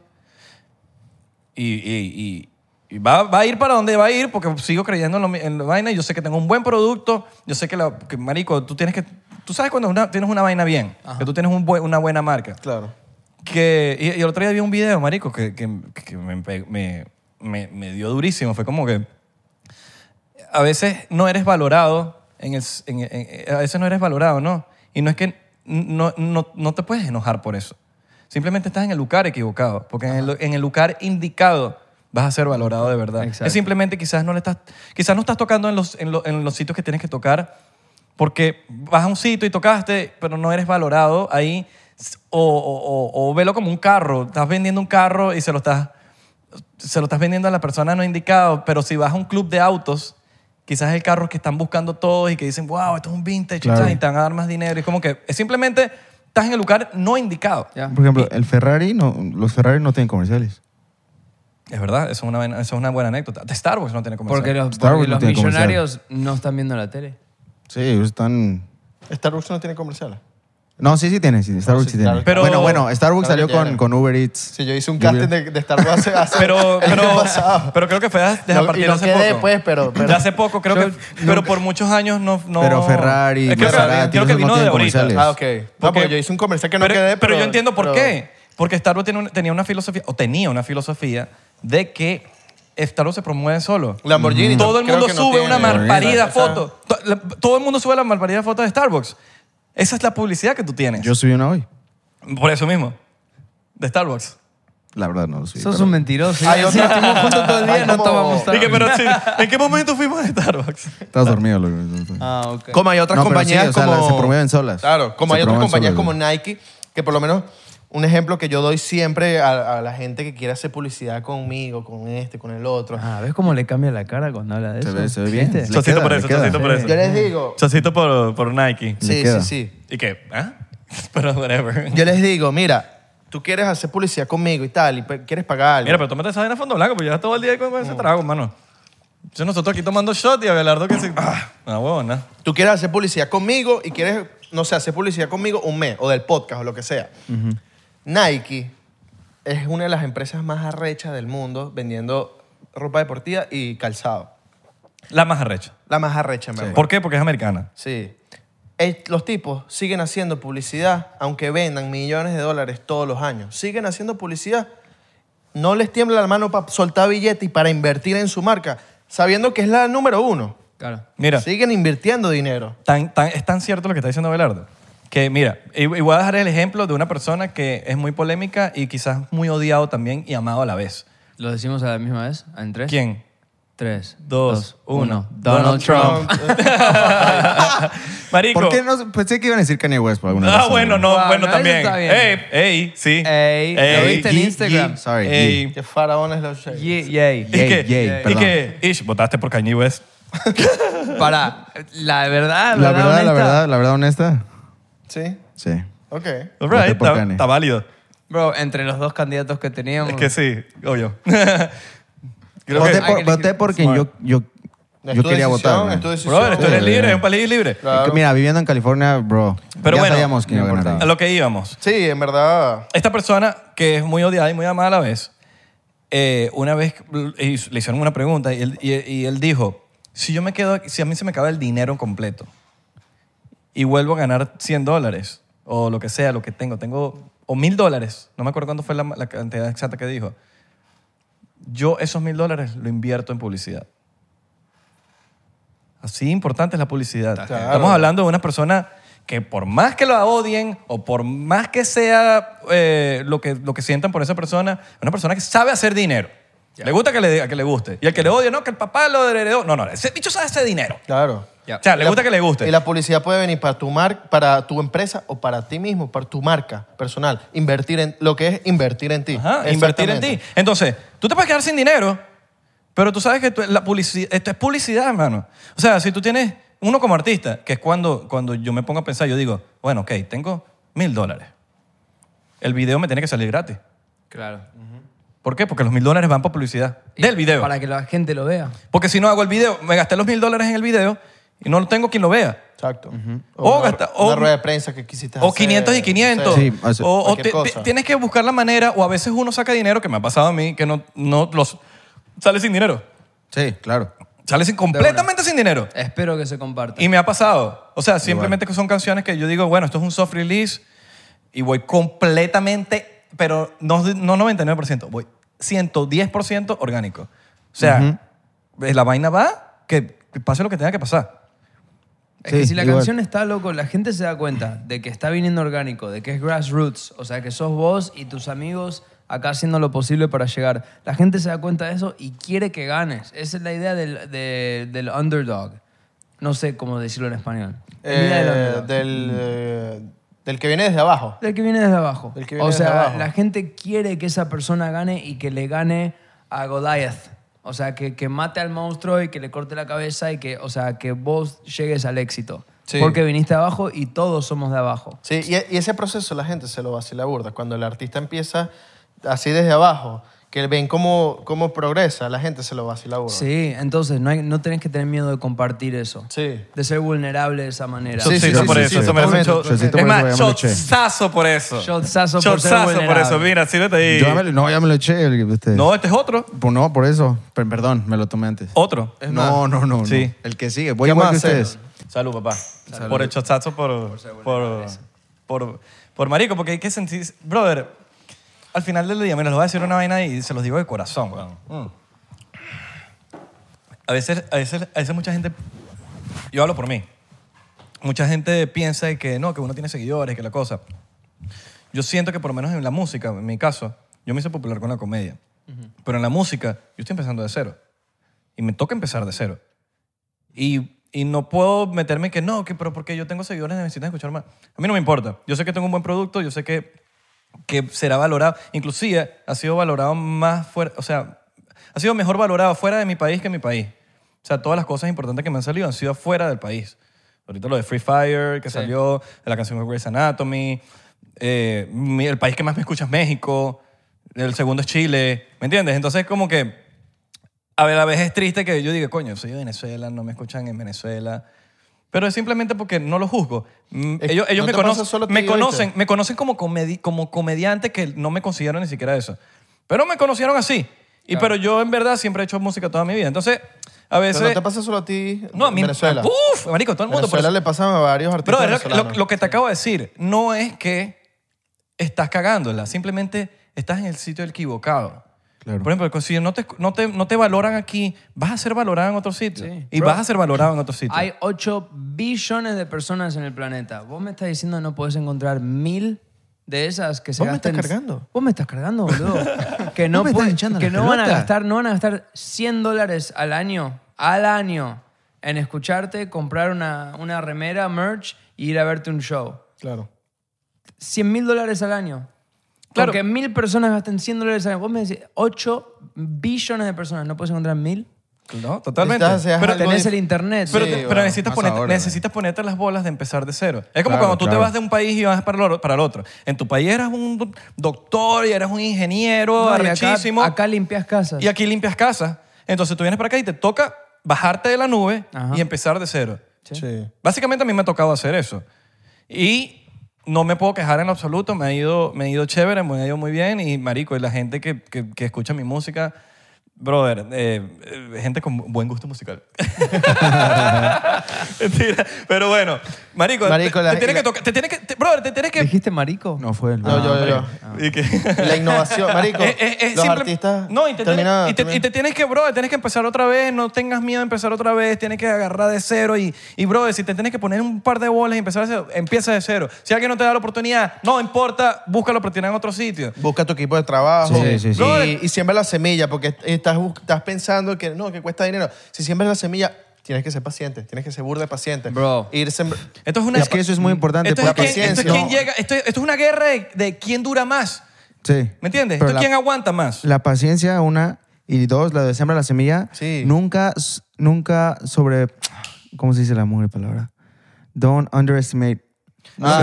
[SPEAKER 1] Y, y- y- y va, va a ir para donde va a ir porque sigo creyendo en, lo mi- en la vaina. y Yo sé que tengo un buen producto. Yo sé que, la, que, marico, tú tienes que... Tú sabes cuando una- tienes una vaina bien, que tú tienes un buen- una buena marca.
[SPEAKER 2] Claro.
[SPEAKER 1] Que, y, y el otro día vi un video, marico, que, que- que me, pe- me- me- me dio durísimo. Fue como que a veces no eres valorado, en el, s- en- en- a veces no eres valorado, ¿no? Y no es que no, no, no te puedes enojar por eso. Simplemente estás en el lugar equivocado, porque en el, en el lugar indicado vas a ser valorado de verdad.
[SPEAKER 4] Exacto.
[SPEAKER 1] Es simplemente quizás no le estás, quizás no estás tocando en los, en, lo- en los sitios que tienes que tocar, porque vas a un sitio y tocaste, pero no eres valorado ahí, s- o, o- o- o velo como un carro, estás vendiendo un carro y se lo estás se lo estás vendiendo a la persona no indicado, pero si vas a un club de autos, quizás el carro que están buscando todos y que dicen, wow, esto es un vintage
[SPEAKER 3] Claro.
[SPEAKER 1] y te van a dar más dinero. Y es como que es simplemente estás en el lugar no indicado.
[SPEAKER 4] Ya.
[SPEAKER 3] Por ejemplo, el Ferrari, no, los Ferrari no tienen comerciales.
[SPEAKER 1] Es verdad, eso es, una, vaina- eso es una buena anécdota. Starbucks no tiene comercial.
[SPEAKER 4] Porque los,
[SPEAKER 3] Starbucks
[SPEAKER 4] porque
[SPEAKER 3] no
[SPEAKER 4] los
[SPEAKER 3] tiene comercial.
[SPEAKER 4] millonarios no están viendo la tele.
[SPEAKER 3] Sí, ellos están...
[SPEAKER 2] Starbucks no tiene comerciales.
[SPEAKER 3] No, sí, sí tienen, sí, Starbucks sí,
[SPEAKER 2] sí,
[SPEAKER 3] tiene.
[SPEAKER 2] claro.
[SPEAKER 1] Pero-
[SPEAKER 3] bueno, bueno, Starbucks
[SPEAKER 2] Claro que
[SPEAKER 3] salió con,
[SPEAKER 2] tienen.
[SPEAKER 3] con Uber Eats.
[SPEAKER 2] Sí, yo hice un casting de, de Starbucks hace, hace
[SPEAKER 1] pero,
[SPEAKER 2] el
[SPEAKER 1] pero,
[SPEAKER 2] año pasado.
[SPEAKER 1] pero creo que fue desde
[SPEAKER 2] No,
[SPEAKER 1] a partir
[SPEAKER 2] y
[SPEAKER 1] de
[SPEAKER 2] no
[SPEAKER 1] hace
[SPEAKER 2] quedé,
[SPEAKER 1] poco.
[SPEAKER 2] pues, pero- pero-
[SPEAKER 1] de hace poco, creo
[SPEAKER 3] Yo
[SPEAKER 1] que. Pero por muchos años no. no-
[SPEAKER 3] Pero Ferrari,
[SPEAKER 1] Eh, creo que-
[SPEAKER 3] Maserati,
[SPEAKER 1] creo que
[SPEAKER 3] esos no
[SPEAKER 1] vino de
[SPEAKER 3] tienen
[SPEAKER 1] ahorita.
[SPEAKER 3] comerciales.
[SPEAKER 2] Ah, ok. No,
[SPEAKER 1] Porque-
[SPEAKER 2] porque yo hice un comercial que no
[SPEAKER 1] pero,
[SPEAKER 2] quedé,
[SPEAKER 1] pero yo entiendo por
[SPEAKER 2] pero-
[SPEAKER 1] qué. Porque Starbucks tiene un- tenía una filosofía, o tenía una filosofía, de que Starbucks se promueve solo.
[SPEAKER 3] Mm.
[SPEAKER 2] Lamborghini.
[SPEAKER 1] Todo el
[SPEAKER 2] creo
[SPEAKER 1] mundo
[SPEAKER 2] que no
[SPEAKER 1] sube
[SPEAKER 2] tiene.
[SPEAKER 1] una malparida
[SPEAKER 2] Esa-
[SPEAKER 1] foto. To- la- Todo el mundo sube la malparida foto de Starbucks. Esa es la publicidad que tú tienes.
[SPEAKER 3] Yo subí una hoy.
[SPEAKER 1] Por eso mismo. De Starbucks.
[SPEAKER 3] La verdad no lo subí.
[SPEAKER 4] Sos
[SPEAKER 3] pero-
[SPEAKER 4] un mentiroso.
[SPEAKER 2] Hay
[SPEAKER 4] Sí,
[SPEAKER 2] otra-
[SPEAKER 4] estuvimos juntos todo el día,
[SPEAKER 2] Hay
[SPEAKER 4] no
[SPEAKER 2] como-
[SPEAKER 4] tomamos
[SPEAKER 1] Dije,
[SPEAKER 4] Starbucks.
[SPEAKER 1] pero sí, ¿en qué momento fuimos de Starbucks?
[SPEAKER 3] Estabas dormido. loco.
[SPEAKER 4] Ah, ok.
[SPEAKER 2] Como hay otras
[SPEAKER 3] No, pero
[SPEAKER 2] compañías
[SPEAKER 3] sí, o sea,
[SPEAKER 2] como...
[SPEAKER 3] las- se promueven solas.
[SPEAKER 2] Claro, como
[SPEAKER 3] Se
[SPEAKER 2] hay otras
[SPEAKER 3] promueven
[SPEAKER 2] compañías
[SPEAKER 3] solas,
[SPEAKER 2] como
[SPEAKER 3] güey.
[SPEAKER 2] Nike, que por lo menos un ejemplo que yo doy siempre a, a la gente que quiere hacer publicidad conmigo, con este, con el otro.
[SPEAKER 4] Ah, ¿ves cómo le cambia la cara cuando habla de
[SPEAKER 3] Se
[SPEAKER 4] eso?
[SPEAKER 3] ve- se ve bien.
[SPEAKER 4] ¿Viste?
[SPEAKER 3] Le
[SPEAKER 1] Chocito
[SPEAKER 3] queda,
[SPEAKER 1] por
[SPEAKER 3] le
[SPEAKER 1] eso,
[SPEAKER 3] queda.
[SPEAKER 1] chocito por eso.
[SPEAKER 2] Yo les digo...
[SPEAKER 1] Chocito por, por Nike.
[SPEAKER 3] Le
[SPEAKER 2] Sí, sí,
[SPEAKER 3] Mm. queda.
[SPEAKER 2] sí.
[SPEAKER 1] ¿Y qué? ¿Ah? Pero whatever.
[SPEAKER 2] Yo les digo, mira, tú quieres hacer publicidad conmigo y tal, y pe- quieres pagar algo.
[SPEAKER 1] pues Mira, pero tómate esa vaina a fondo blanco, porque llevas todo el día con ese trago, mano. Yo nosotros aquí tomando shot y Abelardo que se... Ah, una huevona.
[SPEAKER 2] Tú quieres hacer publicidad conmigo y quieres, no sé, hacer publicidad conmigo un mes o del podcast o lo que sea. Nike es una de las empresas más arrechas del mundo vendiendo ropa deportiva y calzado.
[SPEAKER 1] La más arrecha.
[SPEAKER 2] La más arrecha, en verdad.
[SPEAKER 1] ¿Por qué? Porque es americana.
[SPEAKER 2] Sí. Eh, Los tipos siguen haciendo publicidad, aunque vendan millones de dólares todos los años. Siguen haciendo publicidad. No les tiembla la mano para soltar billete y para invertir en su marca, sabiendo que es la número uno.
[SPEAKER 4] Claro.
[SPEAKER 1] Mira,
[SPEAKER 2] Siguen invirtiendo dinero.
[SPEAKER 1] tan, tan- es tan cierto lo que está diciendo Abelardo. Que mira, y, y voy a dejar el ejemplo de una persona que es muy polémica y quizás muy odiado también y amado a la vez.
[SPEAKER 4] ¿Lo decimos a la misma vez? ¿En tres?
[SPEAKER 1] ¿Quién?
[SPEAKER 4] Tres,
[SPEAKER 1] Dos, uno.
[SPEAKER 4] Donald,
[SPEAKER 1] Donald
[SPEAKER 4] Trump.
[SPEAKER 1] Marico.
[SPEAKER 3] ¿Por qué no? Pensé que iban a decir Kanye West por alguna
[SPEAKER 1] Ah,
[SPEAKER 3] razón,
[SPEAKER 1] bueno,
[SPEAKER 3] güey.
[SPEAKER 1] no,
[SPEAKER 4] Wow,
[SPEAKER 1] bueno,
[SPEAKER 4] no, eso
[SPEAKER 1] también.
[SPEAKER 4] está bien.
[SPEAKER 1] Ey, ey, sí.
[SPEAKER 4] Ey, ¿lo
[SPEAKER 1] Ey,
[SPEAKER 4] viste en
[SPEAKER 3] Ye-
[SPEAKER 4] Instagram?
[SPEAKER 3] Ye- sorry.
[SPEAKER 1] Ey.
[SPEAKER 3] Ye.
[SPEAKER 2] Qué faraones los shakes.
[SPEAKER 4] Ye- Yay.
[SPEAKER 1] Y que,
[SPEAKER 3] Yay, yay,
[SPEAKER 1] y
[SPEAKER 3] perdón.
[SPEAKER 1] que, ish, votaste por Kanye West.
[SPEAKER 4] Para, la verdad,
[SPEAKER 3] La verdad, la
[SPEAKER 4] honesta.
[SPEAKER 3] verdad, la verdad honesta.
[SPEAKER 2] Sí,
[SPEAKER 3] Sí.
[SPEAKER 2] ok.
[SPEAKER 1] All
[SPEAKER 3] Voté
[SPEAKER 1] right,
[SPEAKER 3] por
[SPEAKER 1] está,
[SPEAKER 3] Kanye.
[SPEAKER 1] está válido.
[SPEAKER 4] Bro, entre los dos candidatos que teníamos.
[SPEAKER 1] Es que sí, obvio. Creo
[SPEAKER 3] Voté
[SPEAKER 1] que,
[SPEAKER 4] hay que
[SPEAKER 3] por- voté
[SPEAKER 4] elegir
[SPEAKER 3] porque
[SPEAKER 4] smart.
[SPEAKER 3] yo, yo,
[SPEAKER 2] Es
[SPEAKER 3] yo
[SPEAKER 2] tu
[SPEAKER 3] quería
[SPEAKER 2] decisión,
[SPEAKER 3] votar. güey.
[SPEAKER 2] es tu decisión.
[SPEAKER 1] brother, esto es
[SPEAKER 3] Sí.
[SPEAKER 1] libre, es un país libre.
[SPEAKER 2] Claro.
[SPEAKER 3] Mira, viviendo en California, bro.
[SPEAKER 1] Pero
[SPEAKER 3] ya
[SPEAKER 1] bueno,
[SPEAKER 3] sabíamos que iba a
[SPEAKER 4] no
[SPEAKER 3] ganar.
[SPEAKER 1] A lo que íbamos.
[SPEAKER 2] Sí, en verdad.
[SPEAKER 1] Esta persona que es muy odiada y muy amada a la vez, eh, una vez eh, le hicieron una pregunta y él, y, y él dijo, si yo me quedo, aquí- si a mí se me acaba el dinero completo y vuelvo a ganar 100 dólares o lo que sea, lo que tengo, tengo, o mil dólares, no me acuerdo cuándo fue la, la cantidad exacta que dijo, yo esos mil dólares lo invierto en publicidad. Así importante es la publicidad.
[SPEAKER 2] Claro.
[SPEAKER 1] Estamos hablando de una persona que por más que la odien o por más que sea eh, lo, que, lo que sientan por esa persona, es una persona que sabe hacer dinero. Le gusta que le, que le guste. Y el que le odie, no, que el papá lo heredó. No, no, ese bicho sabe hacer dinero.
[SPEAKER 2] Claro.
[SPEAKER 4] Ya.
[SPEAKER 1] O sea, le
[SPEAKER 2] La-
[SPEAKER 1] gusta que le guste.
[SPEAKER 2] Y la publicidad puede venir para tu, mar, para tu empresa o para ti mismo, para tu marca personal. Invertir en lo que es invertir en ti.
[SPEAKER 1] Ajá, invertir en ti.
[SPEAKER 2] Exactamente.
[SPEAKER 1] Entonces, tú te puedes quedar sin dinero, pero tú sabes que tú- la publici- esto es publicidad, hermano. O sea, si tú tienes uno como artista, que es cuando, cuando yo me pongo a pensar, yo digo, bueno, ok, tengo mil dólares. El video me tiene que salir gratis.
[SPEAKER 4] Claro.
[SPEAKER 1] ¿Por qué? Porque los mil dólares van para publicidad
[SPEAKER 4] Y
[SPEAKER 1] del video.
[SPEAKER 4] Para que la gente lo vea.
[SPEAKER 1] Porque si no hago el video, me gasté los mil dólares en el video y no tengo quien lo vea.
[SPEAKER 2] Exacto.
[SPEAKER 1] O
[SPEAKER 2] una,
[SPEAKER 1] gasta-
[SPEAKER 2] una
[SPEAKER 1] o-
[SPEAKER 2] rueda de prensa que quisiste
[SPEAKER 1] O
[SPEAKER 2] hacer,
[SPEAKER 1] 500 y 500.
[SPEAKER 3] Sí, o sea,
[SPEAKER 1] o o
[SPEAKER 2] cualquier
[SPEAKER 1] te-
[SPEAKER 2] cosa.
[SPEAKER 1] te- tienes que buscar la manera, o a veces uno saca dinero, que me ha pasado a mí, que no, no los, sale sin dinero.
[SPEAKER 3] Sí, claro.
[SPEAKER 1] Sale sin, completamente sin dinero.
[SPEAKER 4] Espero que se comparta.
[SPEAKER 1] Y me ha pasado. O sea, simplemente que son canciones que yo digo, bueno, esto es un soft release y voy completamente, pero no, no 99%, voy 110% orgánico. O sea, eh, la vaina va que pase lo que tenga que pasar.
[SPEAKER 4] es que
[SPEAKER 3] Sí,
[SPEAKER 4] si la
[SPEAKER 3] igual.
[SPEAKER 4] canción está loco, la gente se da cuenta de que está viniendo orgánico, de que es grassroots, o sea, que sos vos y tus amigos acá haciendo lo posible para llegar. La gente se da cuenta de eso y quiere que ganes. Esa es la idea del, de- del underdog. No sé cómo decirlo en español. La idea del
[SPEAKER 2] Eh,
[SPEAKER 4] underdog.
[SPEAKER 2] del, eh, del que viene desde abajo.
[SPEAKER 4] Del que viene desde abajo.
[SPEAKER 2] Del que viene
[SPEAKER 4] o
[SPEAKER 2] desde
[SPEAKER 4] sea,
[SPEAKER 2] abajo.
[SPEAKER 4] la gente quiere que esa persona gane y que le gane a Goliath. O sea, que, que mate al monstruo y que le corte la cabeza y que, o sea, que vos llegues al éxito.
[SPEAKER 2] Sí.
[SPEAKER 4] Porque viniste abajo y todos somos de abajo.
[SPEAKER 2] Sí, y, y ese proceso la gente se lo vacila burda. Cuando el artista empieza así desde abajo, que ven cómo, cómo progresa, la gente se lo vacila burda.
[SPEAKER 4] Sí, entonces no, hay, no tenés que tener miedo de compartir eso.
[SPEAKER 2] Sí.
[SPEAKER 4] De ser vulnerable de esa manera.
[SPEAKER 2] Sí, sí,
[SPEAKER 1] Shotcito
[SPEAKER 2] sí,
[SPEAKER 1] por
[SPEAKER 2] sí,
[SPEAKER 1] eso,
[SPEAKER 2] sí.
[SPEAKER 1] se merece un shot.
[SPEAKER 3] Shotcito
[SPEAKER 1] Es
[SPEAKER 3] por
[SPEAKER 1] más,
[SPEAKER 3] eso, ya me lo eché.
[SPEAKER 1] shotsazo por eso.
[SPEAKER 4] Shotsazo por ser
[SPEAKER 1] Shotsazo por
[SPEAKER 4] vulnerable.
[SPEAKER 1] eso. Mira, sírvete ahí.
[SPEAKER 3] Yo me lo- no, ya me lo eché. el- este.
[SPEAKER 1] No, este es otro.
[SPEAKER 3] Por- no, por eso. Per- perdón, me lo tomé antes.
[SPEAKER 1] Otro.
[SPEAKER 2] Es
[SPEAKER 3] no, no, no, no.
[SPEAKER 1] Sí.
[SPEAKER 3] El que sigue. Voy
[SPEAKER 2] ¿Qué
[SPEAKER 3] igual
[SPEAKER 2] más
[SPEAKER 3] que
[SPEAKER 2] hacer?
[SPEAKER 3] ustedes.
[SPEAKER 1] Salud, papá. Por el chotazo, por, por, por, por marico, porque hay que sentir... Brother, al final del día, mira, les voy a decir una vaina y se los digo de corazón, weón. Mm. A veces, a veces, a veces mucha gente... Yo hablo por mí. Mucha gente piensa de que no, que uno tiene seguidores, que la cosa. Yo siento que por lo menos en la música, en mi caso, yo me hice popular con la comedia. Pero en la música, yo estoy empezando de cero. Y me toca empezar de cero. Y, y no puedo meterme en que no, que pero porque yo tengo seguidores necesitan escuchar más. A mí no me importa. Yo sé que tengo un buen producto, yo sé que, que será valorado. Inclusive ha sido valorado más fuera, o sea, ha sido mejor valorado fuera de mi país que en mi país. O sea, todas las cosas importantes que me han salido han sido fuera del país. Ahorita lo de Free Fire, que salió, la canción de Grey's Anatomy, eh, mi- el país que más me escucha es México, el segundo es Chile, ¿me entiendes? Entonces como que a ver, a veces es triste que yo diga, coño, soy de Venezuela, no me escuchan en Venezuela. Pero es simplemente porque no lo juzgo. Mm,
[SPEAKER 2] Es-
[SPEAKER 1] Ellos, ellos
[SPEAKER 2] no
[SPEAKER 1] me,
[SPEAKER 2] te pasa
[SPEAKER 1] conocen,
[SPEAKER 2] solo a ti,
[SPEAKER 1] me,
[SPEAKER 2] ¿oíste?
[SPEAKER 1] conocen, me conocen como, comedi- como comediante que no me consideran ni siquiera eso. Pero me conocieron así. Y, Pero yo en verdad siempre he hecho música toda mi vida. Entonces, a veces...
[SPEAKER 2] Pero no te pasa solo a ti
[SPEAKER 1] No, a mí.
[SPEAKER 2] en Venezuela.
[SPEAKER 1] Uf, marico, todo el mundo.
[SPEAKER 2] Venezuela
[SPEAKER 1] pero-
[SPEAKER 2] le pasa a varios
[SPEAKER 1] Bro,
[SPEAKER 2] artistas
[SPEAKER 1] es lo, lo-
[SPEAKER 2] venezolanos.
[SPEAKER 1] lo que te acabo de decir no es que estás cagándola, simplemente estás en el sitio equivocado.
[SPEAKER 3] Claro.
[SPEAKER 1] Por ejemplo, si no te, no, te, no te valoran aquí, vas a ser valorado en otro sitio.
[SPEAKER 4] Sí.
[SPEAKER 1] Y
[SPEAKER 4] Bro.
[SPEAKER 1] vas a ser valorado en otro sitio.
[SPEAKER 4] Hay 8 billones de personas en el planeta. Vos me estás diciendo que no puedes encontrar mil de esas que se
[SPEAKER 2] Vos me estás
[SPEAKER 4] gasten-
[SPEAKER 2] cargando.
[SPEAKER 4] Vos me estás cargando, boludo. que no,
[SPEAKER 3] Vos me estás
[SPEAKER 4] pueden-
[SPEAKER 3] hinchando
[SPEAKER 4] que
[SPEAKER 3] la
[SPEAKER 4] no van a
[SPEAKER 3] pelota.
[SPEAKER 4] gastar, no van a gastar 100 dólares al año, al año, en escucharte, comprar una, una remera, merch y ir a verte un show.
[SPEAKER 2] Claro.
[SPEAKER 4] 100 mil dólares al año.
[SPEAKER 1] Claro.
[SPEAKER 4] Claro. Porque mil personas gasten 100 dólares al año. Vos me decís 8 billones de personas, ¿no puedes encontrar mil?
[SPEAKER 1] No, totalmente.
[SPEAKER 2] Necesitas hacer
[SPEAKER 1] Pero,
[SPEAKER 2] algo
[SPEAKER 4] Tenés
[SPEAKER 2] dif-
[SPEAKER 4] el internet.
[SPEAKER 1] pero,
[SPEAKER 2] Sí,
[SPEAKER 1] te- pero
[SPEAKER 2] bueno,
[SPEAKER 1] necesitas,
[SPEAKER 3] más
[SPEAKER 1] ponerte,
[SPEAKER 3] ahora,
[SPEAKER 1] necesitas ponerte las bolas de empezar de cero. Es como
[SPEAKER 3] Claro,
[SPEAKER 1] cuando tú te
[SPEAKER 3] claro.
[SPEAKER 1] vas de un país y vas para el, oro- para el otro. En tu país eras un do- doctor y eras un ingeniero
[SPEAKER 4] No, y acá,
[SPEAKER 1] arrechísimo.
[SPEAKER 4] acá limpias casas.
[SPEAKER 1] Y aquí limpias casas. Entonces tú vienes para acá y te toca bajarte de la nube
[SPEAKER 4] Ajá.
[SPEAKER 1] y empezar de cero.
[SPEAKER 2] Sí.
[SPEAKER 1] Básicamente a mí me ha tocado hacer eso. Y no me puedo quejar en lo absoluto. Me ha ido, me ha ido chévere, me ha ido muy bien. Y marico, y la gente que, que- que escucha mi música, brother, eh, eh, gente con buen gusto musical. Mentira. Pero bueno, marico,
[SPEAKER 2] Marico,
[SPEAKER 1] te,
[SPEAKER 2] la-
[SPEAKER 1] te tienes
[SPEAKER 2] la-
[SPEAKER 1] que tocar, te tienes que, te- brother, te tienes que...
[SPEAKER 4] ¿Dijiste marico?
[SPEAKER 3] No fue el.
[SPEAKER 2] No, yo, yo, yo.
[SPEAKER 1] Y que-
[SPEAKER 2] La innovación, marico.
[SPEAKER 1] Es- es- es
[SPEAKER 2] los
[SPEAKER 1] Eh, simple-
[SPEAKER 2] artistas.
[SPEAKER 1] No, y te, tienes, y
[SPEAKER 2] terminan-
[SPEAKER 1] te-
[SPEAKER 2] terminan-
[SPEAKER 1] y te tienes que, bro, tienes que empezar otra vez, no tengas miedo de empezar otra vez, tienes que agarrar de cero y, y bro, si te tienes que poner un par de bolas y empezar de cero, empieza de cero. Si alguien no te da la oportunidad, no importa, busca la oportunidad en otro sitio.
[SPEAKER 2] Busca tu equipo de trabajo.
[SPEAKER 3] Sí, sí, sí.
[SPEAKER 2] Y, y siembra la semilla, porque estás, bus- estás pensando que no, que cuesta dinero. Si siembras la semilla, tienes que ser paciente, tienes que ser burda de paciente.
[SPEAKER 4] Bro.
[SPEAKER 2] Ir sembr-
[SPEAKER 1] Esto es una
[SPEAKER 3] Es que eso es muy importante.
[SPEAKER 1] esto es
[SPEAKER 2] la
[SPEAKER 1] quién-
[SPEAKER 3] porque-
[SPEAKER 1] esto es
[SPEAKER 2] paciencia.
[SPEAKER 1] quién
[SPEAKER 2] No.
[SPEAKER 1] llega- esto- esto es una guerra de, de quién dura más.
[SPEAKER 3] Sí.
[SPEAKER 1] ¿Me entiendes? Esto
[SPEAKER 3] Pero
[SPEAKER 1] es
[SPEAKER 3] la-
[SPEAKER 1] quién aguanta más.
[SPEAKER 3] La paciencia, una. Y dos, la de sembra la semilla.
[SPEAKER 2] Sí.
[SPEAKER 3] Nunca, s- nunca sobre... ¿Cómo se dice la mujer palabra? Don't underestimate.
[SPEAKER 2] Ah,
[SPEAKER 3] Nunca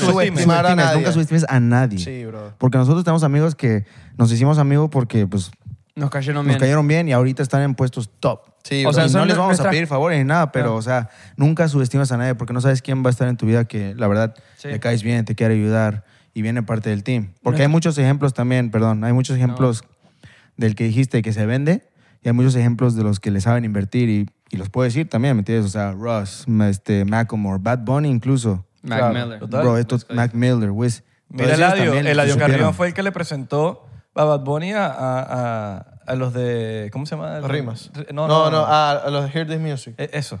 [SPEAKER 2] subestimes.
[SPEAKER 3] Subestimes,
[SPEAKER 2] a nadie.
[SPEAKER 3] Nunca subestimes a nadie.
[SPEAKER 2] Sí, bro.
[SPEAKER 3] Porque nosotros tenemos amigos que nos hicimos amigos porque pues,
[SPEAKER 4] Nos cayeron
[SPEAKER 3] nos
[SPEAKER 4] bien.
[SPEAKER 3] cayeron bien y ahorita están en puestos top.
[SPEAKER 2] Sí,
[SPEAKER 3] o
[SPEAKER 2] bro.
[SPEAKER 3] sea,
[SPEAKER 4] Y
[SPEAKER 3] no
[SPEAKER 4] son
[SPEAKER 3] les vamos a
[SPEAKER 4] nuestras-
[SPEAKER 3] pedir favores ni nada, pero, o sea, nunca subestimas a nadie porque no sabes quién va a estar en tu vida que, la verdad,
[SPEAKER 4] Sí.
[SPEAKER 3] le caes bien, te quiere ayudar y viene parte del team. Porque hay muchos ejemplos también, perdón, hay muchos ejemplos del que dijiste que se vende y hay muchos ejemplos de los que le saben invertir y, y los puedo decir también, ¿me entiendes? O sea, Russ, m- este, Macklemore, Bad Bunny incluso.
[SPEAKER 4] Mac Miller.
[SPEAKER 1] Total.
[SPEAKER 3] Bro, esto, Mac Miller, Wiz.
[SPEAKER 1] Mira,
[SPEAKER 3] Todos ellos
[SPEAKER 1] Eladio,
[SPEAKER 3] también
[SPEAKER 1] Eladio
[SPEAKER 3] supieron.
[SPEAKER 1] Carrión fue el que le presentó a Bad Bunny a, a- a- a los de... ¿Cómo se llama?
[SPEAKER 2] Las rimas.
[SPEAKER 1] No, no, no.
[SPEAKER 2] a, a los Hear This Music.
[SPEAKER 1] E- Eso.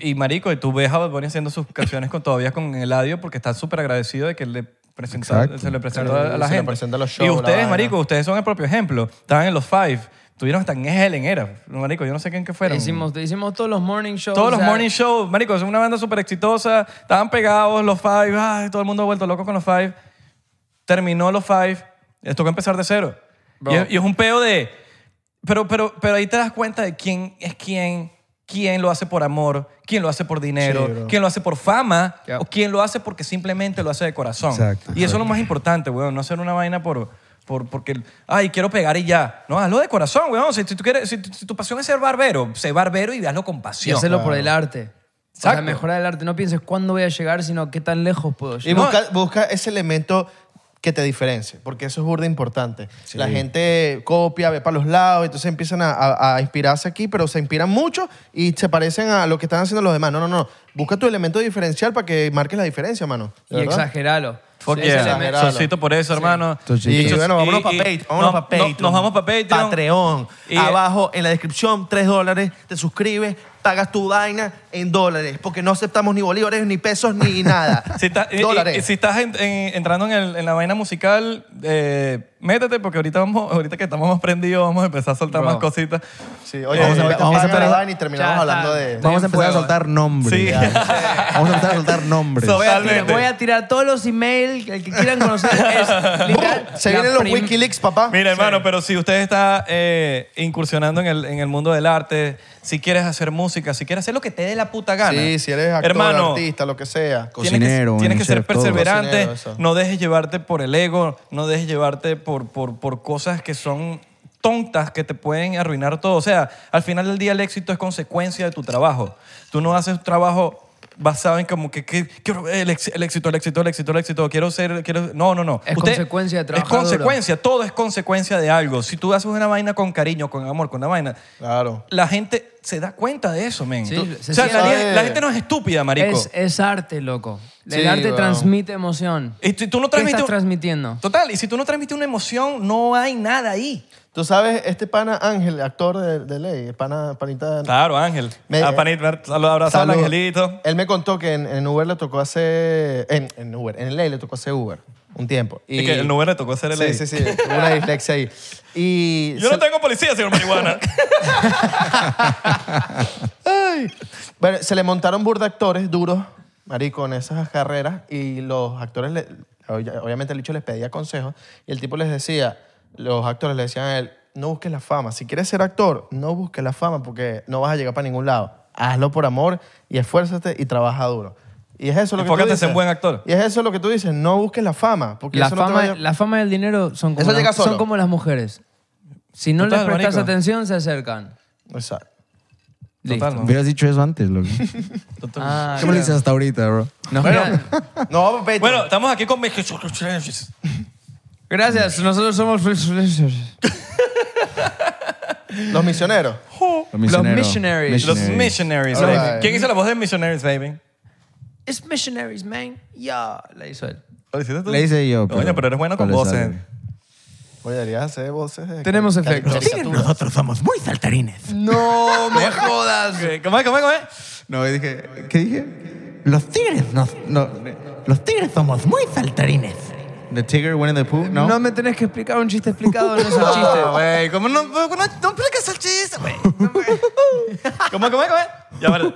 [SPEAKER 1] Y marico, y tú ves a Bad Bunny haciendo sus canciones con, todavía con Eladio porque está súper agradecido de que le presenta-
[SPEAKER 3] Exacto.
[SPEAKER 1] se le presentó a, a
[SPEAKER 2] Sí,
[SPEAKER 1] la
[SPEAKER 2] se le
[SPEAKER 1] gente.
[SPEAKER 2] presenta a los
[SPEAKER 1] y
[SPEAKER 2] shows, la
[SPEAKER 1] ustedes,
[SPEAKER 2] vaina.
[SPEAKER 1] marico, ustedes son el propio ejemplo. Estaban en los Five, tuvieron hasta en Helen era, marico, yo no sé quién que fueron.
[SPEAKER 4] Hicimos, hicimos todos los morning shows.
[SPEAKER 1] Todos los
[SPEAKER 4] o sea,
[SPEAKER 1] morning shows, marico, es una banda súper exitosa, estaban pegados los Five, ay, todo el mundo vuelto loco con los Five. Terminó los Five, les tocó empezar de cero.
[SPEAKER 4] Bro.
[SPEAKER 1] Y es, y es un peo de... Pero, pero, pero ahí te das cuenta de quién es quién, quién lo hace por amor, quién lo hace por
[SPEAKER 2] Sí,
[SPEAKER 1] dinero,
[SPEAKER 2] bro.
[SPEAKER 1] quién lo hace por fama
[SPEAKER 4] Yep.
[SPEAKER 1] o quién lo hace porque simplemente lo hace de corazón.
[SPEAKER 3] Exacto.
[SPEAKER 1] Y eso es lo más importante, weón, no hacer una vaina por... por porque, ay, quiero pegar y ya. No, hazlo de corazón, weón. Si, si tú quieres, si, si tu pasión es ser barbero, sé barbero y hazlo con
[SPEAKER 4] Y
[SPEAKER 1] pasión.
[SPEAKER 4] hacerlo por el arte. O sea,
[SPEAKER 1] Exacto.
[SPEAKER 4] mejorar el arte. No pienses cuándo voy a llegar, sino qué tan lejos puedo
[SPEAKER 2] Y
[SPEAKER 4] llegar.
[SPEAKER 2] busca, busca ese elemento que te diferencie, porque eso es burda importante. La gente copia, ve para los lados, entonces empiezan a, a- a inspirarse aquí, pero se inspiran mucho y se parecen a lo que están haciendo los demás. No, no, no. Busca tu elemento diferencial para que marques la diferencia, mano.
[SPEAKER 4] Y exageralo.
[SPEAKER 1] Fuck
[SPEAKER 2] Sí,
[SPEAKER 1] yeah.
[SPEAKER 2] exageralo.
[SPEAKER 1] Solcito por eso, hermano.
[SPEAKER 3] Solcito.
[SPEAKER 2] Y
[SPEAKER 1] Entonces,
[SPEAKER 2] bueno, vámonos
[SPEAKER 1] y-
[SPEAKER 2] para
[SPEAKER 1] y-
[SPEAKER 2] Patreon.
[SPEAKER 1] no,
[SPEAKER 2] Vámonos pa' Patreon.
[SPEAKER 1] no, nos vamos para Patreon.
[SPEAKER 2] Patreon.
[SPEAKER 1] Y-
[SPEAKER 2] Abajo en la descripción, 3 dólares. Te suscribes, pagas tu vaina en dólares. Porque no aceptamos ni bolívares, ni pesos, ni nada.
[SPEAKER 1] Si, está- y- y-
[SPEAKER 2] dólares.
[SPEAKER 1] y si estás en- en- entrando en, el- en la vaina musical, eh, métete porque ahorita, vamos, ahorita que estamos más prendidos vamos a empezar a soltar
[SPEAKER 4] Bro.
[SPEAKER 1] más cositas. Eh,
[SPEAKER 2] Sí, oye,
[SPEAKER 3] Vamos a-
[SPEAKER 2] ahorita
[SPEAKER 3] vamos a
[SPEAKER 2] pagan la
[SPEAKER 3] parar.
[SPEAKER 2] vaina y terminamos
[SPEAKER 4] Ya
[SPEAKER 2] hablando
[SPEAKER 4] está.
[SPEAKER 2] de...
[SPEAKER 3] Vamos a
[SPEAKER 4] en
[SPEAKER 3] empezar a
[SPEAKER 4] fuego,
[SPEAKER 3] soltar nombres.
[SPEAKER 1] Sí.
[SPEAKER 3] Vamos a empezar a soltar nombres.
[SPEAKER 1] So-
[SPEAKER 4] Voy a, tirar,
[SPEAKER 1] Totalmente.
[SPEAKER 4] voy a tirar todos los emails. El que quieran conocer es literal.
[SPEAKER 2] Uh, Se
[SPEAKER 4] la
[SPEAKER 2] vienen los
[SPEAKER 4] prim-
[SPEAKER 2] Wikileaks, papá.
[SPEAKER 1] Mira, hermano, pero si usted está eh, incursionando en el, en el mundo del arte, si quieres hacer música, si quieres hacer lo que te dé la puta gana.
[SPEAKER 2] Sí, si eres actor,
[SPEAKER 1] hermano,
[SPEAKER 2] artista, lo que
[SPEAKER 1] Tienes
[SPEAKER 2] sea.
[SPEAKER 1] que-
[SPEAKER 3] Cocinero,
[SPEAKER 1] Tienes que, ser
[SPEAKER 3] chef, todo.
[SPEAKER 1] perseverante,
[SPEAKER 2] Cocinero, eso.
[SPEAKER 1] no dejes llevarte por el ego, no dejes llevarte por, por, por cosas que son tontas que te pueden arruinar todo. O sea, al final del día el éxito es consecuencia de tu trabajo. Tú no haces un trabajo basado en como que, que quiero el, ex- el éxito, el éxito, el éxito, el éxito, quiero ser, quiero... No, no, no.
[SPEAKER 4] Es consecuencia de
[SPEAKER 1] Es
[SPEAKER 4] trabajar duro.
[SPEAKER 1] consecuencia, todo es consecuencia de algo. Si tú haces una vaina con cariño, con amor, con una vaina,
[SPEAKER 2] Claro.
[SPEAKER 1] la gente se da cuenta de eso, men.
[SPEAKER 4] Sí,
[SPEAKER 1] Tú-
[SPEAKER 4] se
[SPEAKER 1] o sea,
[SPEAKER 4] siente-
[SPEAKER 1] la, gente- la
[SPEAKER 2] Sabe.
[SPEAKER 1] gente no es estúpida, marico.
[SPEAKER 4] Es, es arte, loco. El
[SPEAKER 2] Sí,
[SPEAKER 4] arte
[SPEAKER 2] wow.
[SPEAKER 4] transmite emoción.
[SPEAKER 1] y si tú no
[SPEAKER 4] ¿Qué
[SPEAKER 1] transmites...
[SPEAKER 4] estás transmitiendo?
[SPEAKER 1] Total, y si tú no transmites una emoción, no hay nada ahí.
[SPEAKER 2] Tú sabes, este pana Ángel, actor de, de ley, pana, panita...
[SPEAKER 1] Claro, Ángel.
[SPEAKER 2] Me-
[SPEAKER 1] Ah, panita, salud, abrazo al
[SPEAKER 2] Salud.
[SPEAKER 1] angelito.
[SPEAKER 2] Él me contó que en, en Uber le tocó hacer... En, en Uber, en ley le tocó hacer Uber un tiempo.
[SPEAKER 1] Y, que el número le tocó hacer el
[SPEAKER 2] Sí,
[SPEAKER 1] ahí.
[SPEAKER 2] sí, sí, tuvo una dislexia ahí. Y
[SPEAKER 1] Yo
[SPEAKER 2] se-
[SPEAKER 1] no tengo policía, señor marihuana.
[SPEAKER 2] Bueno, se le montaron burda actores duros, marico, en esas carreras y los actores, le- obvia- obviamente el bicho les pedía consejos y el tipo les decía, los actores le decían a él, no busques la fama, si quieres ser actor, no busques la fama porque no vas a llegar para ningún lado. Hazlo por amor y esfuérzate y trabaja duro. Y es eso lo que tú
[SPEAKER 1] Enfócate en
[SPEAKER 2] dices.
[SPEAKER 1] buen actor.
[SPEAKER 2] Y es eso lo que tú dices, no busques la fama porque
[SPEAKER 4] La
[SPEAKER 2] eso no te va
[SPEAKER 4] fama,
[SPEAKER 2] a lle-
[SPEAKER 4] la fama y el dinero son como,
[SPEAKER 2] Eso llega
[SPEAKER 4] las, son
[SPEAKER 2] solo.
[SPEAKER 4] como las mujeres. Si no
[SPEAKER 1] Total,
[SPEAKER 4] les prestas
[SPEAKER 1] marico.
[SPEAKER 4] atención, se acercan.
[SPEAKER 2] Exacto.
[SPEAKER 4] Listo.
[SPEAKER 1] Total,
[SPEAKER 3] Hubieras dicho eso antes, loco.
[SPEAKER 1] Total.
[SPEAKER 4] Ah,
[SPEAKER 3] ¿Qué me lo
[SPEAKER 4] claro.
[SPEAKER 3] dices hasta ahorita, bro?
[SPEAKER 4] Nos queda-
[SPEAKER 2] No, vete.
[SPEAKER 1] Bueno, estamos aquí con
[SPEAKER 4] Gracias, nosotros somos
[SPEAKER 2] los misioneros.
[SPEAKER 3] Los misioneros.
[SPEAKER 4] missionaries.
[SPEAKER 1] Los Missionaries.
[SPEAKER 2] All
[SPEAKER 1] baby.
[SPEAKER 2] right.
[SPEAKER 1] ¿Quién hizo la voz de Missionaries, baby?
[SPEAKER 4] It's missionaries, man. Ya, la hizo él.
[SPEAKER 1] ¿Lo hiciste tú?
[SPEAKER 3] Le hice yo.
[SPEAKER 1] Coño, pero eres bueno con
[SPEAKER 3] pero le
[SPEAKER 1] voces.
[SPEAKER 3] sale.
[SPEAKER 2] Oye, deberías hacer voces. de
[SPEAKER 4] Tenemos
[SPEAKER 2] cari-
[SPEAKER 4] efectos.
[SPEAKER 2] caricaturas.
[SPEAKER 1] somos muy saltarines. Oh,
[SPEAKER 4] No me jodas.
[SPEAKER 1] ¿Cómo es, cómo es, cómo es?
[SPEAKER 3] No, dije, ¿qué dije? Los tigres, no, no, los tigres somos muy saltarines. The Tiger, Winnie the Pooh, no.
[SPEAKER 4] No me tenés que explicar un chiste explicado, no es un chiste.
[SPEAKER 1] Ah, güey, ¿cómo no, no, no, no explicas el chiste, güey? No, güey. ¿Cómo, cómo es, cómo es? Ya, vale.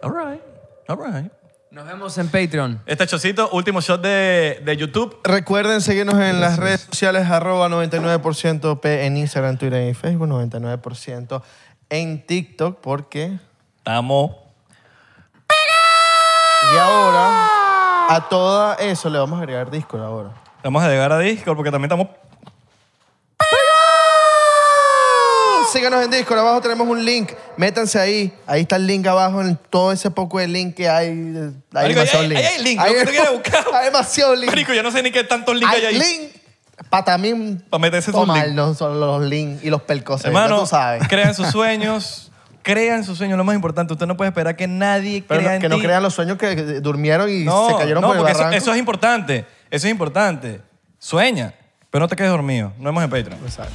[SPEAKER 1] All right, all right.
[SPEAKER 4] Nos vemos en Patreon.
[SPEAKER 1] Este chocito, último shot de, de YouTube.
[SPEAKER 2] Recuerden seguirnos en las redes sociales arroba 99% P en Instagram, Twitter y Facebook, 99% en TikTok porque...
[SPEAKER 1] Estamos.
[SPEAKER 2] Y ahora a todo eso le vamos a agregar Discord ahora.
[SPEAKER 1] Vamos a llegar a Discord porque también estamos.
[SPEAKER 2] Síganos en Discord, abajo tenemos un link, métanse ahí, ahí está el link abajo en todo ese poco de link que hay. Hay
[SPEAKER 1] Marico,
[SPEAKER 2] demasiado
[SPEAKER 1] ahí-
[SPEAKER 2] link.
[SPEAKER 1] ahí hay link, lo que tú quieras buscar.
[SPEAKER 2] Hay demasiado link.
[SPEAKER 1] Marico, yo no sé ni qué tantos links hay
[SPEAKER 2] hay eh,
[SPEAKER 1] ahí.
[SPEAKER 2] link para también
[SPEAKER 1] Pa' meterse esos
[SPEAKER 2] tomar
[SPEAKER 1] link.
[SPEAKER 2] los, los links y los percos.
[SPEAKER 1] Hermano,
[SPEAKER 2] tú sabes.
[SPEAKER 1] crean sus sueños. Crean sus sueños, lo más importante. Usted no puede esperar que nadie
[SPEAKER 2] Pero
[SPEAKER 1] crea
[SPEAKER 2] no-
[SPEAKER 1] en
[SPEAKER 2] que no
[SPEAKER 1] ti.
[SPEAKER 2] crean los sueños que que durmieron y se cayeron
[SPEAKER 1] no,
[SPEAKER 2] por el
[SPEAKER 1] porque eso,
[SPEAKER 2] barranco.
[SPEAKER 1] eso es importante. Eso es importante. Sueña, pero no te quedes dormido. Nos vemos en Patreon.
[SPEAKER 2] Exacto.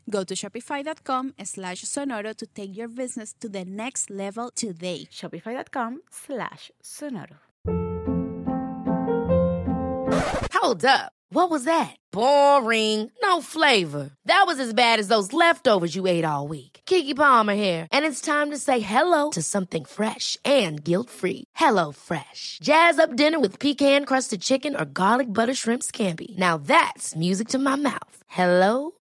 [SPEAKER 5] Go to shopify.com slash sonoro to take your business to the next level today.
[SPEAKER 6] Shopify.com slash sonoro.
[SPEAKER 7] Hold up. What was that? Boring. No flavor. That was as bad as those leftovers you ate all week. Kiki Palmer here, and it's time to say hello to something fresh and guilt-free. Hello Fresh. Jazz up dinner with pecan-crusted chicken or garlic butter shrimp scampi. Now that's music to my mouth. Hello